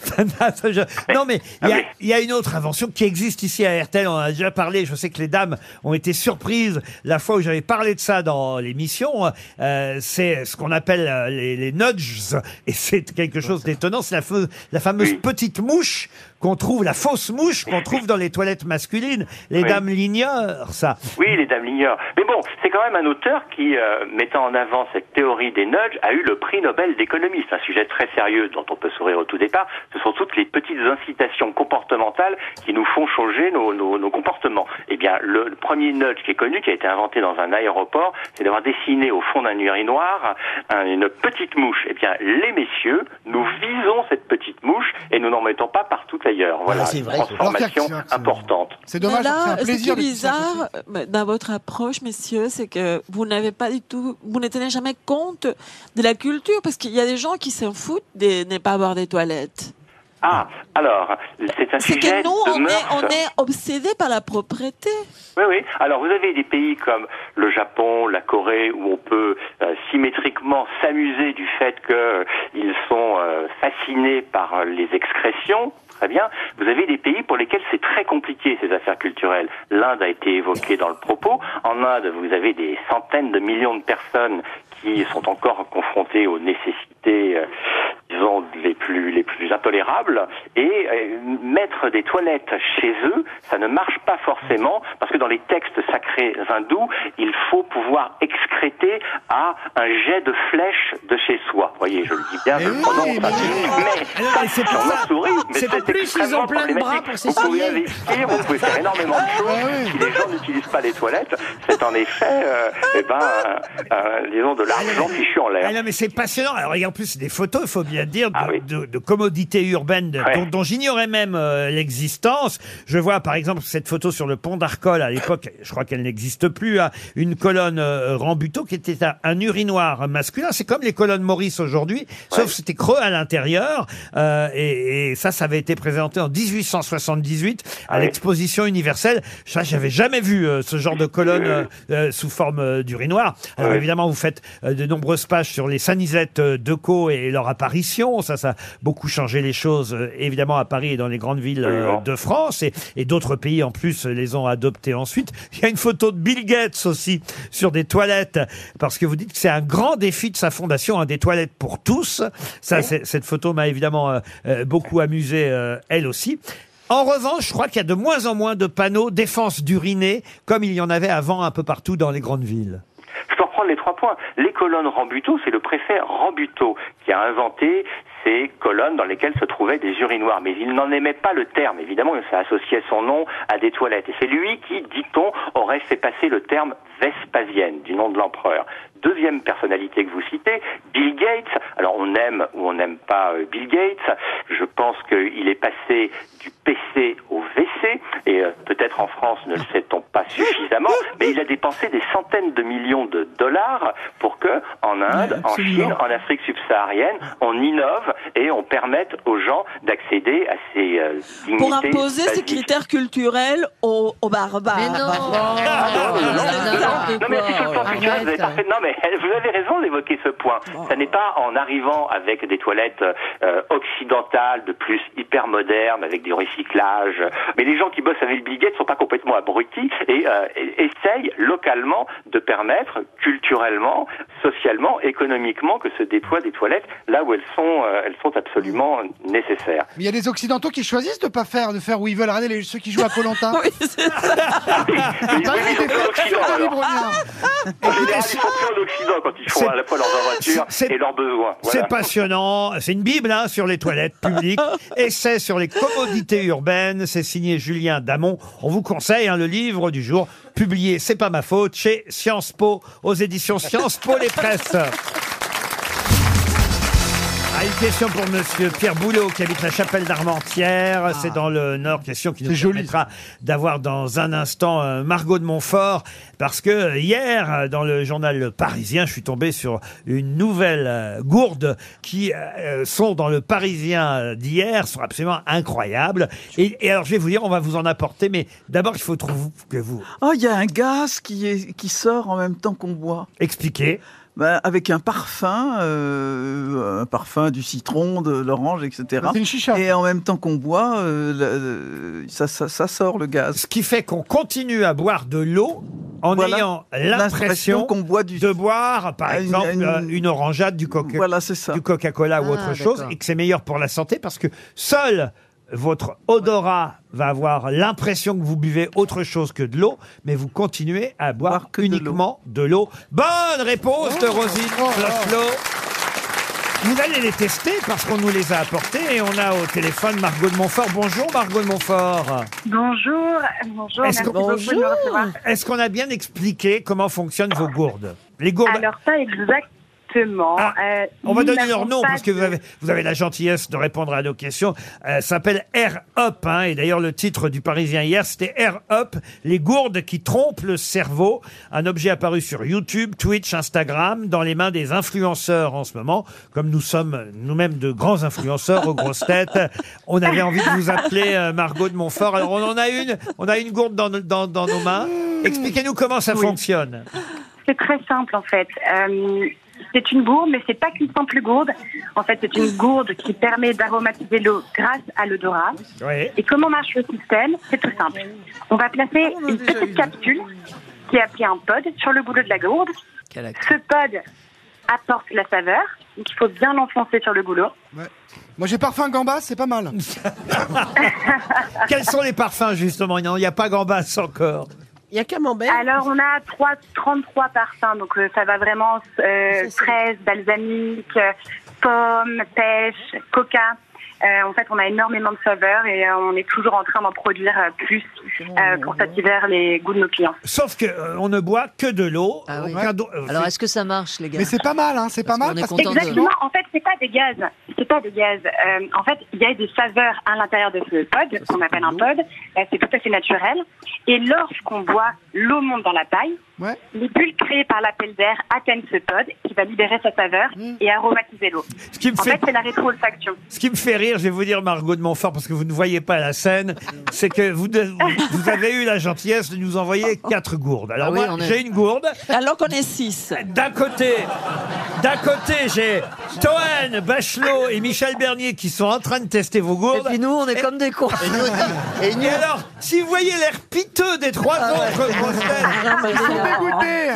[SPEAKER 2] Je- non, mais il y, a- il y a une autre invention qui existe ici à RTL. On en a déjà parlé. Je sais que les dames ont été surprises la fois où j'avais parlé de ça dans l'émission. Euh, c'est ce qu'on appelle euh, les, les nudges. Et c'est quelque chose d'étonnant. C'est la, fa- la fameuse petite mouche qu'on trouve, la fausse mouche qu'on trouve dans les toilettes masculines. Les
[SPEAKER 15] Oui.
[SPEAKER 2] dames l'ignorent, ça.
[SPEAKER 15] Oui, les dames l'ignorent. Mais bon, c'est quand même un auteur qui, euh, mettant en avant cette théorie des nudges, a eu le prix Nobel d'économie. C'est un sujet très sérieux dont on peut sourire au tout départ. Ce sont toutes les petites incitations comportementales qui nous font changer nos, nos- nos comportements. Eh bien, le, le premier nudge qui est connu, qui a été inventé dans un aéroport, c'est d'avoir dessiné au fond d'un urinoir un- une petite mouche. Eh bien, les messieurs, nous visons cette petite mouche et nous n'en mettons pas partout ailleurs. Voilà,
[SPEAKER 1] Ah, c'est vrai,
[SPEAKER 15] une
[SPEAKER 1] c'est vrai.
[SPEAKER 15] transformation
[SPEAKER 1] Alors,
[SPEAKER 15] importante.
[SPEAKER 3] C'est
[SPEAKER 7] Mais là, ce qui
[SPEAKER 15] de
[SPEAKER 7] est bizarre euh, mais dans votre approche, messieurs, c'est que vous n'avez pas du tout, vous ne tenez jamais compte de la culture, parce qu'il y a des gens qui s'en foutent de ne pas avoir des toilettes.
[SPEAKER 15] Ah, alors, c'est un
[SPEAKER 7] C'est
[SPEAKER 15] sujet
[SPEAKER 7] que nous,
[SPEAKER 15] de
[SPEAKER 7] on est,
[SPEAKER 15] mœurs.
[SPEAKER 7] on est obsédés par la propreté.
[SPEAKER 15] Oui, oui. Alors, vous avez des pays comme le Japon, la Corée, où on peut euh, symétriquement s'amuser du fait qu'ils sont euh, fascinés par euh, les excrétions. Très bien. Vous avez des pays pour lesquels c'est très compliqué ces affaires culturelles. L'Inde a été évoquée dans le propos. En Inde, vous avez des centaines de millions de personnes qui sont encore confrontées aux nécessités, euh, disons, les plus, les plus intolérables. Et euh, mettre des toilettes chez eux, ça ne marche pas forcément, parce que dans les textes sacrés hindous, il faut pouvoir excréter à un jet de flèche de chez soi. Vous voyez, je le dis bien, je le prononce. hein. Mais,
[SPEAKER 13] mais c'est
[SPEAKER 15] ça,
[SPEAKER 13] pour
[SPEAKER 15] on
[SPEAKER 13] ça.
[SPEAKER 15] en sourit, mais
[SPEAKER 13] C'est
[SPEAKER 15] c'est
[SPEAKER 13] plus, ils
[SPEAKER 15] extrêmement
[SPEAKER 13] ont plein de bras pour
[SPEAKER 15] problématique. Vous pouvez
[SPEAKER 13] s'essuyer.
[SPEAKER 15] investir, vous pouvez faire énormément de choses. Si les gens n'utilisent pas les toilettes, c'est en effet, euh, eh ben, euh, euh, disons, de l'argent fichu en l'air. Ah
[SPEAKER 2] Ah non, mais c'est passionnant. Alors, et en plus, des photos, il faut bien dire, de, de- de commodités urbaines de- dont, dont j'ignorais même euh, l'existence. Je vois, par exemple, cette photo sur le pont d'Arcole à l'époque, je crois qu'elle n'existe plus, hein, une colonne euh, Rambuteau qui était un, un urinoir masculin. C'est comme les colonnes Maurice aujourd'hui, sauf que c'était creux à l'intérieur. Euh, et, et ça, ça avait été présenté en 1878 à
[SPEAKER 15] Ah
[SPEAKER 2] l'exposition universelle. Ça, j'avais jamais vu euh, ce genre de colonne euh, euh, sous forme euh, d'urinoir. Alors, évidemment, vous faites euh, de nombreuses pages sur les sanisettes euh, de Co et leur apparition. Ça, ça a beaucoup changé les choses, euh, évidemment, à Paris et dans les grandes villes euh,
[SPEAKER 15] Absolument.
[SPEAKER 2] de France. Et, et d'autres pays, en plus, euh, les ont adoptées ensuite. Il y a une photo de Bill Gates aussi sur des toilettes, parce que vous dites que c'est un grand défi de sa fondation, hein, des toilettes pour tous. Ça, c'est- cette photo m'a évidemment euh, euh, beaucoup amusé, euh, elle aussi. En revanche, je crois qu'il y a de moins en moins de panneaux défense d'uriner, comme il y en avait avant un peu partout dans les grandes villes.
[SPEAKER 15] Je peux reprendre les trois points. Les colonnes Rambuteau, c'est le préfet Rambuteau qui a inventé ces colonnes dans lesquelles se trouvaient des urinoirs. Mais il n'en aimait pas le terme, évidemment, ça associait son nom à des toilettes. Et c'est lui qui, dit-on, aurait fait passer le terme Vespasienne, du nom de l'empereur. Deuxième personnalité que vous citez, Bill Gates. Alors on aime ou on n'aime pas euh, Bill Gates. Je pense qu'il est passé du PC au VC, et euh, peut-être en France ne le sait-on pas suffisamment, mais il a dépensé des centaines de millions de dollars pour que, en Inde, en Chine, en Afrique subsaharienne, on innove et on permette aux gens d'accéder à ces euh, dignités.
[SPEAKER 7] Pour imposer ces
[SPEAKER 15] basiques.
[SPEAKER 7] critères culturels aux, aux barbares. Bah,
[SPEAKER 15] Mais Ah. Non, mais si sur le plan culturel, vous avez parfait- Non, mais vous avez raison d'évoquer ce point. Ça n'est pas en arrivant avec des toilettes euh, occidentales, de plus hyper modernes, avec des recyclages. Mais les gens qui bossent avec Bill Gates sont pas complètement abrutis et euh, et- essayent localement de permettre, culturellement, socialement, économiquement, que se déploient des toilettes là où elles sont, euh, elles sont absolument nécessaires.
[SPEAKER 3] Mais il y a des Occidentaux qui choisissent de pas faire, de faire où ils veulent. Regardez les- ceux qui jouent à Colanta. oui,
[SPEAKER 7] c'est
[SPEAKER 3] ça.
[SPEAKER 15] En général, ils sont plus en Occident quand ils font à la fois leurs aventures et leurs besoins. Voilà.
[SPEAKER 2] C'est passionnant. C'est une bible hein, sur les toilettes publiques. Essai sur les commodités urbaines. C'est signé Julien Damon. On vous conseille hein, le livre du jour publié. C'est pas ma faute chez Sciences Po aux éditions Sciences Po les Presses. Ah, une question pour Monsieur Pierre Boulot qui habite la Chapelle d'Armentière. C'est dans le Nord. Question qui nous permettra d'avoir dans un instant euh, Margot de Montfort parce que euh, hier euh, dans le journal Le Parisien, je suis tombé sur une nouvelle euh, gourde qui euh, sont dans le Parisien euh, d'hier sont absolument incroyables. Et, et alors je vais vous dire, on va vous en apporter, mais d'abord il faut trouver que vous
[SPEAKER 5] Oh, il y a un gaz qui, est, qui sort en même temps qu'on boit.
[SPEAKER 2] expliquez.
[SPEAKER 5] Bah, avec un parfum, euh, un parfum du citron, de l'orange, etc.
[SPEAKER 2] Bah, c'est une
[SPEAKER 5] Et en même temps qu'on boit, euh, le- le- ça, ça- ça sort le gaz.
[SPEAKER 2] Ce qui fait qu'on continue à boire de l'eau en
[SPEAKER 5] Voilà.
[SPEAKER 2] ayant
[SPEAKER 5] L'impression
[SPEAKER 2] l'impression
[SPEAKER 5] qu'on boit du...
[SPEAKER 2] de boire, par
[SPEAKER 5] Ah, une-
[SPEAKER 2] exemple,
[SPEAKER 5] une-
[SPEAKER 2] euh, une, orangeade, du, coca- du Coca-Cola ou
[SPEAKER 5] Ah,
[SPEAKER 2] autre chose,
[SPEAKER 5] d'accord.
[SPEAKER 2] et que c'est meilleur pour la santé parce que seul votre odorat va avoir l'impression que vous buvez autre chose que de l'eau, mais vous continuez à boire uniquement de l'eau. Bonne réponse
[SPEAKER 5] Oh.
[SPEAKER 2] de Rosine Flochlo. Vous allez les tester parce qu'on nous les a apportés et on a au téléphone Margot de Montfort. Bonjour Margot de Montfort.
[SPEAKER 16] Bonjour, bonjour,
[SPEAKER 2] Est-ce
[SPEAKER 16] merci
[SPEAKER 2] qu'on-
[SPEAKER 16] beaucoup de me recevoir.
[SPEAKER 2] Est-ce qu'on a bien expliqué comment fonctionnent vos gourdes Les gourdes. Ah,
[SPEAKER 16] Alors pas exactement. Euh,
[SPEAKER 2] On va
[SPEAKER 16] ni
[SPEAKER 2] donner
[SPEAKER 16] la
[SPEAKER 2] leur nom
[SPEAKER 16] compagne-
[SPEAKER 2] parce que vous avez, vous avez la gentillesse de répondre à nos questions. Euh, ça s'appelle Air Up. hein, et d'ailleurs, le titre du Parisien hier, c'était Air Up, les gourdes qui trompent le cerveau. Un objet apparu sur YouTube, Twitch, Instagram, dans les mains des influenceurs en ce moment. Comme nous sommes nous-mêmes de grands influenceurs aux grosses têtes, on avait envie de vous appeler euh, Margot de Montfort. Alors, on en a une, on a une gourde dans, nos- dans- dans nos mains. Expliquez-nous comment ça fonctionne.
[SPEAKER 16] C'est très simple en fait. Euh, c'est une gourde, mais c'est pas qu'une simple gourde. En fait, c'est une gourde qui permet d'aromatiser l'eau grâce à l'odorat.
[SPEAKER 2] Oui.
[SPEAKER 16] Et comment marche le système C'est tout simple. On va placer une petite capsule qui est appelée un pod sur le boulot de la gourde. Ce pod apporte la saveur. Donc, il faut bien l'enfoncer sur le goulot.
[SPEAKER 3] Moi j'ai parfum Gambas, c'est pas mal.
[SPEAKER 2] Quels sont les parfums, justement Non, il n'y a pas Gambas encore.
[SPEAKER 16] Il y a camembert. Alors, on a 3, 33 parfums. Donc, euh, ça va vraiment euh, fraise, balsamique, euh, pomme, pêche, coca. Euh, en fait, on a énormément de saveurs et euh, on est toujours en train d'en produire euh, plus euh, pour satisfaire les goûts de nos clients.
[SPEAKER 2] Sauf que euh, on ne boit que de l'eau.
[SPEAKER 4] Ah
[SPEAKER 2] euh,
[SPEAKER 4] Alors, est-ce que ça marche, les gars
[SPEAKER 16] Mais c'est
[SPEAKER 3] pas mal, hein, c'est
[SPEAKER 4] pas mal. On est content de...
[SPEAKER 16] Exactement. En fait, c'est pas des gaz. C'est pas des gaz. Euh, en fait, il y a des saveurs à l'intérieur de ce pod, qu'on appelle un pod. Euh, c'est tout à fait naturel. Et lorsqu'on boit, l'eau monte dans la paille. Les bulles créées par l'appel d'air atteignent ce pod, qui va libérer sa saveur et aromatiser l'eau.
[SPEAKER 2] qui me
[SPEAKER 16] En
[SPEAKER 2] fait-
[SPEAKER 16] fait, c'est la rétro-olfaction.
[SPEAKER 2] Ce qui me fait rire, je vais vous dire, Margot de Montfort, parce que vous ne voyez pas la scène, c'est que vous, de- vous avez eu la gentillesse de nous envoyer quatre gourdes. Alors
[SPEAKER 7] Ah oui,
[SPEAKER 2] moi,
[SPEAKER 7] on est-
[SPEAKER 2] j'ai une gourde.
[SPEAKER 7] Alors qu'on est six.
[SPEAKER 2] D'un côté, d'un côté, j'ai Toen, Bachelot et Michel Bernier qui sont en train de tester vos gourdes. Et puis nous, on est comme des cons. Et, Ah alors, si vous voyez l'air piteux des trois autres grosses têtes,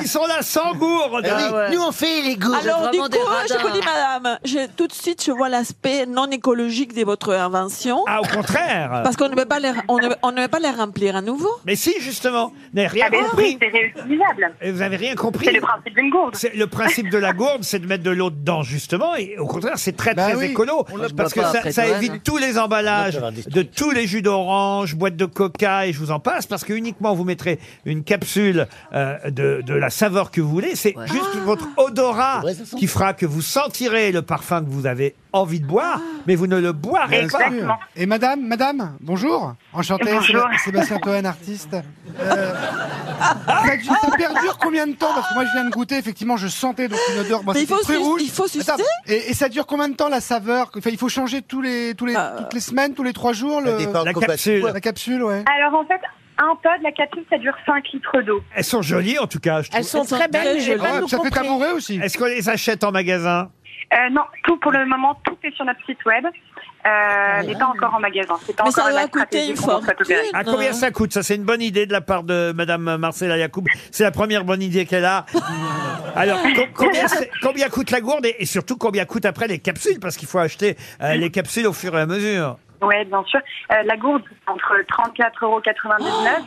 [SPEAKER 2] ils sont là sans gourde.
[SPEAKER 7] Eh fait les
[SPEAKER 2] gourdes.
[SPEAKER 7] Alors du
[SPEAKER 2] Vraiment
[SPEAKER 7] coup,
[SPEAKER 2] des radins.
[SPEAKER 7] je vous dis, madame, je- tout de suite, je vois l'aspect non écologique de votre invention.
[SPEAKER 2] Ah, au contraire.
[SPEAKER 7] Parce qu'on ne peut pas les, on ne, on ne peut pas les remplir à nouveau.
[SPEAKER 2] Mais si, justement, vous n'avez rien
[SPEAKER 7] Ah ben oui,
[SPEAKER 2] compris.
[SPEAKER 16] c'est réutilisable.
[SPEAKER 2] Vous n'avez rien compris.
[SPEAKER 16] C'est le principe d'une gourde.
[SPEAKER 2] Le principe de la gourde, c'est de mettre de l'eau dedans, justement. Et au contraire, c'est très, très
[SPEAKER 3] Bah oui.
[SPEAKER 2] écolo.
[SPEAKER 3] On l'a- Je bois
[SPEAKER 2] Parce que
[SPEAKER 3] pas
[SPEAKER 2] ça,
[SPEAKER 3] après
[SPEAKER 2] ça
[SPEAKER 3] Noël, hein.
[SPEAKER 2] évite tous les emballages de tous les jus d'orange, boîtes de coca, et je vous en passe. Parce que uniquement, vous mettrez une capsule euh, de, de la saveur que vous voulez. C'est juste
[SPEAKER 3] Ah.
[SPEAKER 2] votre odorat qui fera que vous sentirez le parfum que vous avez envie de boire, mais vous ne le boirez pas.
[SPEAKER 3] Ah. Et madame, madame, bonjour. Enchanté,
[SPEAKER 2] Bonjour.
[SPEAKER 3] Séba- Sébastien Toen, artiste. Euh, ça, ça perdure combien de temps Parce que moi, je viens de goûter, effectivement, je sentais donc une odeur.
[SPEAKER 7] Mais il
[SPEAKER 3] c'était
[SPEAKER 7] faut
[SPEAKER 3] très
[SPEAKER 7] sus-
[SPEAKER 3] rouge.
[SPEAKER 7] il faut sucer
[SPEAKER 3] Attends, et, et ça dure combien de temps la saveur Enfin, Il faut changer tous les, tous les,
[SPEAKER 16] Euh.
[SPEAKER 3] toutes les semaines, tous les trois jours le-
[SPEAKER 2] dépend La complètement. capsule.
[SPEAKER 3] La capsule, ouais.
[SPEAKER 16] Alors, en fait, un pod, la capsule, ça dure 5 litres d'eau.
[SPEAKER 2] Elles sont jolies, en tout cas. je
[SPEAKER 16] Elles
[SPEAKER 2] trouve.
[SPEAKER 16] sont Elles sont très belles, très mais j'ai pas jolies. tout compris.
[SPEAKER 2] aussi. Est-ce qu'on les achète en magasin
[SPEAKER 16] Euh, non, tout pour le moment, tout est sur notre site web. Euh, mais pas encore en magasin. C'est pas
[SPEAKER 7] Mais ça
[SPEAKER 16] encore la
[SPEAKER 7] doit coûter
[SPEAKER 16] stratégie
[SPEAKER 7] une
[SPEAKER 16] qu'on pense à tout faire.
[SPEAKER 2] À combien ça coûte Ça, c'est une bonne idée de la part de Madame Marcella Yacoub. C'est la première bonne idée qu'elle a. Alors, com- combien, c'est- combien coûte la gourde et, et surtout combien coûte après les capsules Parce qu'il faut acheter euh, les capsules au fur et à mesure.
[SPEAKER 16] Oui, bien sûr. Euh, la gourde, entre 34,99 euros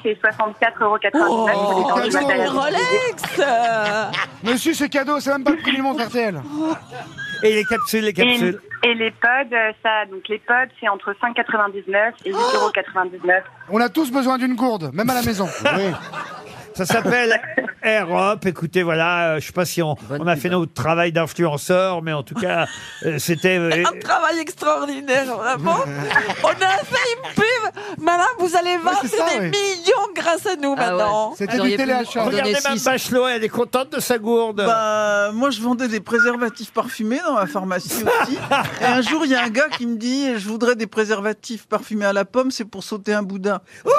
[SPEAKER 16] et 64,99 euros.
[SPEAKER 7] Oh, le
[SPEAKER 16] Euh.
[SPEAKER 7] Rolex
[SPEAKER 3] Monsieur, c'est cadeau, c'est même pas le prix du monde, RTL.
[SPEAKER 2] Et les capsules, les
[SPEAKER 16] Et,
[SPEAKER 3] capsules.
[SPEAKER 16] et les pods, euh, ça, donc les pods, c'est entre 5,99 et 8,99 euros.
[SPEAKER 3] On a tous besoin d'une gourde, même à la maison.
[SPEAKER 2] Ça s'appelle Europe. Écoutez, voilà, euh, je sais pas si on, on a fait notre travail d'influenceur, mais en tout cas, euh, c'était... euh,
[SPEAKER 16] Ah,
[SPEAKER 7] Un travail extraordinaire, vraiment. On a fait une pub. Madame, vous allez vendre
[SPEAKER 3] c'est ça,
[SPEAKER 7] des
[SPEAKER 3] oui.
[SPEAKER 7] millions grâce à nous
[SPEAKER 3] Ah
[SPEAKER 7] maintenant.
[SPEAKER 3] ouais. C'était du téléachat.
[SPEAKER 2] Regardez même Bachelot, elle est contente de sa gourde.
[SPEAKER 5] Bah, moi, je vendais des préservatifs parfumés dans ma pharmacie aussi. Et un jour, il y a un gars qui me dit Je voudrais des préservatifs parfumés à la pomme, c'est pour sauter un boudin.
[SPEAKER 2] Oh,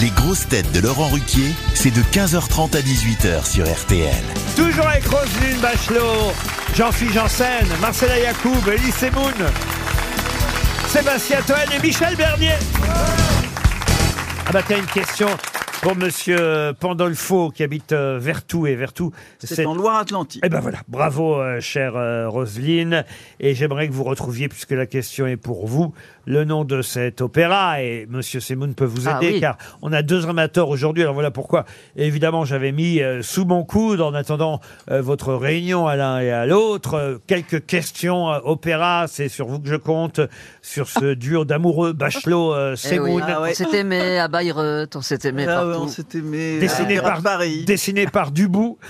[SPEAKER 14] Les grosses têtes de Laurent Ruquier, c'est de 15h30 à 18h sur RTL.
[SPEAKER 2] Toujours avec Roselyne Bachelot, Jean-Philippe Janssen, Marcela Yacoub, Elise Moon, Sébastien Toen et Michel Bernier. Ah bah tiens, une question pour Monsieur Pandolfo qui habite euh, Vertou. Et Vertou,
[SPEAKER 5] C'est en Loire-Atlantique.
[SPEAKER 2] Eh ben voilà, bravo euh, chère euh, Roselyne. Et j'aimerais que vous retrouviez, puisque la question est pour vous, le nom de cet opéra. Et Monsieur Semoun peut vous aider,
[SPEAKER 17] Ah oui.
[SPEAKER 2] car on a deux amateurs aujourd'hui. Alors voilà pourquoi, évidemment, j'avais mis euh, sous mon coude, en attendant euh, votre réunion à l'un et à l'autre, euh, quelques questions euh, opéra. C'est sur vous que je compte, sur ce duo d'amoureux euh,
[SPEAKER 4] Eh oui.
[SPEAKER 2] Bachelot-Semoun.
[SPEAKER 4] On s'est aimé à Bayreuth, on s'est aimé
[SPEAKER 5] Euh, Ah ouais,
[SPEAKER 4] partout.
[SPEAKER 5] on s'est aimé.
[SPEAKER 2] Dessiné
[SPEAKER 5] à
[SPEAKER 2] par, dessiné par Dubout.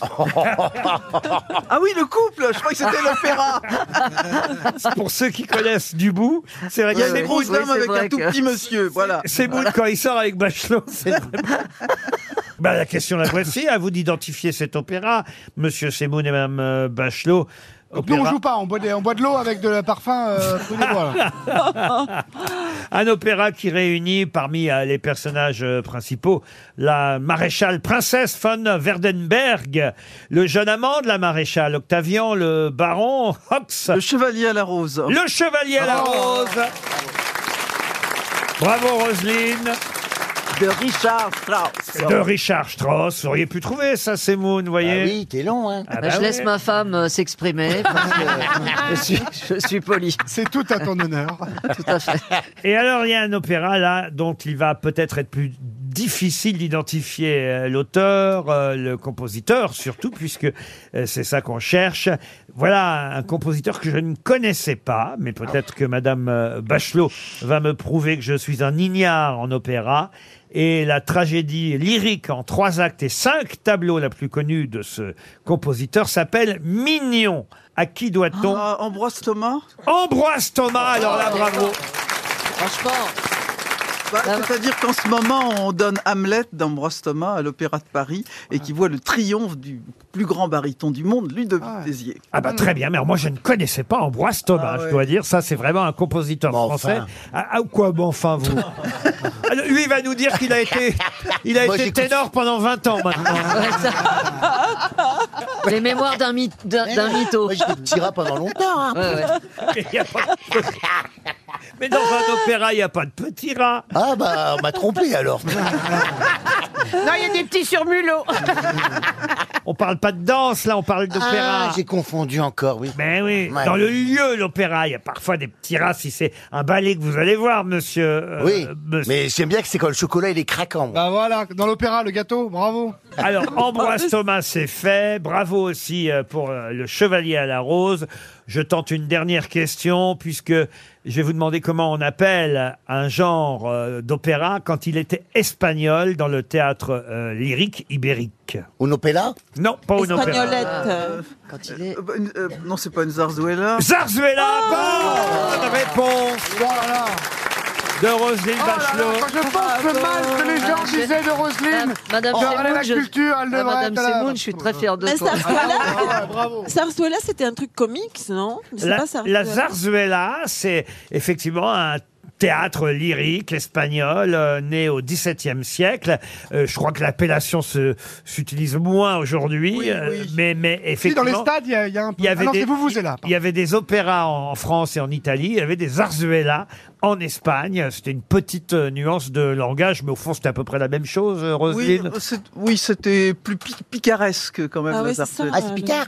[SPEAKER 5] Ah oui, le couple Je crois que c'était l'opéra
[SPEAKER 2] Pour ceux qui connaissent Dubout, c'est vrai
[SPEAKER 5] Il y a
[SPEAKER 2] que
[SPEAKER 5] des
[SPEAKER 2] c'est-
[SPEAKER 5] grosses
[SPEAKER 2] Oui,
[SPEAKER 5] dames
[SPEAKER 2] c'est
[SPEAKER 5] avec
[SPEAKER 2] vrai
[SPEAKER 5] un tout
[SPEAKER 2] que-
[SPEAKER 5] petit monsieur, voilà.
[SPEAKER 2] C'est bon
[SPEAKER 5] Voilà.
[SPEAKER 2] quand il sort avec Bachelot. c'est vraiment- Bah, la question la voici, à vous d'identifier cet opéra, Monsieur Semoun et Madame euh, Bachelot.
[SPEAKER 3] Nous, on
[SPEAKER 2] Opéra,
[SPEAKER 3] joue pas, on boit, des- on boit de l'eau avec de la parfum. euh, fruits des bois, là.
[SPEAKER 2] un opéra qui réunit parmi euh, les personnages euh, principaux la maréchale princesse von Werdenberg, le jeune amant de la maréchale Octavian, le baron Hox. Le
[SPEAKER 5] chevalier à la rose. Ah,
[SPEAKER 2] Le chevalier à la
[SPEAKER 5] Bravo.
[SPEAKER 2] rose. Bravo Roselyne.
[SPEAKER 5] De Richard Strauss.
[SPEAKER 2] De Richard Strauss, vous auriez pu trouver ça, c'est Moon, vous voyez
[SPEAKER 1] oui, t'es long, hein
[SPEAKER 2] Ah
[SPEAKER 4] Bah,
[SPEAKER 2] bah
[SPEAKER 4] je
[SPEAKER 2] oui.
[SPEAKER 4] laisse ma femme euh, s'exprimer parce que je suis, je suis poli.
[SPEAKER 3] C'est tout à ton honneur.
[SPEAKER 4] Tout à fait.
[SPEAKER 2] Et alors, il y a un opéra là dont il va peut-être être plus difficile d'identifier euh, l'auteur, euh, le compositeur surtout, puisque euh, c'est ça qu'on cherche. Voilà un compositeur que je ne connaissais pas, mais peut-être que Madame euh, Bachelot va me prouver que je suis un ignare en opéra. Et la tragédie lyrique en trois actes et cinq tableaux la plus connue de ce compositeur s'appelle Mignon. À qui doit-on
[SPEAKER 5] Ah, Ambroise Thomas Ah.
[SPEAKER 2] Ambroise Thomas, alors là, bravo.
[SPEAKER 5] Franchement. Bah, C'est-à-dire qu'en ce moment, on donne Hamlet d'Ambroise Thomas à l'Opéra de Paris et qui voit le triomphe du plus grand baryton du monde, Ludovic Tézier.
[SPEAKER 2] Ah bah très bien, mais alors moi je ne connaissais pas Ambroise Thomas,
[SPEAKER 5] Ah ouais.
[SPEAKER 2] je dois dire, ça c'est vraiment un compositeur français. Ah, ah, quoi, bon enfin vous Alors, Lui il va nous dire qu'il a été, il a
[SPEAKER 4] Moi,
[SPEAKER 2] été
[SPEAKER 4] j'écoute-
[SPEAKER 2] ténor pendant 20 ans maintenant.
[SPEAKER 4] Les mémoires d'un mythe- d'un- d'un mytho.
[SPEAKER 1] j'étais petit rat pendant longtemps.
[SPEAKER 3] hein.
[SPEAKER 2] Mais y a pas de- Mais dans un opéra il n'y a pas de petit rat.
[SPEAKER 1] Ah bah, on m'a trompé alors.
[SPEAKER 6] Non, il y a des petits surmulots.
[SPEAKER 2] On parle pas de danse là, on parle d'opéra.
[SPEAKER 1] Ah, j'ai confondu encore, oui.
[SPEAKER 2] Mais oui,
[SPEAKER 1] Ouais.
[SPEAKER 2] dans le lieu l'opéra, il y a parfois des petits rats si c'est un ballet que vous allez voir monsieur. euh,
[SPEAKER 1] Oui,
[SPEAKER 2] monsieur-
[SPEAKER 1] mais j'aime bien que c'est quand le chocolat il est craquant.
[SPEAKER 3] Bah voilà, dans l'opéra, le gâteau, bravo.
[SPEAKER 2] Alors,
[SPEAKER 3] Ah,
[SPEAKER 2] Ambroise Thomas, c'est fait. Bravo aussi euh, pour euh, le Chevalier à la Rose. Je tente une dernière question, puisque je vais vous demander comment on appelle un genre euh, d'opéra quand il était espagnol dans le théâtre euh, lyrique ibérique.
[SPEAKER 1] Un opéra
[SPEAKER 2] Non, pas un opéra.
[SPEAKER 7] Espagnolette.
[SPEAKER 4] Quand il est.
[SPEAKER 5] Euh, euh, non, c'est pas une zarzuela.
[SPEAKER 2] Zarzuela, bonne réponse
[SPEAKER 3] Oh là là.
[SPEAKER 2] de Roselyne
[SPEAKER 3] Oh là là,
[SPEAKER 2] Bachelot.
[SPEAKER 3] quand je pense le mal que les gens
[SPEAKER 4] Madame
[SPEAKER 3] disaient de Roselyne.
[SPEAKER 4] Ah, Madame
[SPEAKER 3] Oh, elle a
[SPEAKER 4] Semoun,
[SPEAKER 3] la
[SPEAKER 4] je-
[SPEAKER 3] culture, elle
[SPEAKER 4] Ah,
[SPEAKER 3] devrait
[SPEAKER 4] Madame
[SPEAKER 3] être à la-
[SPEAKER 4] Semoun, je suis très fière de
[SPEAKER 7] Mais
[SPEAKER 4] toi.
[SPEAKER 7] Sarsuela,
[SPEAKER 3] Bravo.
[SPEAKER 7] Sarsuela, c'était un truc comique, non C'est
[SPEAKER 2] La,
[SPEAKER 7] pas
[SPEAKER 2] la
[SPEAKER 7] Sarsuela.
[SPEAKER 2] zarzuela, c'est effectivement un théâtre lyrique espagnol euh, né au XVIIe siècle. Euh, je crois que l'appellation se s'utilise moins aujourd'hui, euh, mais mais
[SPEAKER 3] Si, dans
[SPEAKER 2] effectivement.
[SPEAKER 3] les stades, il y, a- il y a un peu.
[SPEAKER 2] il y avait
[SPEAKER 3] Ah non,
[SPEAKER 2] des,
[SPEAKER 3] c'est vous, vous êtes là.
[SPEAKER 2] il y avait des opéras en en France et en Italie, il y avait des zarzuelas en Espagne. C'était une petite euh, nuance de langage, mais au fond, c'était à peu près la même chose, euh,
[SPEAKER 5] Oui,
[SPEAKER 2] Roselyne.
[SPEAKER 5] c'est- oui, c'était plus pi- picaresque quand même.
[SPEAKER 7] Ah
[SPEAKER 5] la
[SPEAKER 7] oui, c'est ça.
[SPEAKER 5] zarzuela.
[SPEAKER 1] Ah, c'est Picard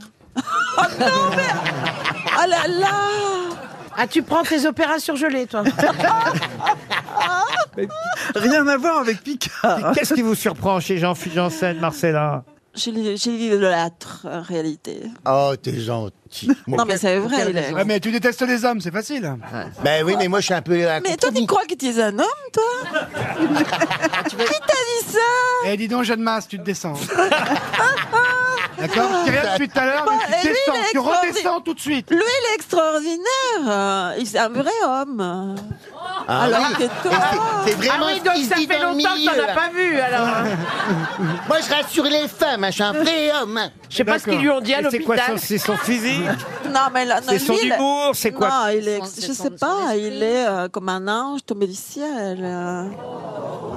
[SPEAKER 7] Ah là là
[SPEAKER 6] Ah, tu prends tes opéras surgelés, toi.
[SPEAKER 5] Rien à voir avec Picard.
[SPEAKER 2] Qu'est-ce qui vous surprend chez Jean-Philippe Janssen, Marcella
[SPEAKER 7] J'ai dit le l'âtre, Euh, en réalité.
[SPEAKER 1] Oh, t'es gentil.
[SPEAKER 7] Non, mais c'est vrai, il est-
[SPEAKER 3] Ouais, mais tu détestes les hommes, c'est facile.
[SPEAKER 1] Ben oui, mais moi, je suis un peu. un
[SPEAKER 7] Mais toi, tu crois que tu es un homme, toi Qui t'a dit ça
[SPEAKER 3] Eh, dis donc, jeune masse, tu te descends. D'accord Tu reviens depuis tout à l'heure, mais tu
[SPEAKER 7] Bah, et lui,
[SPEAKER 3] descends,
[SPEAKER 7] il est
[SPEAKER 3] tu
[SPEAKER 7] extraordi-
[SPEAKER 3] redescends tout de suite.
[SPEAKER 7] Lui, il est extraordinaire. Il est un vrai homme.
[SPEAKER 1] Ah
[SPEAKER 7] Alors
[SPEAKER 1] oui.
[SPEAKER 7] que toi...
[SPEAKER 1] C'est vraiment
[SPEAKER 6] Ah oui,
[SPEAKER 1] ce
[SPEAKER 6] donc
[SPEAKER 1] qui se
[SPEAKER 6] ça
[SPEAKER 1] dit
[SPEAKER 6] fait
[SPEAKER 1] dans le
[SPEAKER 6] longtemps que t'en
[SPEAKER 1] milieu,
[SPEAKER 6] as pas
[SPEAKER 1] hein.
[SPEAKER 6] vu, alors, hein.
[SPEAKER 1] Moi, je rassure les femmes, hein, je suis un vrai homme.
[SPEAKER 6] Je sais pas ce qu'ils lui ont dit à
[SPEAKER 2] Et c'est quoi
[SPEAKER 6] l'hôpital.
[SPEAKER 2] son- C'est son physique
[SPEAKER 7] Non, mais là, non,
[SPEAKER 2] C'est son
[SPEAKER 7] lui, Ah, il-
[SPEAKER 2] humour, c'est quoi
[SPEAKER 7] Non, il est,
[SPEAKER 2] Son-
[SPEAKER 7] je sais pas, il est euh, comme un ange tombé du ciel. euh.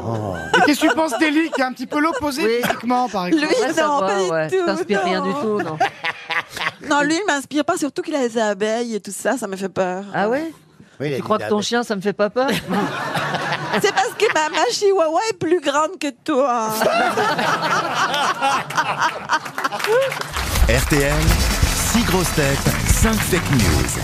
[SPEAKER 3] Oh. Et qu'est-ce que tu penses d'Eli, qui est un petit peu l'opposé physiquement, par exemple
[SPEAKER 7] Lui, non, pas du tout.
[SPEAKER 4] t'inspires rien
[SPEAKER 7] non.
[SPEAKER 4] du tout, non.
[SPEAKER 7] Non, lui, il m'inspire pas, surtout qu'il a les abeilles et tout ça, ça me fait peur.
[SPEAKER 4] Ah ouais Tu crois que ton chien, ça me fait pas peur
[SPEAKER 7] C'est parce que ma, ma chihuahua est plus grande que toi.
[SPEAKER 14] RTL, 6 grosses têtes, 5 fake news.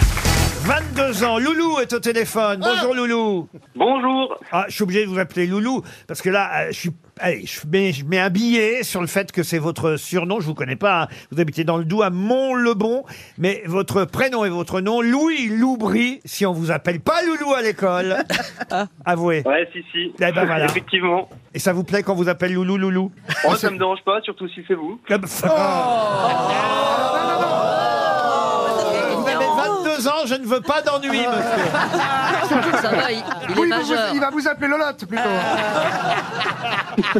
[SPEAKER 2] 22 ans, Loulou est au téléphone. Bonjour Loulou.
[SPEAKER 17] Ah. Bonjour.
[SPEAKER 2] Ah, je suis obligé de vous appeler Loulou parce que là, euh, je suis. Allez, je mets, je mets un billet sur le fait que c'est votre surnom. Je vous connais pas. hein. Vous habitez dans le Doubs à Mont-le-Bon, mais votre prénom et votre nom, Louis Loubry, si on vous appelle pas Loulou à l'école. Avouez.
[SPEAKER 17] Ouais, si, si.
[SPEAKER 2] Eh ben voilà.
[SPEAKER 17] Effectivement.
[SPEAKER 2] Et ça vous plaît quand on vous appelle Loulou Loulou
[SPEAKER 12] Oh,
[SPEAKER 17] Moi, ça me dérange pas, surtout si c'est vous.
[SPEAKER 2] Comme Vous avez 22 ans, je ne veux pas d'ennui, monsieur.
[SPEAKER 4] Ah. Ça va, il,
[SPEAKER 3] Oui, il va
[SPEAKER 4] il est
[SPEAKER 3] vous-
[SPEAKER 4] majeur. Ah.
[SPEAKER 3] il va vous appeler Lolotte, plutôt.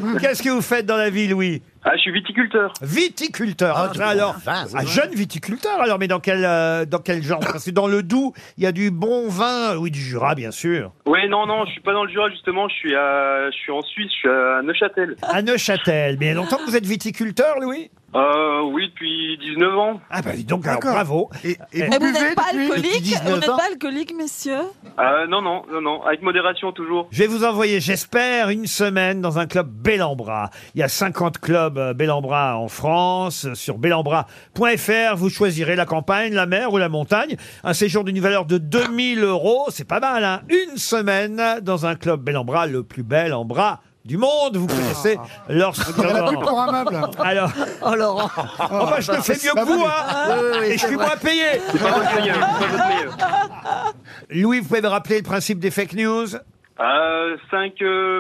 [SPEAKER 2] Qu'est-ce que vous faites dans la vie, Louis
[SPEAKER 17] Ah, je suis viticulteur.
[SPEAKER 2] Viticulteur. Ah, tiens, alors, un jeune viticulteur. Alors, mais dans quel, euh, dans quel genre Parce que dans le Doubs, il y a du bon vin, oui, du Jura, bien sûr.
[SPEAKER 17] Oh. Ouais, non, non, je suis pas dans le Jura, justement. Je suis, à... je suis en Suisse, je suis à Neuchâtel.
[SPEAKER 2] À Neuchâtel. Bien longtemps que vous êtes viticulteur, Louis
[SPEAKER 17] Euh, oui, depuis 19 ans.
[SPEAKER 2] Ah, bah, dis donc, alors, bravo. Eh,
[SPEAKER 7] Mais vous n'êtes pas alcoolique Vous
[SPEAKER 2] 19
[SPEAKER 7] n'êtes
[SPEAKER 2] ans.
[SPEAKER 7] pas alcoolique, messieurs
[SPEAKER 17] Euh, non, non, non, non. Avec modération, toujours.
[SPEAKER 2] Je vais vous envoyer, j'espère, une semaine dans un club Bellambra. Il y a 50 clubs euh, Bellambra en France. Sur bellambra.fr, vous choisirez la campagne, la mer ou la montagne. Un séjour d'une valeur de 2000 euros, c'est pas mal, hein Une semaine dans un club Bellambra, le plus bel en bras du monde. Vous connaissez leur
[SPEAKER 3] la
[SPEAKER 2] slogan.
[SPEAKER 3] pub pour un meuble.
[SPEAKER 2] Alors,
[SPEAKER 4] Oh, Laurent
[SPEAKER 2] oh, bah,
[SPEAKER 13] Ah,
[SPEAKER 2] je le fais mieux que vous, hein
[SPEAKER 4] Oui, oui, oui,
[SPEAKER 2] Et je
[SPEAKER 4] c'est
[SPEAKER 2] suis
[SPEAKER 4] vrai.
[SPEAKER 2] moins payé
[SPEAKER 17] C'est pas votre meilleur. c'est pas votre meilleur.
[SPEAKER 2] Louis, vous pouvez me rappeler le principe des fake news
[SPEAKER 17] Euh, 5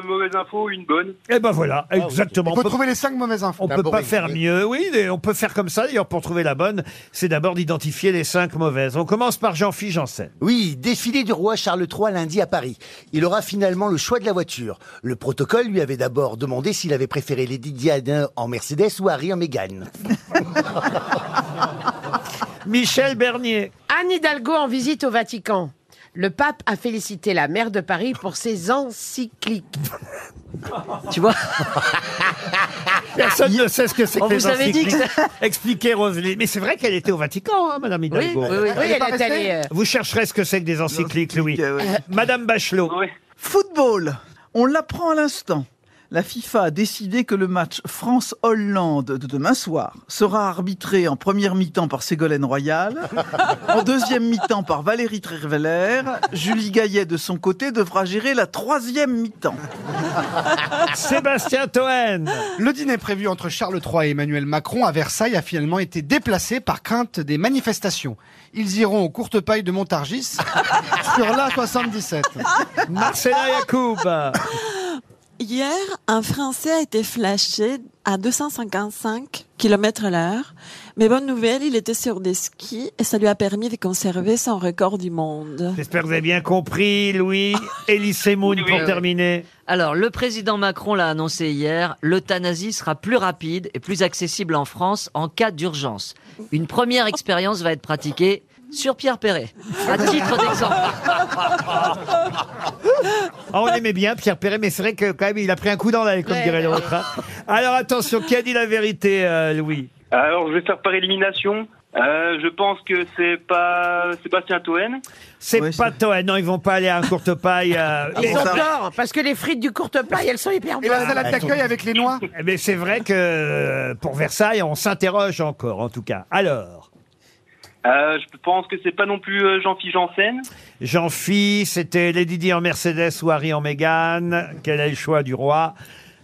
[SPEAKER 17] mauvaises infos, une bonne.
[SPEAKER 2] Eh ben voilà, exactement.
[SPEAKER 3] Il
[SPEAKER 2] On
[SPEAKER 3] faut
[SPEAKER 2] peut-
[SPEAKER 3] trouver les 5 mauvaises infos.
[SPEAKER 2] On peut pas faire mieux. Ah Oui, mais on peut faire comme ça. D'ailleurs, pour trouver la bonne, c'est d'abord d'identifier les cinq mauvaises. On commence par Jean-Philippe Janssen.
[SPEAKER 1] Oui, défilé du roi Charles III lundi à Paris. Il aura finalement le choix de la voiture. Le protocole lui avait d'abord demandé s'il avait préféré Lady Diana en Mercedes ou Harry en Mégane.
[SPEAKER 2] Michel Bernier.
[SPEAKER 6] Anne Hidalgo en visite au Vatican. Le pape a félicité la maire de Paris pour ses encycliques.
[SPEAKER 4] Tu vois
[SPEAKER 6] Ah,
[SPEAKER 2] Personne ne sait ce que c'est
[SPEAKER 4] On
[SPEAKER 2] que les
[SPEAKER 4] vous avait dit que
[SPEAKER 2] encycliques. Expliquez, Roselyne. Mais c'est vrai qu'elle était au Vatican, hein, Madame Hidalgo.
[SPEAKER 4] oui, oui.
[SPEAKER 6] Oui, elle est allée. euh,
[SPEAKER 2] Vous chercherez ce que c'est que des encycliques, Louis. Madame Bachelot.
[SPEAKER 5] Euh, Football, on l'apprend à l'instant. La FIFA a décidé que le match France-Hollande de demain soir sera arbitré en première mi-temps par Ségolène Royal, en deuxième mi-temps par Valérie Trierweiler. Julie Gaillet, de son côté, devra gérer la troisième mi-temps.
[SPEAKER 2] Sébastien Toen.
[SPEAKER 3] Le dîner prévu entre Charles III et Emmanuel Macron à Versailles a finalement été déplacé par crainte des manifestations. Ils iront aux courtes pailles de Montargis sur l'A77.
[SPEAKER 2] Marcella Yacoub.
[SPEAKER 7] Hier, un Français a été flashé à 255 km à l'heure. Mais bonne nouvelle, il était sur des skis et ça lui a permis de conserver son record du monde.
[SPEAKER 2] J'espère que vous avez bien compris, Louis. Élysée Moon pour
[SPEAKER 4] oui.
[SPEAKER 2] terminer.
[SPEAKER 4] Alors, le président Macron l'a annoncé hier, l'euthanasie sera plus rapide et plus accessible en France en cas d'urgence. Une première expérience va être pratiquée sur Pierre Perret, à titre d'exemple.
[SPEAKER 2] Ah, on aimait bien Pierre Perret, mais c'est vrai que quand même, il a pris un coup dans l'œil, comme
[SPEAKER 4] Ouais,
[SPEAKER 2] dirait
[SPEAKER 4] ouais.
[SPEAKER 2] l'autre. hein. Alors attention, qui a dit la vérité, euh, Louis
[SPEAKER 17] Alors, je vais faire par élimination. Euh, je pense que c'est pas Sébastien Toen.
[SPEAKER 2] C'est pas toi. Non, ils vont pas aller à un courte paille. euh, mais-
[SPEAKER 6] Ils ont tort, parce que les frites du courte paille, elles sont hyper
[SPEAKER 3] Et la
[SPEAKER 6] bonnes. Ah,
[SPEAKER 3] salade d'accueil avec les noix
[SPEAKER 2] mais Eh c'est vrai que euh, pour Versailles, on s'interroge encore, en tout cas. Alors,
[SPEAKER 17] Euh, je pense que c'est pas non plus euh, Jean-Philippe Janssen.
[SPEAKER 2] Jean-Phi, c'était Lady Di en Mercedes ou Harry en Mégane. Quel est le choix du roi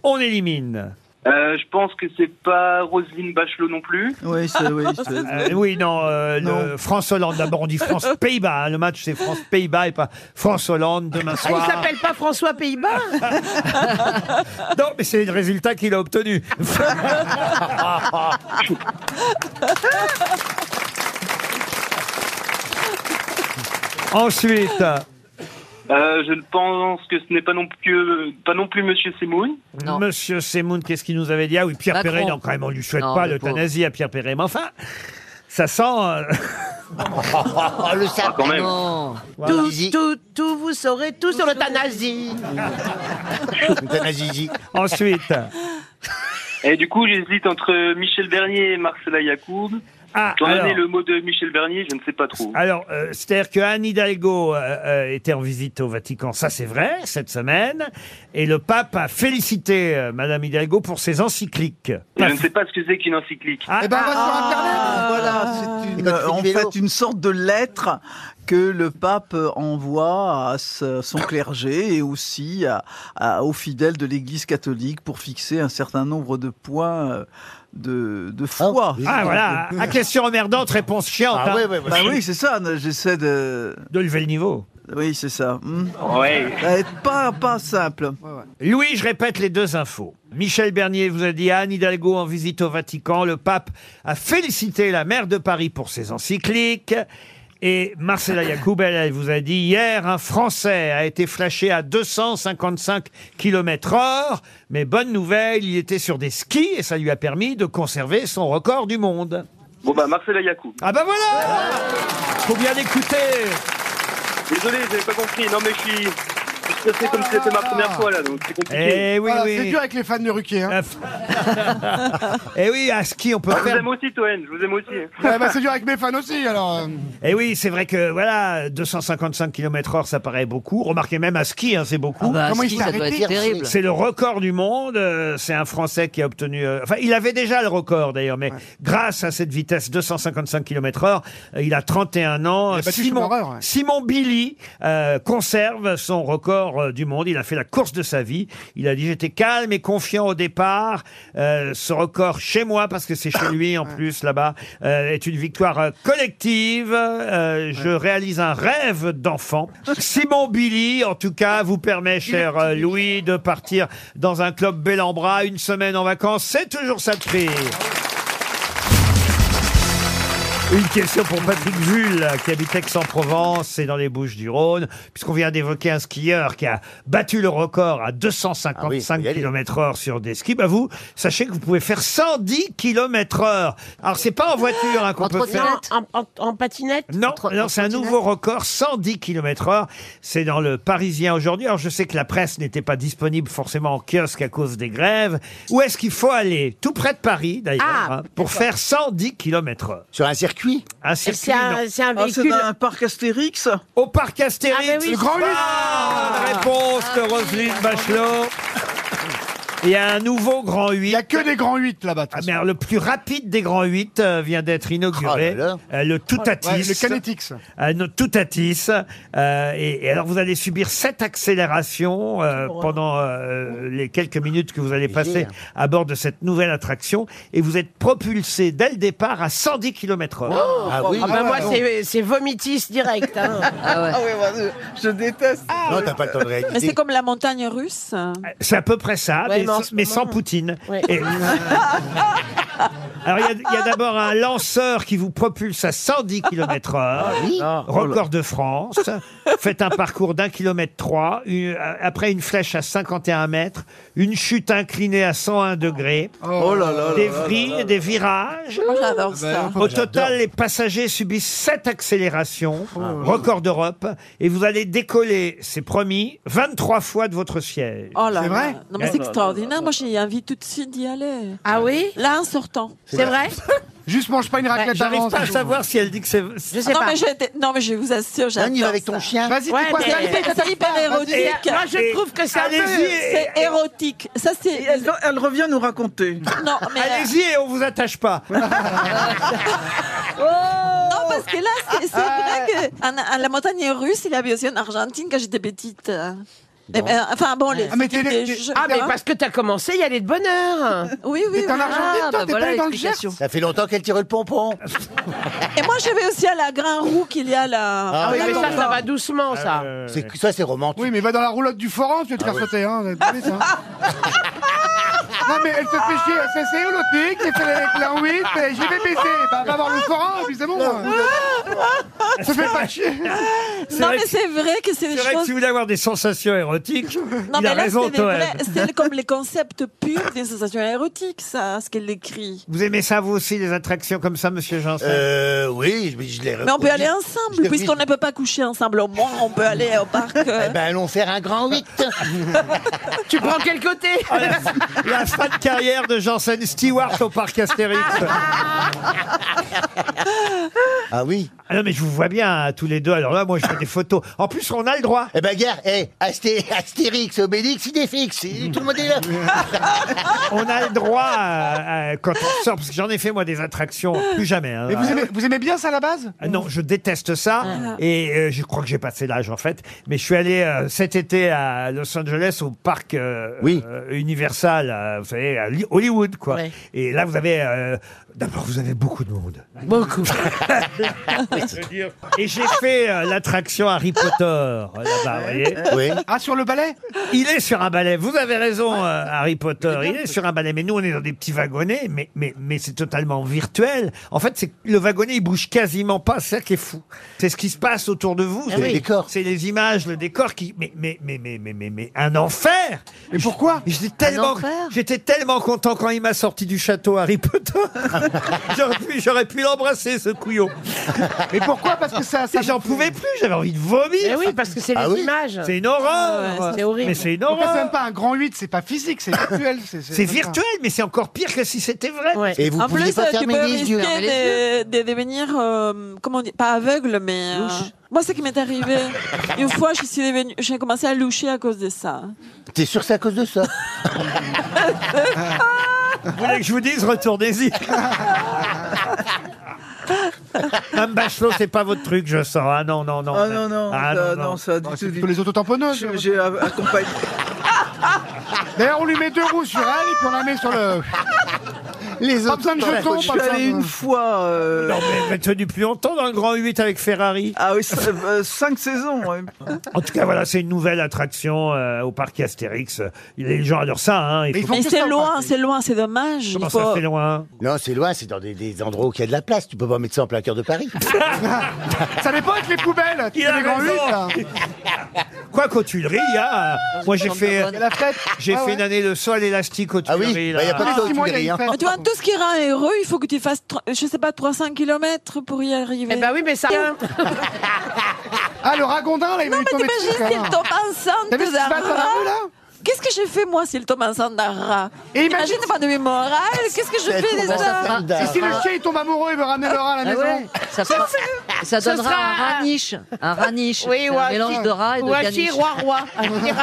[SPEAKER 2] On élimine.
[SPEAKER 17] Euh, je pense que c'est pas Roselyne Bachelot non plus.
[SPEAKER 5] Oui, c'est- oui, c'est-
[SPEAKER 2] Euh, oui, non, euh, le France-Hollande, d'abord on dit France-Pays-Bas. hein. le match c'est France-Pays-Bas et pas France-Hollande demain
[SPEAKER 6] Ah, il
[SPEAKER 2] soir.
[SPEAKER 6] s'appelle pas François Pays-Bas
[SPEAKER 2] non, mais c'est le résultat qu'il a obtenu. Ensuite,
[SPEAKER 17] Euh, je ne pense que ce n'est pas non plus pas non plus Monsieur Semoun.
[SPEAKER 2] Monsieur Semoun, qu'est-ce qu'il nous avait dit Ah oui, Pierre
[SPEAKER 17] Macron.
[SPEAKER 2] Perret, non, quand même, on lui souhaite
[SPEAKER 17] Non,
[SPEAKER 2] pas
[SPEAKER 17] le
[SPEAKER 2] l'euthanasie à Pierre Perret. Mais enfin, ça sent. euh,
[SPEAKER 1] le
[SPEAKER 2] Ah, quand même.
[SPEAKER 6] Non.
[SPEAKER 2] Voilà.
[SPEAKER 6] Tout, tout, tout, vous saurez tout sur l'euthanasie.
[SPEAKER 2] Ensuite.
[SPEAKER 17] Et du coup, j'hésite entre Michel Bernier et Marcela Yacoub.
[SPEAKER 2] Ah,
[SPEAKER 17] Étant donné
[SPEAKER 2] alors.
[SPEAKER 17] le mot de Michel Bernier, je ne sais pas trop.
[SPEAKER 2] Alors, euh, c'est-à-dire que Anne Hidalgo euh, euh, était en visite au Vatican, ça c'est vrai, cette semaine, et le pape a félicité euh, Madame Hidalgo pour ses encycliques.
[SPEAKER 12] Ah,
[SPEAKER 17] Et je ne sais pas ce que c'est qu'une encyclique.
[SPEAKER 5] Eh
[SPEAKER 2] Ah,
[SPEAKER 5] ben, Ah, Voilà, c'est une, en fait une sorte de lettre que le pape envoie à ce- son clergé et aussi à- à- aux fidèles de l'Église catholique pour fixer un certain nombre de points euh, de, de foi.
[SPEAKER 2] Ah voilà, à question emmerdante, réponse chiante.
[SPEAKER 5] Ah
[SPEAKER 2] hein.
[SPEAKER 5] oui, bah oui, c'est ça, j'essaie de...
[SPEAKER 2] De lever le niveau.
[SPEAKER 5] Oui, c'est ça. hmm.
[SPEAKER 2] Ouais.
[SPEAKER 5] Ça va être Pas, pas simple.
[SPEAKER 2] Louis, je répète les deux infos. Michel Bernier vous a dit Anne Hidalgo en visite au Vatican. Le pape a félicité la maire de Paris pour ses encycliques. Et Marcela Yacoub, elle, elle vous a dit hier, un Français a été flashé à 255 km heure. Mais bonne nouvelle, il était sur des skis et ça lui a permis de conserver son record du monde.
[SPEAKER 17] Bon bah Marcela Yacoub.
[SPEAKER 2] Ah ben voilà Faut bien l'écouter
[SPEAKER 17] Désolé, j'avais pas compris. Non mais je suis je suis stressé comme si c'était ma première fois là, donc c'est compliqué.
[SPEAKER 3] Voilà, C'est dur avec les fans de Ruquier. hein.
[SPEAKER 2] Eh oui, à ski, on peut
[SPEAKER 17] Ah, Je vous
[SPEAKER 2] faire
[SPEAKER 17] aime aussi, Toen. Je vous aime aussi.
[SPEAKER 3] Ouais, bah, c'est dur avec mes fans aussi, alors. euh.
[SPEAKER 2] Et Eh oui, c'est vrai que voilà, 255 km h ça paraît beaucoup. Remarquez même à ski, hein, c'est beaucoup.
[SPEAKER 3] bah, à Comment il ski, s'est ça doit arrêté être terrible.
[SPEAKER 2] C'est le record du monde. euh, C'est un Français qui a obtenu. euh, Enfin, il avait déjà le record d'ailleurs, mais grâce à cette vitesse 255 km h euh, il a 31 ans.
[SPEAKER 3] Il a battu
[SPEAKER 2] Simon,
[SPEAKER 3] Schumacher, ouais.
[SPEAKER 2] Simon Billy euh, conserve son record euh, du monde. Il a fait la course de sa vie. Il a dit j'étais calme et confiant au départ. Euh, ce record chez moi parce que c'est chez lui en plus là-bas euh, est une victoire euh, collective. Euh, Je réalise un rêve d'enfant. Simon Billy, en tout cas, vous permet, cher euh, Louis, de partir dans un club bel en bras une semaine en vacances. C'est toujours ça de prix. Une question pour Patrick Vull, qui habite Aix-en-Provence et dans les Bouches-du-Rhône, puisqu'on vient d'évoquer un skieur qui a battu le record à 255 km heure sur des skis. Bah vous, sachez que vous pouvez faire 110 km heure. Alors c'est pas en voiture hein, qu'on peut faire.
[SPEAKER 6] En, en- en patinette
[SPEAKER 2] Non, non, c'est un nouveau record, 110 km heure. C'est dans le Parisien aujourd'hui. Alors, je sais que la presse n'était pas disponible forcément en kiosque à cause des grèves. Où est-ce qu'il faut aller Tout près de Paris, d'ailleurs,
[SPEAKER 6] Ah,
[SPEAKER 2] hein, pour faire 110 km heure. Sur un circuit Un circuit,
[SPEAKER 6] c'est un-
[SPEAKER 2] non.
[SPEAKER 6] c'est un Ah, c'est véhicule- dans un
[SPEAKER 5] parc Astérix
[SPEAKER 2] Au parc Astérix
[SPEAKER 6] Ah, mais oui. Ah.
[SPEAKER 2] Le Grand Luxe Bonne réponse de Roselyne Bachelot il y a un nouveau grand 8. Il n'y a que des grands 8 là-bas. Ah, mais alors, le plus rapide des grands 8 euh, vient d'être inauguré. Euh, le Toutatis.
[SPEAKER 3] Ouais, le Canetix.
[SPEAKER 2] Euh, no- tout à 10. Euh, et, et alors, vous allez subir sept accélérations euh, pendant euh, les quelques minutes que vous allez passer
[SPEAKER 1] hein.
[SPEAKER 2] à bord de cette nouvelle attraction. Et vous êtes propulsé dès le départ à 110 km heure.
[SPEAKER 6] Ah bah moi, c'est- c'est vomitis direct. hein. Ah.
[SPEAKER 5] Ah ouais, bah, je- je déteste.
[SPEAKER 2] Non, t'as pas le temps de
[SPEAKER 7] Mais c'est comme la montagne russe.
[SPEAKER 2] C'est à peu près ça,
[SPEAKER 7] Ouais,
[SPEAKER 2] mais,
[SPEAKER 7] mais en
[SPEAKER 2] sans-
[SPEAKER 7] ce
[SPEAKER 2] mais
[SPEAKER 7] moment-
[SPEAKER 2] sans Poutine.
[SPEAKER 7] Ouais.
[SPEAKER 2] Et- Alors, il y a- il y a, d'abord un lanceur qui vous propulse à 110 km heure.
[SPEAKER 5] Ah
[SPEAKER 1] oui
[SPEAKER 2] Record de France. Faites un parcours d'un kilomètre trois. une- Après une flèche à 51 mètres. Une chute inclinée à 101 degrés.
[SPEAKER 5] Oh là là là
[SPEAKER 2] Des
[SPEAKER 5] là là
[SPEAKER 2] vrilles,
[SPEAKER 5] là Ah ben, là.
[SPEAKER 2] des virages.
[SPEAKER 7] Moi, Oh, j'adore
[SPEAKER 5] ça.
[SPEAKER 2] Au total, les passagers subissent 7 accélérations,
[SPEAKER 5] Ah
[SPEAKER 2] record d'Europe, et vous allez décoller, c'est promis, 23 fois de votre siège.
[SPEAKER 7] Oh là
[SPEAKER 2] C'est
[SPEAKER 7] là.
[SPEAKER 2] vrai
[SPEAKER 7] Non, mais
[SPEAKER 2] Oh
[SPEAKER 7] c'est
[SPEAKER 2] là
[SPEAKER 7] extraordinaire. Moi, j'ai envie tout de suite d'y aller.
[SPEAKER 6] Ah oui
[SPEAKER 7] Là, en sortant.
[SPEAKER 3] Juste mange pas une raclette
[SPEAKER 2] Ouais, j'arrive
[SPEAKER 3] avant.
[SPEAKER 2] pas à
[SPEAKER 3] c'est tout.
[SPEAKER 2] savoir si elle dit que c'est.
[SPEAKER 7] Ah non, Mais j'étais- non, mais je vous assure, j'adore
[SPEAKER 3] y va avec ton
[SPEAKER 7] ça.
[SPEAKER 3] chien. Vas-y,
[SPEAKER 6] Ouais, mais-
[SPEAKER 7] C'est hyper érotique.
[SPEAKER 6] Et- moi, je trouve que c'est un peu-
[SPEAKER 7] C'est érotique. Ça, c'est...
[SPEAKER 5] Elle, elle revient nous raconter.
[SPEAKER 7] Non, mais...
[SPEAKER 2] Allez-y et on vous attache pas.
[SPEAKER 6] Oh
[SPEAKER 7] Non, parce que là,
[SPEAKER 6] Ah,
[SPEAKER 7] c'est c'est vrai que en- en la montagne russe, il y avait aussi en Argentine quand j'étais petite. Eh ben, enfin bon, les.
[SPEAKER 6] Ah, mais, t'es-
[SPEAKER 7] des
[SPEAKER 6] t'es-
[SPEAKER 7] jeux- hein.
[SPEAKER 6] ah, mais parce que t'as commencé à y aller de bonne heure.
[SPEAKER 7] Oui, oui,
[SPEAKER 6] T'es en
[SPEAKER 7] oui.
[SPEAKER 6] Argentine,
[SPEAKER 7] Ah,
[SPEAKER 6] toi,
[SPEAKER 7] bah
[SPEAKER 6] t'es
[SPEAKER 7] voilà
[SPEAKER 6] pas allé dans le Gers.
[SPEAKER 7] l'explication.
[SPEAKER 1] Ça fait longtemps qu'elle tire le pompon.
[SPEAKER 7] Et moi, je vais aussi à la Grand Roue qu'il y a là.
[SPEAKER 1] Ah oui,
[SPEAKER 7] là,
[SPEAKER 1] mais
[SPEAKER 7] dans
[SPEAKER 1] ça,
[SPEAKER 7] le
[SPEAKER 1] ça
[SPEAKER 7] nord.
[SPEAKER 1] va
[SPEAKER 6] doucement, ça.
[SPEAKER 1] C'est- Ça, c'est
[SPEAKER 2] Ah,
[SPEAKER 1] romantique.
[SPEAKER 3] Oui, mais va dans la roulotte du forum, tu vas te
[SPEAKER 1] Ah
[SPEAKER 3] faire
[SPEAKER 1] oui.
[SPEAKER 3] sauter. Hein, vous avez pas vu, ça non, mais elle se fait chier. C'est c'est où l'autre mec qui fait avec la oui, fait j'ai fait baisser. Bah, va voir le forum, puis c'est bon. Se fait pas chier.
[SPEAKER 7] Non, mais c'est vrai que c'est
[SPEAKER 2] C'est
[SPEAKER 7] des
[SPEAKER 2] vrai que
[SPEAKER 7] choses.
[SPEAKER 2] si vous voulez avoir des sensations érotiques,
[SPEAKER 7] Non,
[SPEAKER 2] il a
[SPEAKER 7] mais là,
[SPEAKER 2] raison,
[SPEAKER 7] c'est des
[SPEAKER 2] Toen.
[SPEAKER 7] vrais- c'est comme les concepts purs des sensations érotiques, ça, ce qu'elle décrit.
[SPEAKER 2] Vous aimez ça, vous aussi, les attractions comme ça, monsieur Janssen
[SPEAKER 1] Euh, oui, mais je l'ai
[SPEAKER 7] Mais on peut
[SPEAKER 1] reproduit.
[SPEAKER 7] aller
[SPEAKER 1] Je l'ai
[SPEAKER 7] ensemble, puisqu'on
[SPEAKER 1] mis-
[SPEAKER 7] ne peut pas coucher ensemble. Au moins, on peut aller au parc. euh,
[SPEAKER 1] Eh ben, allons faire un grand Ah, 8.
[SPEAKER 6] Tu prends quel côté
[SPEAKER 2] La fin de carrière de Janssen Stewart au parc Astérix.
[SPEAKER 1] ah oui.
[SPEAKER 2] Ah non, mais je vous vois bien, hein, tous les deux. Alors là, moi, je fais des photos. En plus, on a le droit.
[SPEAKER 1] Eh ben, regarde, eh, Asté- Astérix, Obélix, Idéfix, tout le monde est là.
[SPEAKER 2] On a le droit à- à- quand on sort, parce que j'en ai fait, moi, des attractions. Plus jamais. hein.
[SPEAKER 3] Mais vous aimez, vous aimez bien ça à la base
[SPEAKER 2] Ah Non, je déteste ça.
[SPEAKER 3] Ah.
[SPEAKER 2] Et euh, je crois que j'ai passé l'âge, en fait. Mais je suis allé euh, cet été à Los Angeles, au parc euh, euh, Universal, euh, vous savez, à Li- Hollywood, quoi.
[SPEAKER 6] Ouais.
[SPEAKER 2] Et là, vous avez... euh, D'abord, vous avez beaucoup de monde.
[SPEAKER 6] Beaucoup.
[SPEAKER 2] Et j'ai fait euh, l'attraction Harry Potter, euh, là-bas, vous voyez.
[SPEAKER 3] Ah, sur le balai
[SPEAKER 2] Il est sur un balai. Vous avez raison, euh, Harry Potter. Il est sur un balai. Mais nous, on est dans des petits wagonnets, mais, mais, mais c'est totalement virtuel. En fait, c'est que le wagonnet, il bouge quasiment pas. C'est ça qui est fou. C'est ce qui se passe autour de vous.
[SPEAKER 1] Ah oui. Le décor.
[SPEAKER 2] C'est les images, le décor qui. Mais, mais, mais, mais, mais, mais, mais un enfer.
[SPEAKER 3] Mais pourquoi
[SPEAKER 2] J'étais tellement,
[SPEAKER 4] enfer
[SPEAKER 2] j'étais tellement content quand il m'a sorti du château, Harry Potter. j'aurais pu, j'aurais pu l'embrasser, ce couillon.
[SPEAKER 3] Mais pourquoi Parce que ça. ça
[SPEAKER 2] Et j'en pouvais plus. J'avais envie de vomir.
[SPEAKER 6] Eh oui, parce que c'est
[SPEAKER 2] Ah
[SPEAKER 6] les
[SPEAKER 2] oui.
[SPEAKER 6] images. Ah
[SPEAKER 2] C'est une horreur.
[SPEAKER 6] Ouais, c'est horrible.
[SPEAKER 2] Mais c'est une
[SPEAKER 3] Donc là, c'est
[SPEAKER 2] horreur.
[SPEAKER 3] même pas un grand 8, c'est pas physique, c'est virtuel.
[SPEAKER 2] C'est virtuel, mais c'est encore pire que si c'était vrai.
[SPEAKER 1] Et vous
[SPEAKER 7] en
[SPEAKER 1] pouviez
[SPEAKER 7] plus,
[SPEAKER 1] pas
[SPEAKER 7] euh, tu
[SPEAKER 1] fermer
[SPEAKER 7] peux
[SPEAKER 1] les yeux.
[SPEAKER 7] risquer de, de devenir, euh, comment on dit, pas aveugle, mais. euh, moi, c'est ce qui m'est arrivé. Une fois, je suis devenue- j'ai commencé à loucher à cause de ça.
[SPEAKER 1] T'es sûr que c'est à cause de ça Ah.
[SPEAKER 2] Vous voulez que je vous dise, retournez-y. Mme Ah, Bachelot, c'est pas votre truc, je sens. Ah non, non, non.
[SPEAKER 5] Ah non, non,
[SPEAKER 2] Ah
[SPEAKER 5] ça,
[SPEAKER 2] non,
[SPEAKER 5] non,
[SPEAKER 2] non.
[SPEAKER 5] ça, du tout, du
[SPEAKER 3] Tous Bah, les autotamponneuses. hein.
[SPEAKER 5] tout. J'ai a- accompagné.
[SPEAKER 3] D'ailleurs, on lui met deux roues sur elle et puis on la met sur le.
[SPEAKER 1] Les
[SPEAKER 3] Pas besoin de jetons,
[SPEAKER 5] Je
[SPEAKER 3] pas
[SPEAKER 5] suis
[SPEAKER 3] besoin
[SPEAKER 5] allé
[SPEAKER 3] de-
[SPEAKER 5] une fois. euh,
[SPEAKER 2] Non, mais elle a tenu plus longtemps dans le Grand 8 avec Ferrari.
[SPEAKER 5] Ah oui, ça- euh, cinq saisons. ouais.
[SPEAKER 2] En tout cas, voilà, c'est une nouvelle attraction euh, au parc Astérix. Les gens adorent ça, hein. Il
[SPEAKER 3] Mais
[SPEAKER 2] faut-
[SPEAKER 3] Bon,
[SPEAKER 7] Mais
[SPEAKER 3] que
[SPEAKER 7] c'est
[SPEAKER 3] ça,
[SPEAKER 7] loin,
[SPEAKER 3] ouais.
[SPEAKER 7] c'est loin, c'est dommage.
[SPEAKER 2] Comment
[SPEAKER 7] Il faut-
[SPEAKER 2] ça fait loin
[SPEAKER 1] Non, c'est loin, c'est dans des, des endroits où il y a de la place. Tu peux pas mettre ça en plein cœur de Paris.
[SPEAKER 3] Ça dépend avec les poubelles. Tu
[SPEAKER 2] Il
[SPEAKER 3] fais
[SPEAKER 2] a
[SPEAKER 3] les grands 8,
[SPEAKER 2] raison.
[SPEAKER 3] là.
[SPEAKER 2] Quoi qu'aux Tuileries, il y
[SPEAKER 3] Ah,
[SPEAKER 2] a... Moi, j'ai fait,
[SPEAKER 3] Il y a la fête.
[SPEAKER 2] j'ai
[SPEAKER 3] Ah
[SPEAKER 2] fait
[SPEAKER 3] ouais.
[SPEAKER 2] une année de sol élastique aux
[SPEAKER 1] Ah oui,
[SPEAKER 2] Tuileries.
[SPEAKER 1] bah, il y a
[SPEAKER 2] là.
[SPEAKER 1] pas de
[SPEAKER 3] Ah,
[SPEAKER 1] ça aux
[SPEAKER 3] si, moi, il y a
[SPEAKER 1] Tuileries.
[SPEAKER 3] une
[SPEAKER 1] hein.
[SPEAKER 3] fête.
[SPEAKER 7] Mais tu vois, tout ce qui rend heureux, il faut que tu fasses, tro- je sais pas, 300 km pour y arriver.
[SPEAKER 6] Eh ben oui, mais ça.
[SPEAKER 3] Ah, le ragondin, là, il va
[SPEAKER 7] non,
[SPEAKER 3] lui
[SPEAKER 7] mais
[SPEAKER 3] tomber dessus.
[SPEAKER 7] t'imagines,
[SPEAKER 3] quand
[SPEAKER 7] s'il
[SPEAKER 3] même.
[SPEAKER 7] tombe
[SPEAKER 3] T'as
[SPEAKER 7] enceinte
[SPEAKER 3] vu ce qui se
[SPEAKER 7] d'un
[SPEAKER 3] passe dans la rue, là
[SPEAKER 7] rat Qu'est-ce que j'ai fait, moi, s'il tombe enceinte d'un rat
[SPEAKER 3] Et imagine-
[SPEAKER 7] Imagine, pas de vue morale, qu'est-ce que je
[SPEAKER 1] Elle
[SPEAKER 7] fais
[SPEAKER 1] tombe
[SPEAKER 7] de ça
[SPEAKER 1] enceinte d'un
[SPEAKER 3] Et si le
[SPEAKER 1] rat.
[SPEAKER 3] chien il tombe amoureux, il veut ramener le rat à la
[SPEAKER 4] Ah
[SPEAKER 3] maison.
[SPEAKER 4] ouais, ça, fera- ça donnera
[SPEAKER 6] sera
[SPEAKER 4] un
[SPEAKER 6] un-
[SPEAKER 4] raniche. Un raniche.
[SPEAKER 6] Oui,
[SPEAKER 4] C'est
[SPEAKER 6] ou
[SPEAKER 4] un
[SPEAKER 6] un
[SPEAKER 4] mélange
[SPEAKER 6] chi-
[SPEAKER 4] de rat et de
[SPEAKER 6] ou un
[SPEAKER 4] caniche.
[SPEAKER 6] chihuahua. Un
[SPEAKER 4] Ah,
[SPEAKER 6] chihuahua.
[SPEAKER 4] un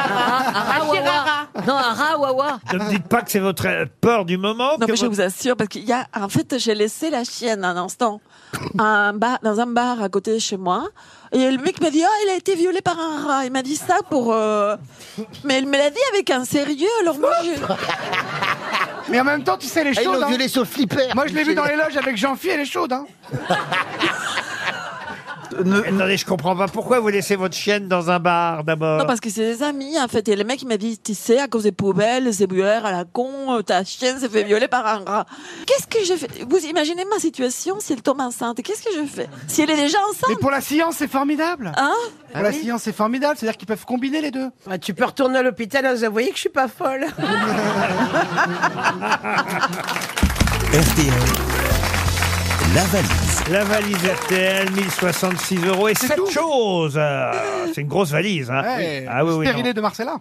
[SPEAKER 6] Un
[SPEAKER 4] rat, wawa.
[SPEAKER 6] chihuahua.
[SPEAKER 4] Non, un rat, wawa.
[SPEAKER 2] Ne me dites pas que c'est votre euh, peur du moment.
[SPEAKER 7] Non,
[SPEAKER 2] que
[SPEAKER 7] mais je
[SPEAKER 2] votre-
[SPEAKER 7] vous assure, parce qu'il y a, en fait, j'ai laissé la chienne un instant un bar, dans un bar à côté de chez moi. Et le mec m'a dit, oh, il a été violé par un rat. Il m'a dit ça pour, euh, mais il me l'a dit avec un sérieux, alors moi, je...
[SPEAKER 3] Mais en même temps, tu sais, elle
[SPEAKER 1] Ah,
[SPEAKER 3] est
[SPEAKER 1] ils
[SPEAKER 3] chaude.
[SPEAKER 1] l'ont
[SPEAKER 3] hein.
[SPEAKER 1] violé sur le flipper.
[SPEAKER 3] Moi, je l'ai vu dans les loges avec Jean-Phi, elle est chaude. Hein.
[SPEAKER 5] Ne-
[SPEAKER 2] Attendez, je comprends pas. Pourquoi vous laissez votre chienne dans un bar d'abord
[SPEAKER 7] Non, parce que c'est des amis, en fait. Et le mec, il m'a dit, tu sais, à cause des poubelles, ces bueurs à la con, euh, ta chienne s'est fait violer par un rat. Qu'est-ce que je fais Vous imaginez ma situation si elle tombe enceinte Qu'est-ce que je fais Si elle est déjà
[SPEAKER 3] Mais
[SPEAKER 7] enceinte
[SPEAKER 3] pour la science, c'est formidable.
[SPEAKER 7] Hein
[SPEAKER 3] Pour la science, c'est formidable. C'est-à-dire qu'ils peuvent combiner les deux.
[SPEAKER 6] Ah, Tu peux retourner à l'hôpital, hein, vous voyez que je suis pas folle.
[SPEAKER 14] RTL, la valise.
[SPEAKER 2] La valise RTL, 1066 euros et sept
[SPEAKER 3] tout
[SPEAKER 2] choses. Euh, C'est une grosse valise. Hein.
[SPEAKER 3] Ouais,
[SPEAKER 2] Ah oui, oui.
[SPEAKER 3] Stérilé
[SPEAKER 2] non.
[SPEAKER 3] de Marcella.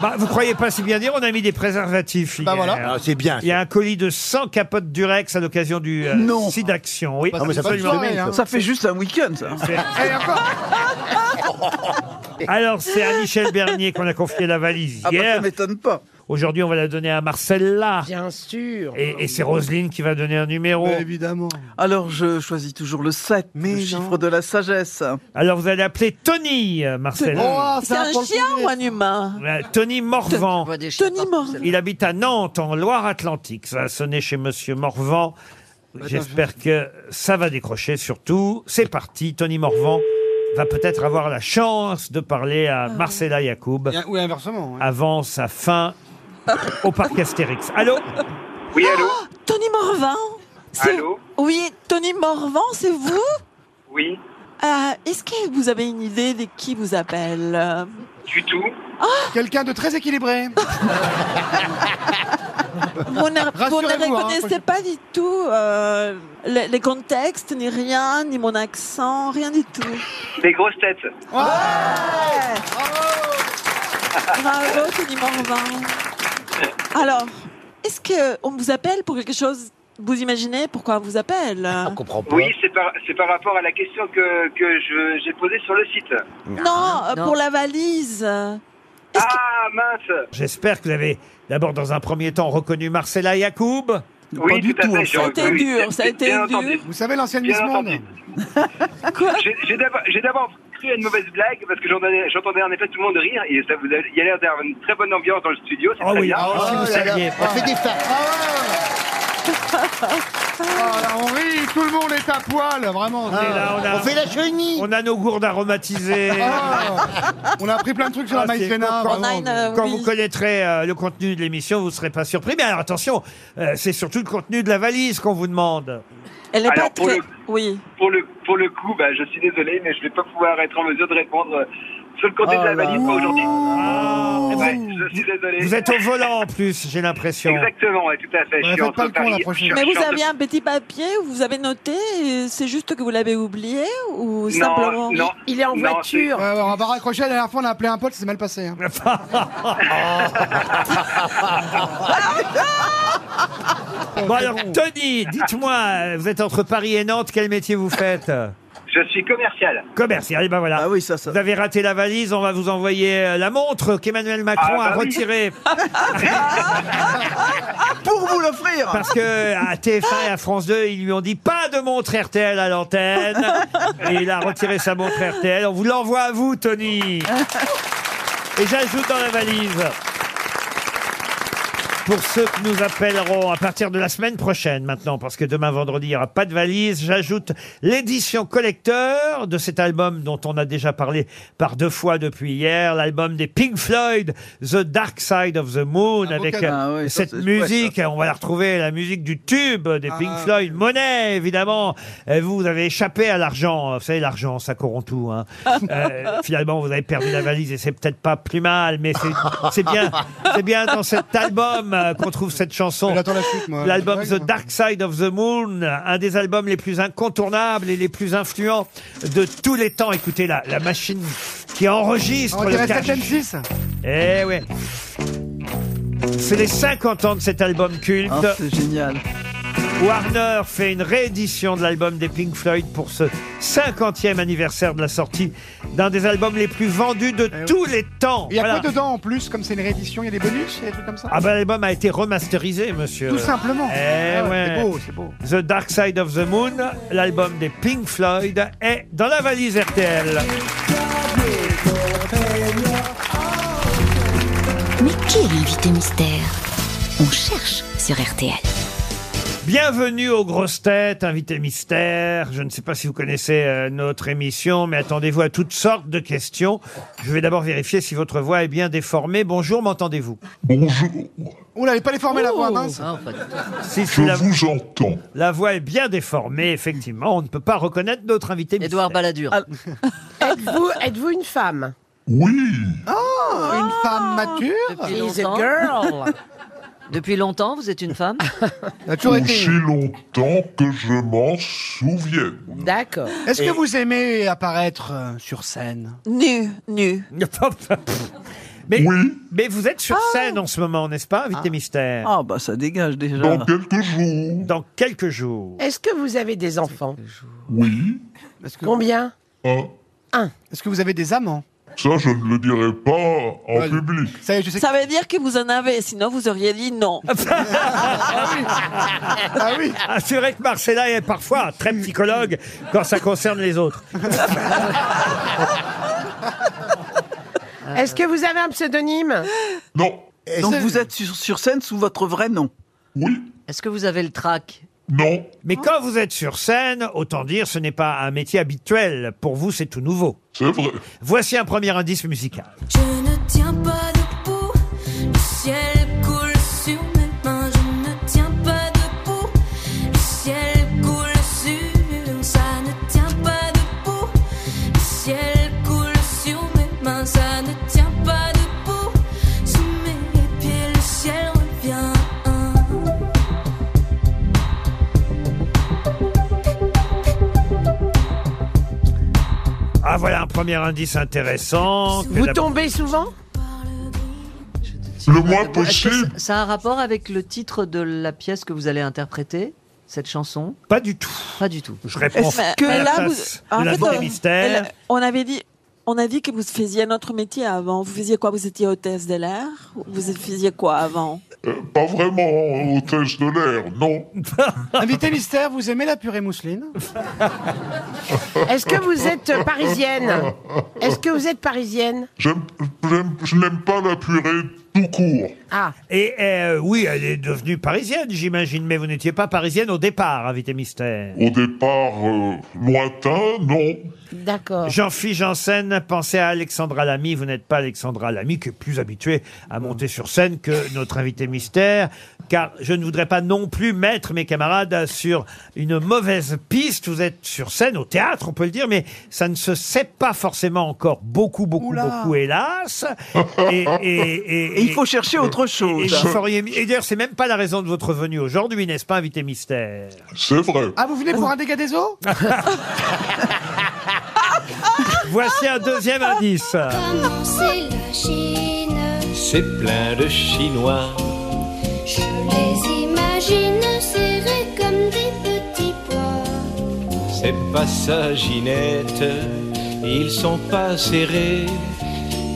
[SPEAKER 2] Bah, vous croyez pas si bien dire, on a mis des préservatifs.
[SPEAKER 3] Bah
[SPEAKER 2] hier.
[SPEAKER 3] voilà.
[SPEAKER 1] Ah, c'est bien.
[SPEAKER 2] Il y a un colis de 100 capotes Durex à l'occasion du euh,
[SPEAKER 5] Non.
[SPEAKER 2] site d'action. Oui,
[SPEAKER 3] Ah, mais ça
[SPEAKER 2] absolument.
[SPEAKER 3] peut être une semaine,
[SPEAKER 5] Ça fait juste un week-end, ça.
[SPEAKER 3] Et encore,
[SPEAKER 2] Alors, c'est à Michel Bernier qu'on a confié la valise
[SPEAKER 5] Ah bah,
[SPEAKER 2] hier.
[SPEAKER 5] ça m'étonne pas.
[SPEAKER 2] Aujourd'hui, on va la donner à Marcella.
[SPEAKER 6] Bien sûr.
[SPEAKER 2] Et, et c'est Roselyne qui va donner un numéro.
[SPEAKER 5] évidemment. Alors je choisis toujours le 7, le chiffre de la sagesse.
[SPEAKER 2] Alors vous allez appeler Tony, euh,
[SPEAKER 3] Oh,
[SPEAKER 2] Marcella.
[SPEAKER 7] Oh,
[SPEAKER 5] Oh,
[SPEAKER 7] c'est un chien ou un humain
[SPEAKER 2] Euh, Tony Morvan.
[SPEAKER 7] Tony Morvan.
[SPEAKER 2] Il habite à Nantes, en Loire-Atlantique. Ça a sonné chez Monsieur Morvan. J'espère que ça va décrocher surtout. C'est parti. Tony Morvan va peut-être avoir la chance de parler à Marcella Yacoub
[SPEAKER 3] Oui, inversement. ouais.
[SPEAKER 2] avant sa fin au parc Astérix. Allô
[SPEAKER 7] Oui, allô Ah, Tony Morvan c'est-
[SPEAKER 12] Allô
[SPEAKER 7] Oui, Tony Morvan, c'est vous
[SPEAKER 12] Oui,
[SPEAKER 7] Euh, Est-ce que vous avez une idée de qui vous appelle Euh,
[SPEAKER 12] du tout.
[SPEAKER 3] Quelqu'un de très équilibré.
[SPEAKER 7] Vous ne, vous ne
[SPEAKER 3] Rassurez-vous, hein,
[SPEAKER 7] reconnaissez
[SPEAKER 3] moi,
[SPEAKER 7] pas du tout euh, les, les contextes, ni rien, ni mon accent, rien du tout.
[SPEAKER 12] Des grosses têtes.
[SPEAKER 7] Bravo, Tony Morvan. Alors, est-ce qu'on vous appelle pour quelque chose Vous imaginez pourquoi on vous appelle On
[SPEAKER 1] comprend
[SPEAKER 12] Oui, c'est par, c'est par rapport à la question que, que je- j'ai posée sur le site.
[SPEAKER 7] Non, euh, pour la valise.
[SPEAKER 12] Ah, mince
[SPEAKER 2] J'espère que vous avez d'abord dans un premier temps reconnu Marcella Yacoub.
[SPEAKER 12] Oui, Pas du tout à tout, fait, en j'ai fait. reconnu. Ça a été dur, ça a été Bien dur. entendu.
[SPEAKER 3] Vous savez, l'ancienne
[SPEAKER 12] Bien
[SPEAKER 3] Miss Monde.
[SPEAKER 12] entendu.
[SPEAKER 2] Ah,
[SPEAKER 12] J'ai- J'ai d'abord- j'ai d'abord cru à une mauvaise blague parce que j'entendais j'entendais en effet tout le monde rire et ça vous a- il y a l'air d'avoir une très bonne ambiance dans le studio. c'est
[SPEAKER 2] Oh
[SPEAKER 12] très
[SPEAKER 2] oui,
[SPEAKER 12] bien.
[SPEAKER 1] Ah,
[SPEAKER 2] oh, si vous saviez. Ah.
[SPEAKER 1] On fait des farces. Ah.
[SPEAKER 3] Oh, là, on rit, tout le monde est à poil, vraiment.
[SPEAKER 2] On est là, Ah. on a- On a nos gourdes aromatisées.
[SPEAKER 3] Ah, on a appris plein de trucs sur
[SPEAKER 2] Ah,
[SPEAKER 3] la
[SPEAKER 2] c'est-
[SPEAKER 3] maïzena.
[SPEAKER 2] quand-
[SPEAKER 3] vraiment.
[SPEAKER 2] Quand vous connaîtrez euh, le contenu de l'émission, vous ne serez pas surpris. Mais alors attention, euh, c'est surtout le contenu de la valise qu'on vous demande.
[SPEAKER 7] Elle
[SPEAKER 2] est
[SPEAKER 12] Alors,
[SPEAKER 2] pas
[SPEAKER 12] pour
[SPEAKER 2] très-
[SPEAKER 12] le,
[SPEAKER 7] oui.
[SPEAKER 12] pour, le, pour le coup, bah, je suis désolé, mais je vais pas pouvoir être en mesure de répondre euh, sur le côté
[SPEAKER 2] Oh
[SPEAKER 12] de la
[SPEAKER 2] là
[SPEAKER 12] valise
[SPEAKER 2] là.
[SPEAKER 12] pas aujourd'hui.
[SPEAKER 2] vous-
[SPEAKER 12] Ouais, je suis désolé.
[SPEAKER 2] Vous êtes au volant en plus, j'ai l'impression.
[SPEAKER 12] Exactement, ouais, tout à fait. je suis entre Paris- je suis-
[SPEAKER 7] Mais
[SPEAKER 12] je suis
[SPEAKER 7] vous
[SPEAKER 12] entre-
[SPEAKER 7] avez un petit papier où vous avez noté, et c'est juste que vous l'avez oublié ou
[SPEAKER 12] Non,
[SPEAKER 7] simplement
[SPEAKER 12] non,
[SPEAKER 6] Il est en voiture.
[SPEAKER 3] Ouais, ouais, on va raccrocher. La dernière fois, on a appelé un pote, ça s'est mal passé. hein.
[SPEAKER 2] Bon alors, Tony, dites-moi, euh, vous êtes entre Paris et Nantes, quel métier vous faites
[SPEAKER 12] Je suis commercial.
[SPEAKER 2] Commercial, et ben voilà.
[SPEAKER 5] Ah oui, ça, ça.
[SPEAKER 2] Vous avez raté la valise, on va vous envoyer euh, la montre qu'Emmanuel Macron
[SPEAKER 5] Ah, bah
[SPEAKER 2] a
[SPEAKER 5] oui.
[SPEAKER 2] retirée.
[SPEAKER 5] Pour vous l'offrir
[SPEAKER 2] Parce que à TF1 et à France 2, ils lui ont dit pas de montre RTL à l'antenne. Et il a retiré sa montre RTL. On vous l'envoie à vous, Tony. Et j'ajoute dans la valise. Pour ceux que nous appellerons à partir de la semaine prochaine maintenant, parce que demain vendredi, il n'y aura pas de valise, j'ajoute l'édition collecteur de cet album dont on a déjà parlé par deux fois depuis hier, l'album des Pink Floyd, The Dark Side of the Moon, avec
[SPEAKER 5] cadeau. Ah
[SPEAKER 2] euh,
[SPEAKER 5] oui, ça,
[SPEAKER 2] cette
[SPEAKER 5] c'est- ouais, ça, Ah.
[SPEAKER 2] musique musique, on va la retrouver, la musique du tube des Pink Floyd, Monet, évidemment. Euh, Vous, vous avez échappé à l'argent, vous savez, l'argent, ça corrompt tout. hein. Euh, finalement, vous avez perdu la valise et c'est peut-être pas plus mal, mais c'est- c'est bien, c'est bien dans cet album euh, qu'on trouve cette chanson.
[SPEAKER 3] moi.
[SPEAKER 2] L'album
[SPEAKER 3] Blague,
[SPEAKER 2] The Dark Side of the Moon, un des albums les plus incontournables et les plus influents de tous les temps. Écoutez, la, la machine qui enregistre
[SPEAKER 3] On
[SPEAKER 2] le
[SPEAKER 3] dirait
[SPEAKER 2] cash.
[SPEAKER 3] 7 6
[SPEAKER 2] Eh ouais. C'est les 50 ans de cet album culte.
[SPEAKER 5] Ah, c'est génial.
[SPEAKER 2] Warner fait une réédition de l'album des Pink Floyd pour ce 50e anniversaire de la sortie d'un des albums les plus vendus de tous les temps.
[SPEAKER 3] Eh Il y a
[SPEAKER 2] Oh, Voilà.
[SPEAKER 3] quoi dedans en plus Comme c'est une réédition, il y a des bonus, il y a des trucs comme ça
[SPEAKER 2] Ah ben l'album a été remasterisé, monsieur.
[SPEAKER 3] Tout simplement.
[SPEAKER 2] Eh
[SPEAKER 3] Ah ouais,
[SPEAKER 2] ouais.
[SPEAKER 3] C'est beau, c'est beau.
[SPEAKER 2] The Dark Side of the Moon, l'album des Pink Floyd, est dans la valise RTL.
[SPEAKER 10] Mais qui est l'invité mystère On cherche sur RTL.
[SPEAKER 2] Bienvenue aux grosses têtes, invité mystère. Je ne sais pas si vous connaissez euh, notre émission, mais attendez-vous à toutes sortes de questions. Je vais d'abord vérifier si votre voix est bien déformée. Bonjour, m'entendez-vous Bonjour.
[SPEAKER 3] On n'avait pas les former la voix, mince.
[SPEAKER 2] Oh. Si, si, la... vous entends. La voix est bien déformée, effectivement. On ne peut pas reconnaître notre invité mystère. Édouard Balladur.
[SPEAKER 6] Ah. Êtes-vous êtes une femme
[SPEAKER 2] Oui.
[SPEAKER 3] Oh, une femme mature.
[SPEAKER 4] Ah, Depuis
[SPEAKER 6] She's a
[SPEAKER 4] longtemps.
[SPEAKER 6] girl.
[SPEAKER 4] Depuis longtemps, vous êtes une femme
[SPEAKER 18] Aussi longtemps que je m'en souviens.
[SPEAKER 6] D'accord.
[SPEAKER 3] Est-ce
[SPEAKER 18] Et-
[SPEAKER 3] que vous aimez apparaître euh, sur scène
[SPEAKER 7] Nu, nu.
[SPEAKER 2] mais, mais vous êtes sur scène en ce moment, n'est-ce pas, invité mystère
[SPEAKER 5] Ah bah ça dégage déjà.
[SPEAKER 2] Dans
[SPEAKER 5] quelques
[SPEAKER 18] jours.
[SPEAKER 2] Dans quelques jours.
[SPEAKER 6] Est-ce que vous avez des enfants
[SPEAKER 18] Oui.
[SPEAKER 6] Combien
[SPEAKER 18] Un.
[SPEAKER 6] Un.
[SPEAKER 3] Est-ce que vous avez des amants
[SPEAKER 18] Ça, je ne le dirai pas en public.
[SPEAKER 7] Ça, veut dire que vous en avez, sinon vous auriez dit non.
[SPEAKER 2] Ah oui C'est vrai que Marcella est parfois un très psychologue quand ça concerne les autres.
[SPEAKER 6] Est-ce que vous avez un pseudonyme
[SPEAKER 18] Non.
[SPEAKER 5] Donc vous êtes sur, sur scène sous votre vrai nom
[SPEAKER 18] Oui.
[SPEAKER 4] Est-ce que vous avez le trac
[SPEAKER 18] Non.
[SPEAKER 2] Mais quand vous êtes sur scène, autant dire, ce n'est pas un métier habituel. Pour vous, c'est tout nouveau.
[SPEAKER 18] C'est vrai.
[SPEAKER 2] Voici un premier indice musical.
[SPEAKER 13] Je ne tiens pas debout, le ciel coule sur mes mains. Je ne tiens pas debout, le ciel coule sur. Ça ne tient pas debout, le ciel coule sur mes mains. Ça ne tient pas debout, sous mes pieds le ciel revient.
[SPEAKER 2] Ah, voilà un premier indice intéressant. que
[SPEAKER 6] Vous
[SPEAKER 2] la-
[SPEAKER 6] tombez souvent
[SPEAKER 18] Le moins
[SPEAKER 4] Est-ce que
[SPEAKER 18] possible.
[SPEAKER 4] ça- ça a un rapport avec le titre de la pièce que vous allez interpréter, cette chanson
[SPEAKER 2] Pas du tout.
[SPEAKER 4] Pas du tout.
[SPEAKER 7] Est-ce
[SPEAKER 2] Je
[SPEAKER 7] que là, vous... en fait, euh, on- elle- on avait dit, on a dit que vous faisiez un autre métier avant. Vous faisiez quoi Vous étiez hôtesse de l'air Vous faisiez quoi avant
[SPEAKER 18] Euh, pas vraiment hein, hôtesse de l'air, non.
[SPEAKER 3] Invité mystère, vous aimez la purée mousseline
[SPEAKER 6] Est-ce que vous êtes euh, parisienne Est-ce que vous êtes parisienne
[SPEAKER 18] J'aime- j'aime- je n'aime pas la purée tout court.
[SPEAKER 6] Ah.
[SPEAKER 2] Et euh, oui, elle est devenue parisienne, j'imagine, mais vous n'étiez pas parisienne au départ, invité mystère.
[SPEAKER 18] Au départ euh, lointain, non.
[SPEAKER 6] D'accord.
[SPEAKER 2] Jean-Philippe Janssen, pensez à Alexandra Lamy. Vous n'êtes pas Alexandra Lamy, qui est plus habituée à monter sur scène que notre invité mystère. Car je ne voudrais pas non plus mettre mes camarades sur une mauvaise piste. Vous êtes sur scène, au théâtre, on peut le dire, mais ça ne se sait pas forcément encore beaucoup, beaucoup, beaucoup, hélas. Et,
[SPEAKER 5] il faut chercher autre chose.
[SPEAKER 2] Et, vous feriez mi- et d'ailleurs, c'est même pas la raison de votre venue aujourd'hui, n'est-ce pas, invité mystère
[SPEAKER 18] C'est vrai.
[SPEAKER 3] Ah, vous venez pour un dégât des eaux
[SPEAKER 6] Ah
[SPEAKER 2] Voici un deuxième indice.
[SPEAKER 13] Comment c'est la Chine
[SPEAKER 19] C'est plein de Chinois.
[SPEAKER 13] Je les imagine serrés comme des petits
[SPEAKER 19] Ah,
[SPEAKER 13] pois.
[SPEAKER 19] C'est pas ça, Ginette. Ils sont pas serrés.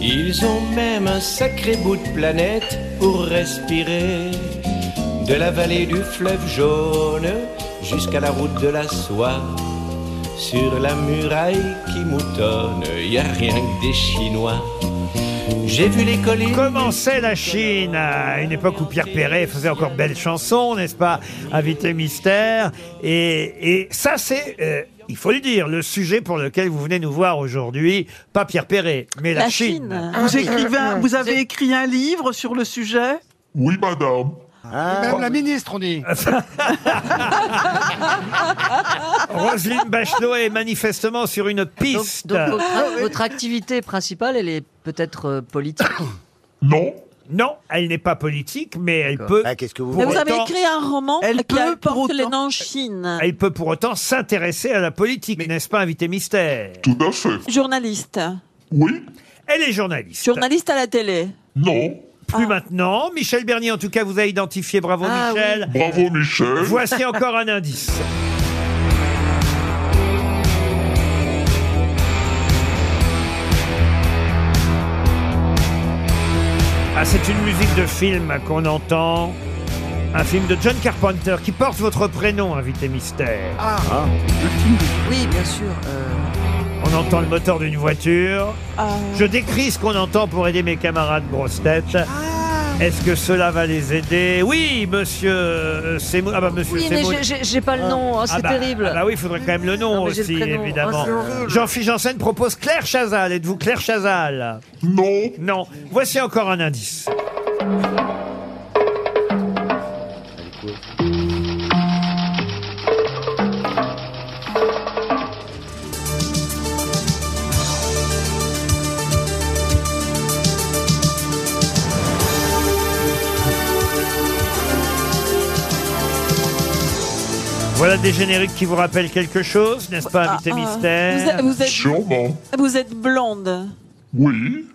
[SPEAKER 19] Ils ont même un sacré bout de planète pour respirer. De la vallée du fleuve jaune jusqu'à la route de la soie. Sur la muraille qui moutonne, y a rien que des Chinois. J'ai vu les collines.
[SPEAKER 2] Commençait la Chine à une époque où Pierre Perret faisait encore belles chansons, n'est-ce pas Invité mystère. Et, et ça, c'est, euh, il faut le dire, le sujet pour lequel vous venez nous voir aujourd'hui. Pas Pierre Perret, mais la, Chine.
[SPEAKER 5] Ah,
[SPEAKER 2] Ah
[SPEAKER 5] Vous, écrivez
[SPEAKER 4] Ah,
[SPEAKER 5] un- vous avez écrit un livre sur le sujet Ah.
[SPEAKER 18] Oui, madame.
[SPEAKER 2] Ah.
[SPEAKER 3] Même la ministre, on dit.
[SPEAKER 2] Roselyne Bachelot est manifestement sur une piste.
[SPEAKER 4] Donc votre, votre activité principale, elle est peut-être euh, politique.
[SPEAKER 18] Non.
[SPEAKER 2] Non, Ah, elle n'est pas politique, mais elle peut.
[SPEAKER 1] Ah, qu'est-ce que
[SPEAKER 7] Mais Vous avez écrit un roman qui apporte le nom Chine.
[SPEAKER 2] Elle peut pour autant s'intéresser à la politique, n'est-ce pas, invité mystère
[SPEAKER 18] Tout à fait.
[SPEAKER 7] Journaliste.
[SPEAKER 18] Oui.
[SPEAKER 2] Elle est journaliste.
[SPEAKER 7] Journaliste à la télé.
[SPEAKER 18] Non.
[SPEAKER 2] Plus maintenant. Michel Bernier, en tout cas, vous a identifié. Bravo,
[SPEAKER 7] Ah
[SPEAKER 2] Michel.
[SPEAKER 18] Bravo, Michel.
[SPEAKER 2] Voici encore un indice. Ah, c'est une musique de film qu'on entend. Un film de John Carpenter qui porte votre prénom, invité mystère.
[SPEAKER 4] Ah. Oui, bien euh. sûr.
[SPEAKER 2] On entend le moteur d'une voiture.
[SPEAKER 4] Euh.
[SPEAKER 7] Ah.
[SPEAKER 2] Je décris ce qu'on entend pour aider mes camarades grosses têtes.
[SPEAKER 4] Ah.
[SPEAKER 2] Est-ce que cela va les aider Oui, monsieur euh, Seymour. Ah bah, monsieur
[SPEAKER 4] Oui, mais
[SPEAKER 2] Seymour.
[SPEAKER 4] j'ai- j'ai- j'ai pas le nom. Oh, c'est
[SPEAKER 2] Ah bah,
[SPEAKER 4] terrible.
[SPEAKER 2] Ah bah oui, il faudrait quand même le nom
[SPEAKER 4] Non, mais j'ai le
[SPEAKER 2] aussi,
[SPEAKER 4] prénom.
[SPEAKER 2] évidemment.
[SPEAKER 4] Ah, c'est horrible.
[SPEAKER 2] Jean-Philippe Janssen propose Claire Chazal. Êtes-vous Claire Chazal
[SPEAKER 18] Non.
[SPEAKER 2] Non. Voici encore un indice. Voilà des génériques qui vous rappellent quelque chose, n'est-ce pas, invité
[SPEAKER 7] Ah, ah.
[SPEAKER 2] mystère
[SPEAKER 7] Vous êtes- vous êtes-
[SPEAKER 18] Sûrement.
[SPEAKER 7] Vous êtes blonde.
[SPEAKER 18] Oui.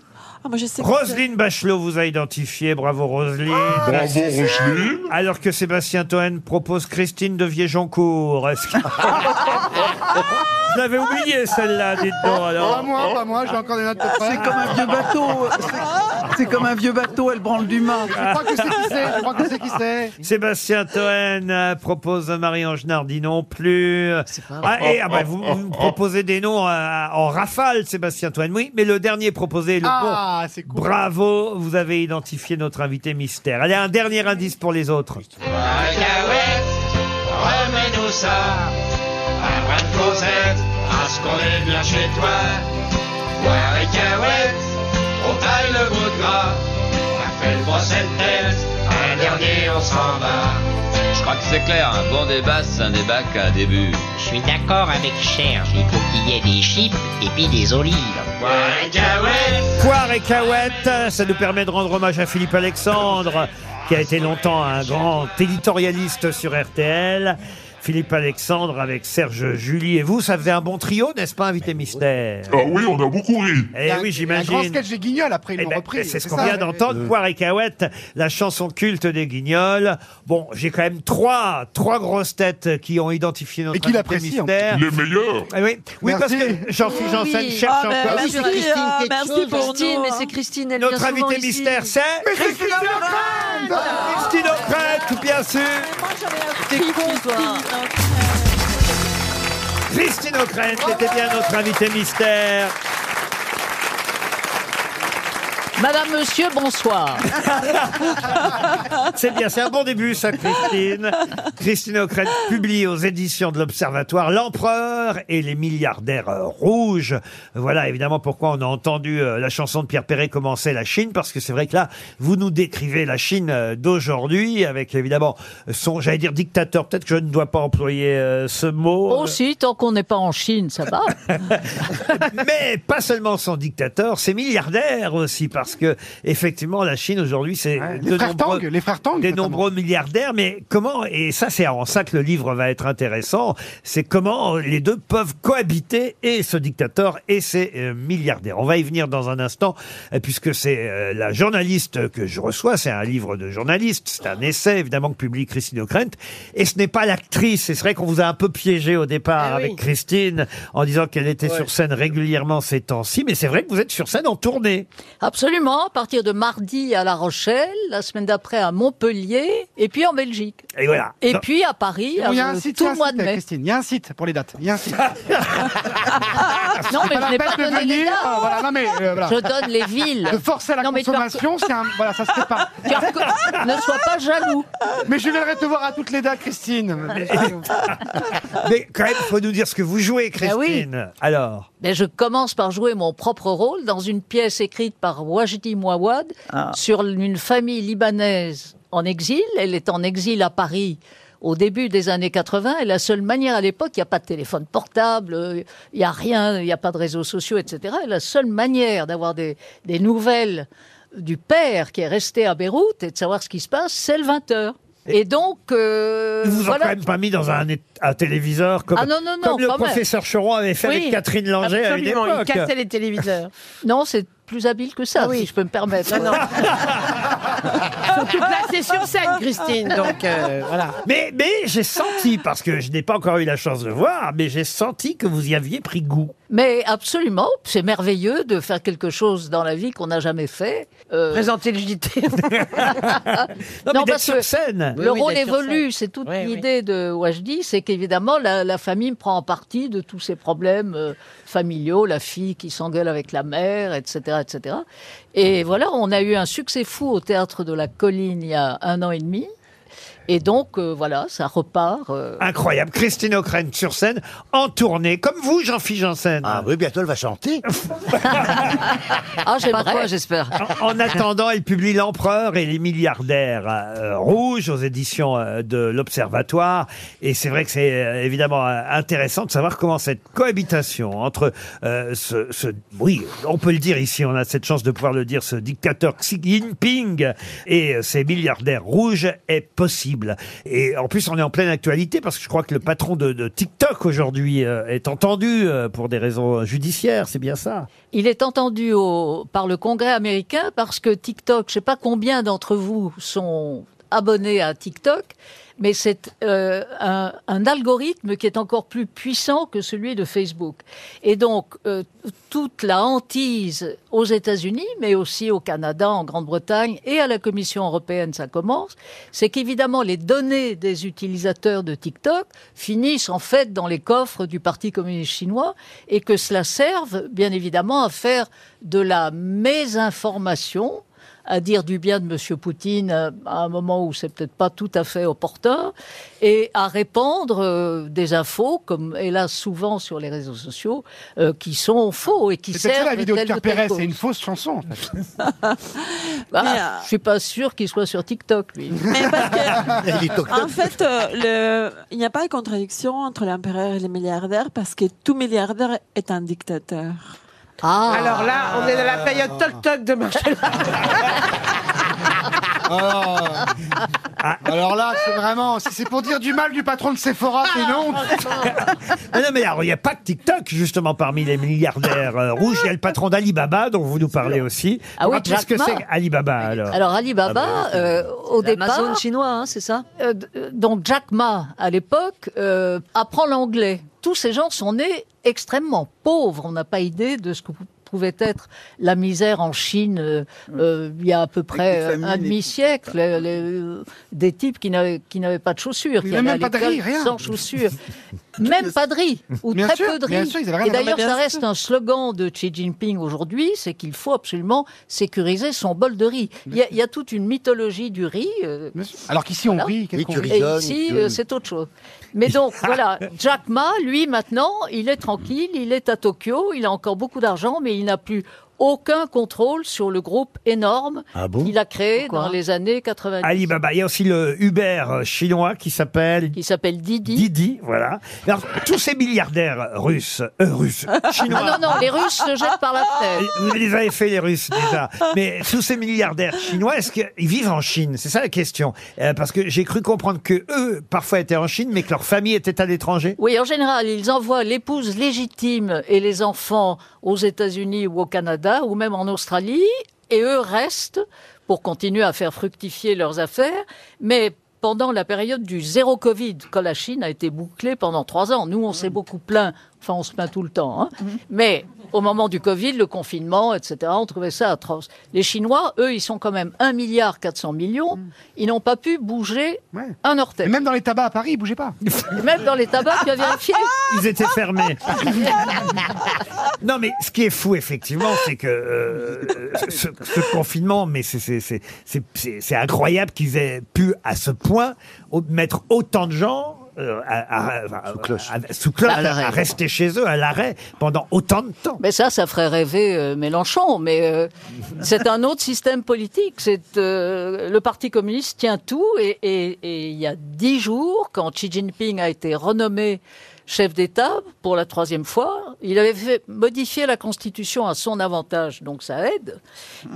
[SPEAKER 7] moi, je sais pas.
[SPEAKER 2] Roselyne Bachelot vous a identifié, bravo Roselyne.
[SPEAKER 7] Ah, Bravo, Roselyne.
[SPEAKER 2] Alors que Sébastien Toen propose Christine de Viejoncourt. Est-ce que- vous l'avez oublié celle-là, dites donc alors.
[SPEAKER 3] Pas moi, pas moi, j'ai encore des notes de
[SPEAKER 2] Ah,
[SPEAKER 3] près.
[SPEAKER 5] C'est comme un vieux bateau. euh, c'est- C'est comme un vieux bateau, elle branle du mât.
[SPEAKER 3] Je crois que c'est qui c'est, je crois que c'est qui c'est.
[SPEAKER 2] Sébastien Toen euh, propose Marie-Ange Nardi non plus. Ah, et, ah bah, vous, vous me proposez des noms euh, en rafale, Sébastien Toen. Oui, mais le dernier proposé, le
[SPEAKER 3] Ah,
[SPEAKER 2] bon.
[SPEAKER 3] c'est cool.
[SPEAKER 2] Bravo, vous avez identifié notre invité mystère. Allez, un dernier indice pour les autres.
[SPEAKER 19] Cacahuète, Ah, remets-nous ça. Un brin de causette, à ce qu'on est bien chez toi. Boire et cacahuète, on taille le bout de gras. On fait le procès de tête, un dernier on s'en va.
[SPEAKER 20] Je crois que c'est clair, un bon débat, c'est un débat qu'un début.
[SPEAKER 21] Je suis d'accord avec Serge, il faut qu'il y ait des chips et puis des olives.
[SPEAKER 2] Poire et Cahouette, ça nous permet de rendre hommage à Philippe Alexandre, qui a été longtemps un grand éditorialiste sur RTL. Philippe Alexandre avec Serge Julie et vous, ça faisait un bon trio, n'est-ce pas, invité mystère Ah oui, on a beaucoup ri. Eh oui,
[SPEAKER 3] Un grand
[SPEAKER 2] j'imagine.
[SPEAKER 3] sketch des guignols après, ils
[SPEAKER 2] Eh
[SPEAKER 3] l'ont
[SPEAKER 2] ben,
[SPEAKER 3] repris.
[SPEAKER 2] C'est ce qu'on
[SPEAKER 3] ça,
[SPEAKER 2] vient
[SPEAKER 3] ouais.
[SPEAKER 2] d'entendre, Poire et Cahouette, la chanson culte des Guignols. Bon, j'ai quand même trois, trois grosses têtes qui ont identifié notre
[SPEAKER 3] Et qui
[SPEAKER 2] invité
[SPEAKER 3] l'apprécient, en plus.
[SPEAKER 2] mystère.
[SPEAKER 18] Les meilleurs.
[SPEAKER 2] Eh oui, oui parce que Jean-Philippe Janssen cherche
[SPEAKER 4] Ah, ben,
[SPEAKER 2] encore.
[SPEAKER 4] merci, euh, merci pour Christine,
[SPEAKER 8] nous,
[SPEAKER 4] mais
[SPEAKER 8] hein.
[SPEAKER 4] c'est Christine, elle
[SPEAKER 2] Notre
[SPEAKER 4] vient souvent
[SPEAKER 2] invité
[SPEAKER 4] ici.
[SPEAKER 2] mystère, c'est Christine O'Crête Christine O'Crête, bien sûr
[SPEAKER 7] T'es con, toi.
[SPEAKER 2] Christine O'Crête était bien notre invité mystère.
[SPEAKER 4] Madame, monsieur, bonsoir.
[SPEAKER 2] C'est bien, c'est un bon début ça, Christine. Christine O'Crête publie aux éditions de l'Observatoire L'Empereur et les milliardaires euh, rouges. Voilà évidemment pourquoi on a entendu euh, la chanson de Pierre Perret commencer la Chine, parce que c'est vrai que là, vous nous décrivez la Chine euh, d'aujourd'hui avec évidemment son, j'allais dire dictateur, peut-être que je ne dois pas employer euh, ce mot.
[SPEAKER 22] Oh si, tant qu'on n'est pas en Chine, ça va.
[SPEAKER 2] Mais pas seulement son dictateur, c'est milliardaire aussi, parce que effectivement, la Chine aujourd'hui, c'est
[SPEAKER 3] les frères Tang, les frères Tang,
[SPEAKER 2] des
[SPEAKER 3] notamment.
[SPEAKER 2] nombreux milliardaires. Mais comment Et ça, c'est en ça que le livre va être intéressant. C'est comment les deux peuvent cohabiter et ce dictateur et ces euh, milliardaires. On va y venir dans un instant, euh, puisque c'est euh, la journaliste que je reçois. C'est un livre de journaliste, c'est un essai évidemment que publie Christine O'Krent. Et ce n'est pas l'actrice. Et c'est vrai qu'on vous a un peu piégé au départ
[SPEAKER 22] Eh
[SPEAKER 2] avec Christine en disant qu'elle était sur scène régulièrement ces temps-ci. Mais c'est vrai que vous êtes sur scène en tournée.
[SPEAKER 22] Absolument, à partir de mardi à La Rochelle, la semaine d'après à Montpellier, et puis en Belgique.
[SPEAKER 2] Et voilà.
[SPEAKER 22] Et
[SPEAKER 3] Non.
[SPEAKER 22] puis à Paris,
[SPEAKER 3] Bon, Il y a
[SPEAKER 22] euh,
[SPEAKER 3] un site, il
[SPEAKER 22] tout
[SPEAKER 3] y a
[SPEAKER 22] le
[SPEAKER 3] un
[SPEAKER 22] mois de
[SPEAKER 3] site,
[SPEAKER 22] mai.
[SPEAKER 3] Christine. Il y a un site pour les dates. Il y a un site.
[SPEAKER 22] Non, mais
[SPEAKER 3] C'est
[SPEAKER 22] je n'ai
[SPEAKER 3] la
[SPEAKER 22] pas
[SPEAKER 3] peine de
[SPEAKER 22] donné les
[SPEAKER 3] venir,
[SPEAKER 22] dates.
[SPEAKER 3] euh, voilà, non, mais, euh, voilà.
[SPEAKER 22] Je donne les villes.
[SPEAKER 3] De forcer à la
[SPEAKER 22] Non, mais tu leur-
[SPEAKER 3] consommation, c'est un. Voilà, ça se fait pas.
[SPEAKER 22] Tu leur- Ne sois pas jaloux.
[SPEAKER 3] Mais je viendrai te voir à toutes les dates, Christine.
[SPEAKER 2] Mais quand même, faut nous dire ce que vous jouez,
[SPEAKER 22] Ah oui.
[SPEAKER 2] Christine. Alors.
[SPEAKER 22] Mais je commence par jouer mon propre rôle dans une pièce écrite par Wajdi Mouawad
[SPEAKER 2] bah.
[SPEAKER 22] sur une famille libanaise en exil. Elle est en exil à Paris au début des années 80 et la seule manière à l'époque, il n'y a pas de téléphone portable, euh, il n'y a rien, il n'y a pas de réseaux sociaux, etc. Et la seule manière d'avoir des, des nouvelles du père qui est resté à Beyrouth et de savoir ce qui se passe, c'est le 20h. Et donc, euh,
[SPEAKER 2] Ils vous
[SPEAKER 22] voilà.
[SPEAKER 2] ont quand même pas mis dans un, é- un téléviseur comme,
[SPEAKER 22] Ah non, non, non,
[SPEAKER 2] comme le
[SPEAKER 22] quand même.
[SPEAKER 2] professeur Choron avait fait avec
[SPEAKER 22] Oui,
[SPEAKER 2] Catherine Langer à une
[SPEAKER 22] absolument, il
[SPEAKER 2] époque.
[SPEAKER 22] cassait
[SPEAKER 6] les téléviseurs. Ah
[SPEAKER 22] Non, c'est plus habile que ça, si je peux me permettre.
[SPEAKER 6] Non, non. Surtout que là, c'est sur scène, Christine. Donc, euh, voilà.
[SPEAKER 2] Mais, mais j'ai senti, parce que je n'ai pas encore eu la chance de voir, mais j'ai senti que vous y aviez pris goût.
[SPEAKER 22] Mais absolument, c'est merveilleux de faire quelque chose dans la vie qu'on n'a jamais fait. Euh,
[SPEAKER 6] Présenter le JT.
[SPEAKER 22] non,
[SPEAKER 6] mais d'être
[SPEAKER 22] parce
[SPEAKER 6] sur
[SPEAKER 22] que
[SPEAKER 6] scène. Oui,
[SPEAKER 22] Le
[SPEAKER 6] oui,
[SPEAKER 22] rôle
[SPEAKER 6] d'être sur
[SPEAKER 22] évolue,
[SPEAKER 6] scène.
[SPEAKER 22] c'est toute
[SPEAKER 6] Oui, oui.
[SPEAKER 22] l'idée de Wajdi, c'est qu'évidemment la, la famille prend en partie de tous ces problèmes euh, familiaux, la fille qui s'engueule avec la mère, etc., etc. Et voilà, on a eu un succès fou au théâtre de la Colline il y a un an et demi, et donc euh, voilà, ça repart. euh,
[SPEAKER 2] Incroyable. Christine O'Krent sur scène, en tournée, comme vous, Jean-Philippe Janssen. Ah oui, bientôt elle va chanter.
[SPEAKER 4] Ah, j'aimerais.
[SPEAKER 2] Pas toi,
[SPEAKER 4] j'espère.
[SPEAKER 2] En en attendant, elle publie L'Empereur et les milliardaires euh, rouges aux éditions euh, de l'Observatoire. Et c'est vrai que c'est euh, évidemment euh, intéressant de savoir comment cette cohabitation entre euh, ce, ce- Oui, on peut le dire ici, on a cette chance de pouvoir le dire, ce dictateur Xi Jinping et euh, ces milliardaires rouges est possible. terrible. Et en plus, on est en pleine actualité parce que je crois que le patron de, de TikTok aujourd'hui euh, est entendu euh, pour des raisons judiciaires, c'est bien ça.
[SPEAKER 22] Il est entendu au- par le Congrès américain parce que TikTok, je ne sais pas combien d'entre vous sont abonnés à TikTok, mais c'est euh, un, un algorithme qui est encore plus puissant que celui de Facebook. Et donc, euh, toute la hantise aux États-Unis, mais aussi au Canada, en Grande-Bretagne et à la Commission européenne, ça commence, c'est qu'évidemment, les données des utilisateurs de TikTok finissent en fait dans les coffres du Parti communiste chinois et que cela serve, bien évidemment, à faire de la mésinformation à dire du bien de M. Poutine euh, à un moment où c'est peut-être pas tout à fait opportun, et à répandre euh, des infos, comme hélas souvent sur les réseaux sociaux, euh, qui sont faux et qui
[SPEAKER 3] C'est peut-être ça
[SPEAKER 22] servent
[SPEAKER 3] la vidéo de
[SPEAKER 22] telle ou
[SPEAKER 3] Pierre
[SPEAKER 22] telle
[SPEAKER 3] Perret,
[SPEAKER 22] cause.
[SPEAKER 3] c'est une fausse chanson. en fait.
[SPEAKER 22] Bah,
[SPEAKER 7] Mais, euh,
[SPEAKER 22] Je suis pas sûr qu'il soit sur TikTok, lui.
[SPEAKER 7] En fait, euh, le- il n'y a pas de contradiction entre l'empereur et les milliardaires parce que tout milliardaire est un dictateur.
[SPEAKER 22] Ah.
[SPEAKER 6] Alors là, on est dans la période toc-toc de Marcella.
[SPEAKER 3] Ah, Alors là, c'est vraiment, si c'est pour dire du mal du patron de Sephora, c'est non.
[SPEAKER 2] Ah non, mais alors, il n'y a pas que TikTok, justement, parmi les milliardaires euh, rouges. Il y a le patron d'Alibaba, dont vous nous parlez aussi.
[SPEAKER 22] Ah oui,
[SPEAKER 2] Rappelez ce que
[SPEAKER 22] Jack Ma.
[SPEAKER 2] c'est Alibaba, alors.
[SPEAKER 22] Alors Alibaba,
[SPEAKER 2] Ah bah,
[SPEAKER 22] euh, au départ,
[SPEAKER 4] L'Amazon chinois, hein, c'est ça
[SPEAKER 22] Euh, d- euh, donc Jack Ma, à l'époque, euh, apprend l'anglais. Tous ces gens sont nés extrêmement pauvres. On n'a pas idée de ce que pou- pouvait être la misère en Chine euh, euh, il y a à peu près
[SPEAKER 5] des famines
[SPEAKER 22] un
[SPEAKER 5] et tout.
[SPEAKER 22] demi-siècle. Les- les- euh, des types qui n'avaient qui n'avaient pas de chaussures, qui
[SPEAKER 5] Oui, mais
[SPEAKER 22] allaient
[SPEAKER 5] même
[SPEAKER 22] à
[SPEAKER 5] pas de
[SPEAKER 22] l'école
[SPEAKER 5] riz, rien.
[SPEAKER 22] sans chaussures. même pas de riz, ou
[SPEAKER 5] Bien
[SPEAKER 22] très
[SPEAKER 5] sûr,
[SPEAKER 22] peu de riz.
[SPEAKER 5] bien sûr, ils avaient rien
[SPEAKER 22] et
[SPEAKER 5] à faire.
[SPEAKER 22] d'ailleurs,
[SPEAKER 5] Bien
[SPEAKER 22] ça
[SPEAKER 5] sûr.
[SPEAKER 22] reste hein. un slogan de Xi Jinping aujourd'hui, c'est qu'il faut absolument sécuriser son bol de riz. Il y, a- il y a toute une mythologie du riz. euh,
[SPEAKER 3] Alors qu'ici, on
[SPEAKER 22] voilà.
[SPEAKER 3] rit. qu'est-ce qu'on rit
[SPEAKER 22] Et ici, euh, c'est autre chose. Mais donc, voilà, Jack Ma, lui, maintenant, il est tranquille, il est à Tokyo, il a encore beaucoup d'argent, mais il n'a plus aucun contrôle sur le groupe énorme
[SPEAKER 2] Ah bon
[SPEAKER 22] qu'il a créé
[SPEAKER 2] Pourquoi
[SPEAKER 22] dans les années 90.
[SPEAKER 2] ben, Alibaba. Il y a aussi le Uber euh, chinois qui s'appelle.
[SPEAKER 22] Qui s'appelle Didi.
[SPEAKER 2] Didi, voilà. Alors, tous ces milliardaires russes, euh, russes, chinois.
[SPEAKER 22] Ah non, non, les Russes se jettent par la fenêtre.
[SPEAKER 2] Vous les avez fait, les Russes, déjà. Mais tous ces milliardaires chinois, est-ce qu'ils vivent en Chine C'est ça la question. Euh, parce que j'ai cru comprendre que eux, parfois, étaient en Chine, mais que leur famille était à l'étranger.
[SPEAKER 22] Oui, en général, ils envoient l'épouse légitime et les enfants aux États-Unis ou au Canada ou même en Australie, et eux restent pour continuer à faire fructifier leurs affaires. Mais pendant la période du zéro Covid, quand la Chine a été bouclée pendant trois ans, nous on
[SPEAKER 3] Mm.
[SPEAKER 22] s'est beaucoup plaint, enfin on se plaint tout le temps, hein. mais au moment du Covid, le confinement, etc., on trouvait ça atroce. Les Chinois, eux, ils sont quand même 1,4 milliard millions, ils n'ont pas pu bouger un orteil.
[SPEAKER 3] Mm. Même dans les tabacs à Paris, ils bougeaient pas.
[SPEAKER 22] Même dans les tabacs, tu as vérifié
[SPEAKER 2] Ils étaient fermés. Non, mais ce qui est fou, effectivement, c'est que euh, ce, ce confinement, mais c'est- c'est- c'est c'est- c'est- c'est incroyable qu'ils aient pu, à ce point, au- mettre autant de gens euh, à- à- sous cloche, à, sous cloche,
[SPEAKER 22] À l'arrêt.
[SPEAKER 2] à rester chez eux, à l'arrêt, pendant autant de temps.
[SPEAKER 22] Mais ça, ça ferait rêver euh, Mélenchon. Mais euh, c'est un autre système politique. C'est euh, le Parti communiste tient tout. Et, et- et il y a dix jours, quand Xi Jinping a été renommé chef d'État pour la troisième fois, il avait fait modifier la constitution à son avantage, donc ça aide.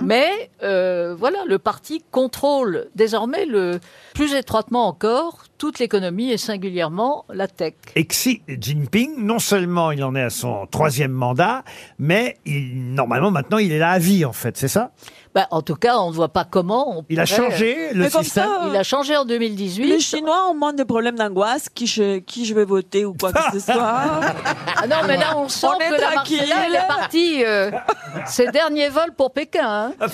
[SPEAKER 22] Mais euh, voilà, le parti contrôle désormais le plus étroitement encore toute l'économie et singulièrement la tech.
[SPEAKER 2] Et que Xi Jinping, non seulement il en est à son troisième mandat, mais il, normalement maintenant il est là à vie en fait, c'est ça
[SPEAKER 22] Bah, en tout cas, on ne voit pas comment. On
[SPEAKER 2] Il a
[SPEAKER 22] pourrait-
[SPEAKER 2] changé le système.
[SPEAKER 22] Il a changé en 2018.
[SPEAKER 7] Les Chinois ont moins de problèmes d'angoisse qui je, qui je vais voter ou quoi que ce soit.
[SPEAKER 22] Ah non, mais là, on sent
[SPEAKER 7] On est
[SPEAKER 22] que la
[SPEAKER 7] tranquille.
[SPEAKER 22] Marseillaise elle est partie. euh, ses derniers vols pour Pékin. hein.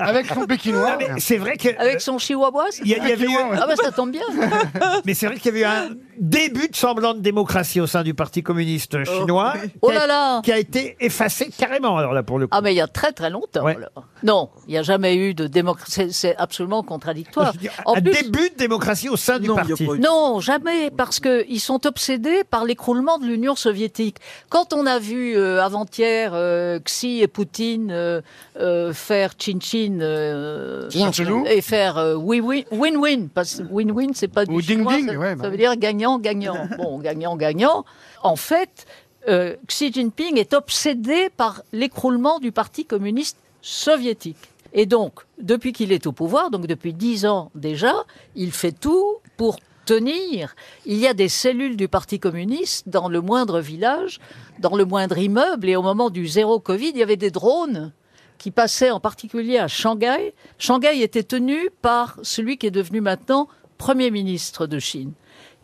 [SPEAKER 3] Avec son béquinois.
[SPEAKER 2] C'est vrai que.
[SPEAKER 22] Avec son chihuahua. c'est
[SPEAKER 2] Il y a- il y avait eu-
[SPEAKER 22] ça Ah bah ça tombe bien.
[SPEAKER 2] Mais c'est vrai qu'il y avait un début de semblant de démocratie au sein du Parti communiste chinois.
[SPEAKER 22] Oh
[SPEAKER 2] qui a-
[SPEAKER 22] là là.
[SPEAKER 2] Qui a été effacé carrément, alors là, pour le coup.
[SPEAKER 22] Ah mais il y a très très longtemps.
[SPEAKER 2] Ouais.
[SPEAKER 22] alors. Non, il n'y a jamais eu de démocratie. C'est- C'est absolument contradictoire.
[SPEAKER 2] Je veux dire,
[SPEAKER 22] En
[SPEAKER 2] un
[SPEAKER 22] plus-
[SPEAKER 2] début de démocratie au sein du parti.
[SPEAKER 22] Non, jamais, parce qu'ils sont obsédés par l'écroulement de l'Union soviétique. Quand on a vu euh, avant-hier euh, Xi et Poutine euh, euh, faire chin-chin euh,
[SPEAKER 3] Tiens, chelou.
[SPEAKER 22] et faire euh, oui, oui, win-win, parce que win-win, c'est pas du
[SPEAKER 3] Ou
[SPEAKER 22] chinois,
[SPEAKER 3] ding-ding,
[SPEAKER 22] ça,
[SPEAKER 3] ouais, bah
[SPEAKER 22] ça
[SPEAKER 3] oui.
[SPEAKER 22] veut dire gagnant-gagnant. Bon, gagnant-gagnant, en fait, euh, Xi Jinping est obsédé par l'écroulement du Parti communiste soviétique. Et donc, depuis qu'il est au pouvoir, donc depuis dix ans déjà, il fait tout pour tenir. Il y a des cellules du Parti communiste dans le moindre village, dans le moindre immeuble, et au moment du zéro Covid, il y avait des drones qui passaient en particulier à Shanghai. Shanghai était tenu par celui qui est devenu maintenant Premier ministre de Chine.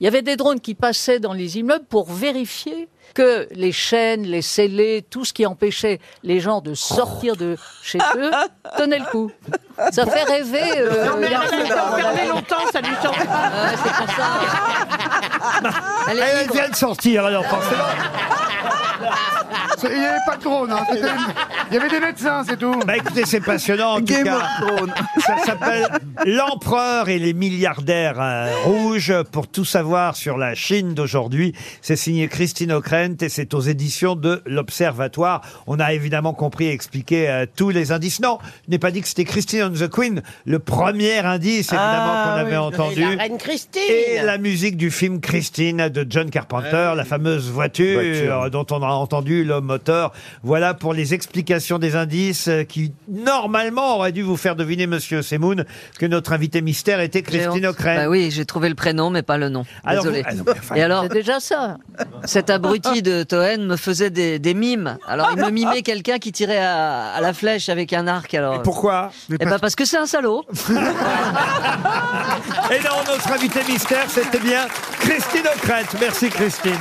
[SPEAKER 22] Il y avait des drones qui passaient dans les immeubles pour vérifier que les chaînes, les scellés, tout ce qui empêchait les gens de sortir de chez eux, tenait le coup. Ça fait rêver. euh,
[SPEAKER 6] non, mais elle
[SPEAKER 22] la-
[SPEAKER 6] a été enfermée longtemps, ça lui change pas.
[SPEAKER 2] Elle, vient de sortir, alors forcément.
[SPEAKER 3] C'est- Il n'y avait pas de drone, hein, c'était- il y avait des médecins, c'est tout.
[SPEAKER 2] Bah écoutez, c'est passionnant en tout cas. Ça s'appelle L'empereur et les milliardaires euh, rouges pour tout savoir sur la Chine d'aujourd'hui. C'est signé Christine O'Krent et c'est aux éditions de l'Observatoire. On a évidemment compris et expliqué euh, tous les indices. Non, je n'ai pas dit que c'était Christine on the Queen, le premier indice évidemment
[SPEAKER 6] Ah,
[SPEAKER 2] qu'on
[SPEAKER 6] oui.
[SPEAKER 2] avait entendu.
[SPEAKER 6] Et la reine Christine.
[SPEAKER 2] Et la musique du film Christine de John Carpenter, la fameuse voiture,
[SPEAKER 9] Voiture.
[SPEAKER 2] dont on a entendu le moteur. Voilà pour les explications des indices euh, qui, normalement, auraient dû vous faire deviner, monsieur Semoun, que notre invité mystère était Christine O'Crane.
[SPEAKER 4] Bah oui, j'ai trouvé le prénom, mais pas le nom.
[SPEAKER 2] Alors
[SPEAKER 4] Désolé.
[SPEAKER 2] vous- ah non, mais enfin-
[SPEAKER 4] Et alors,
[SPEAKER 22] C'est déjà ça.
[SPEAKER 4] cet abruti de Toen me faisait des, des mimes. Alors, il me mimait quelqu'un qui tirait à, à la flèche avec un arc. Alors.
[SPEAKER 2] pourquoi
[SPEAKER 4] Eh ben, parce que c'est un salaud.
[SPEAKER 2] Et non, notre invité mystère, c'était bien Christine O'Crane. Merci, Christine.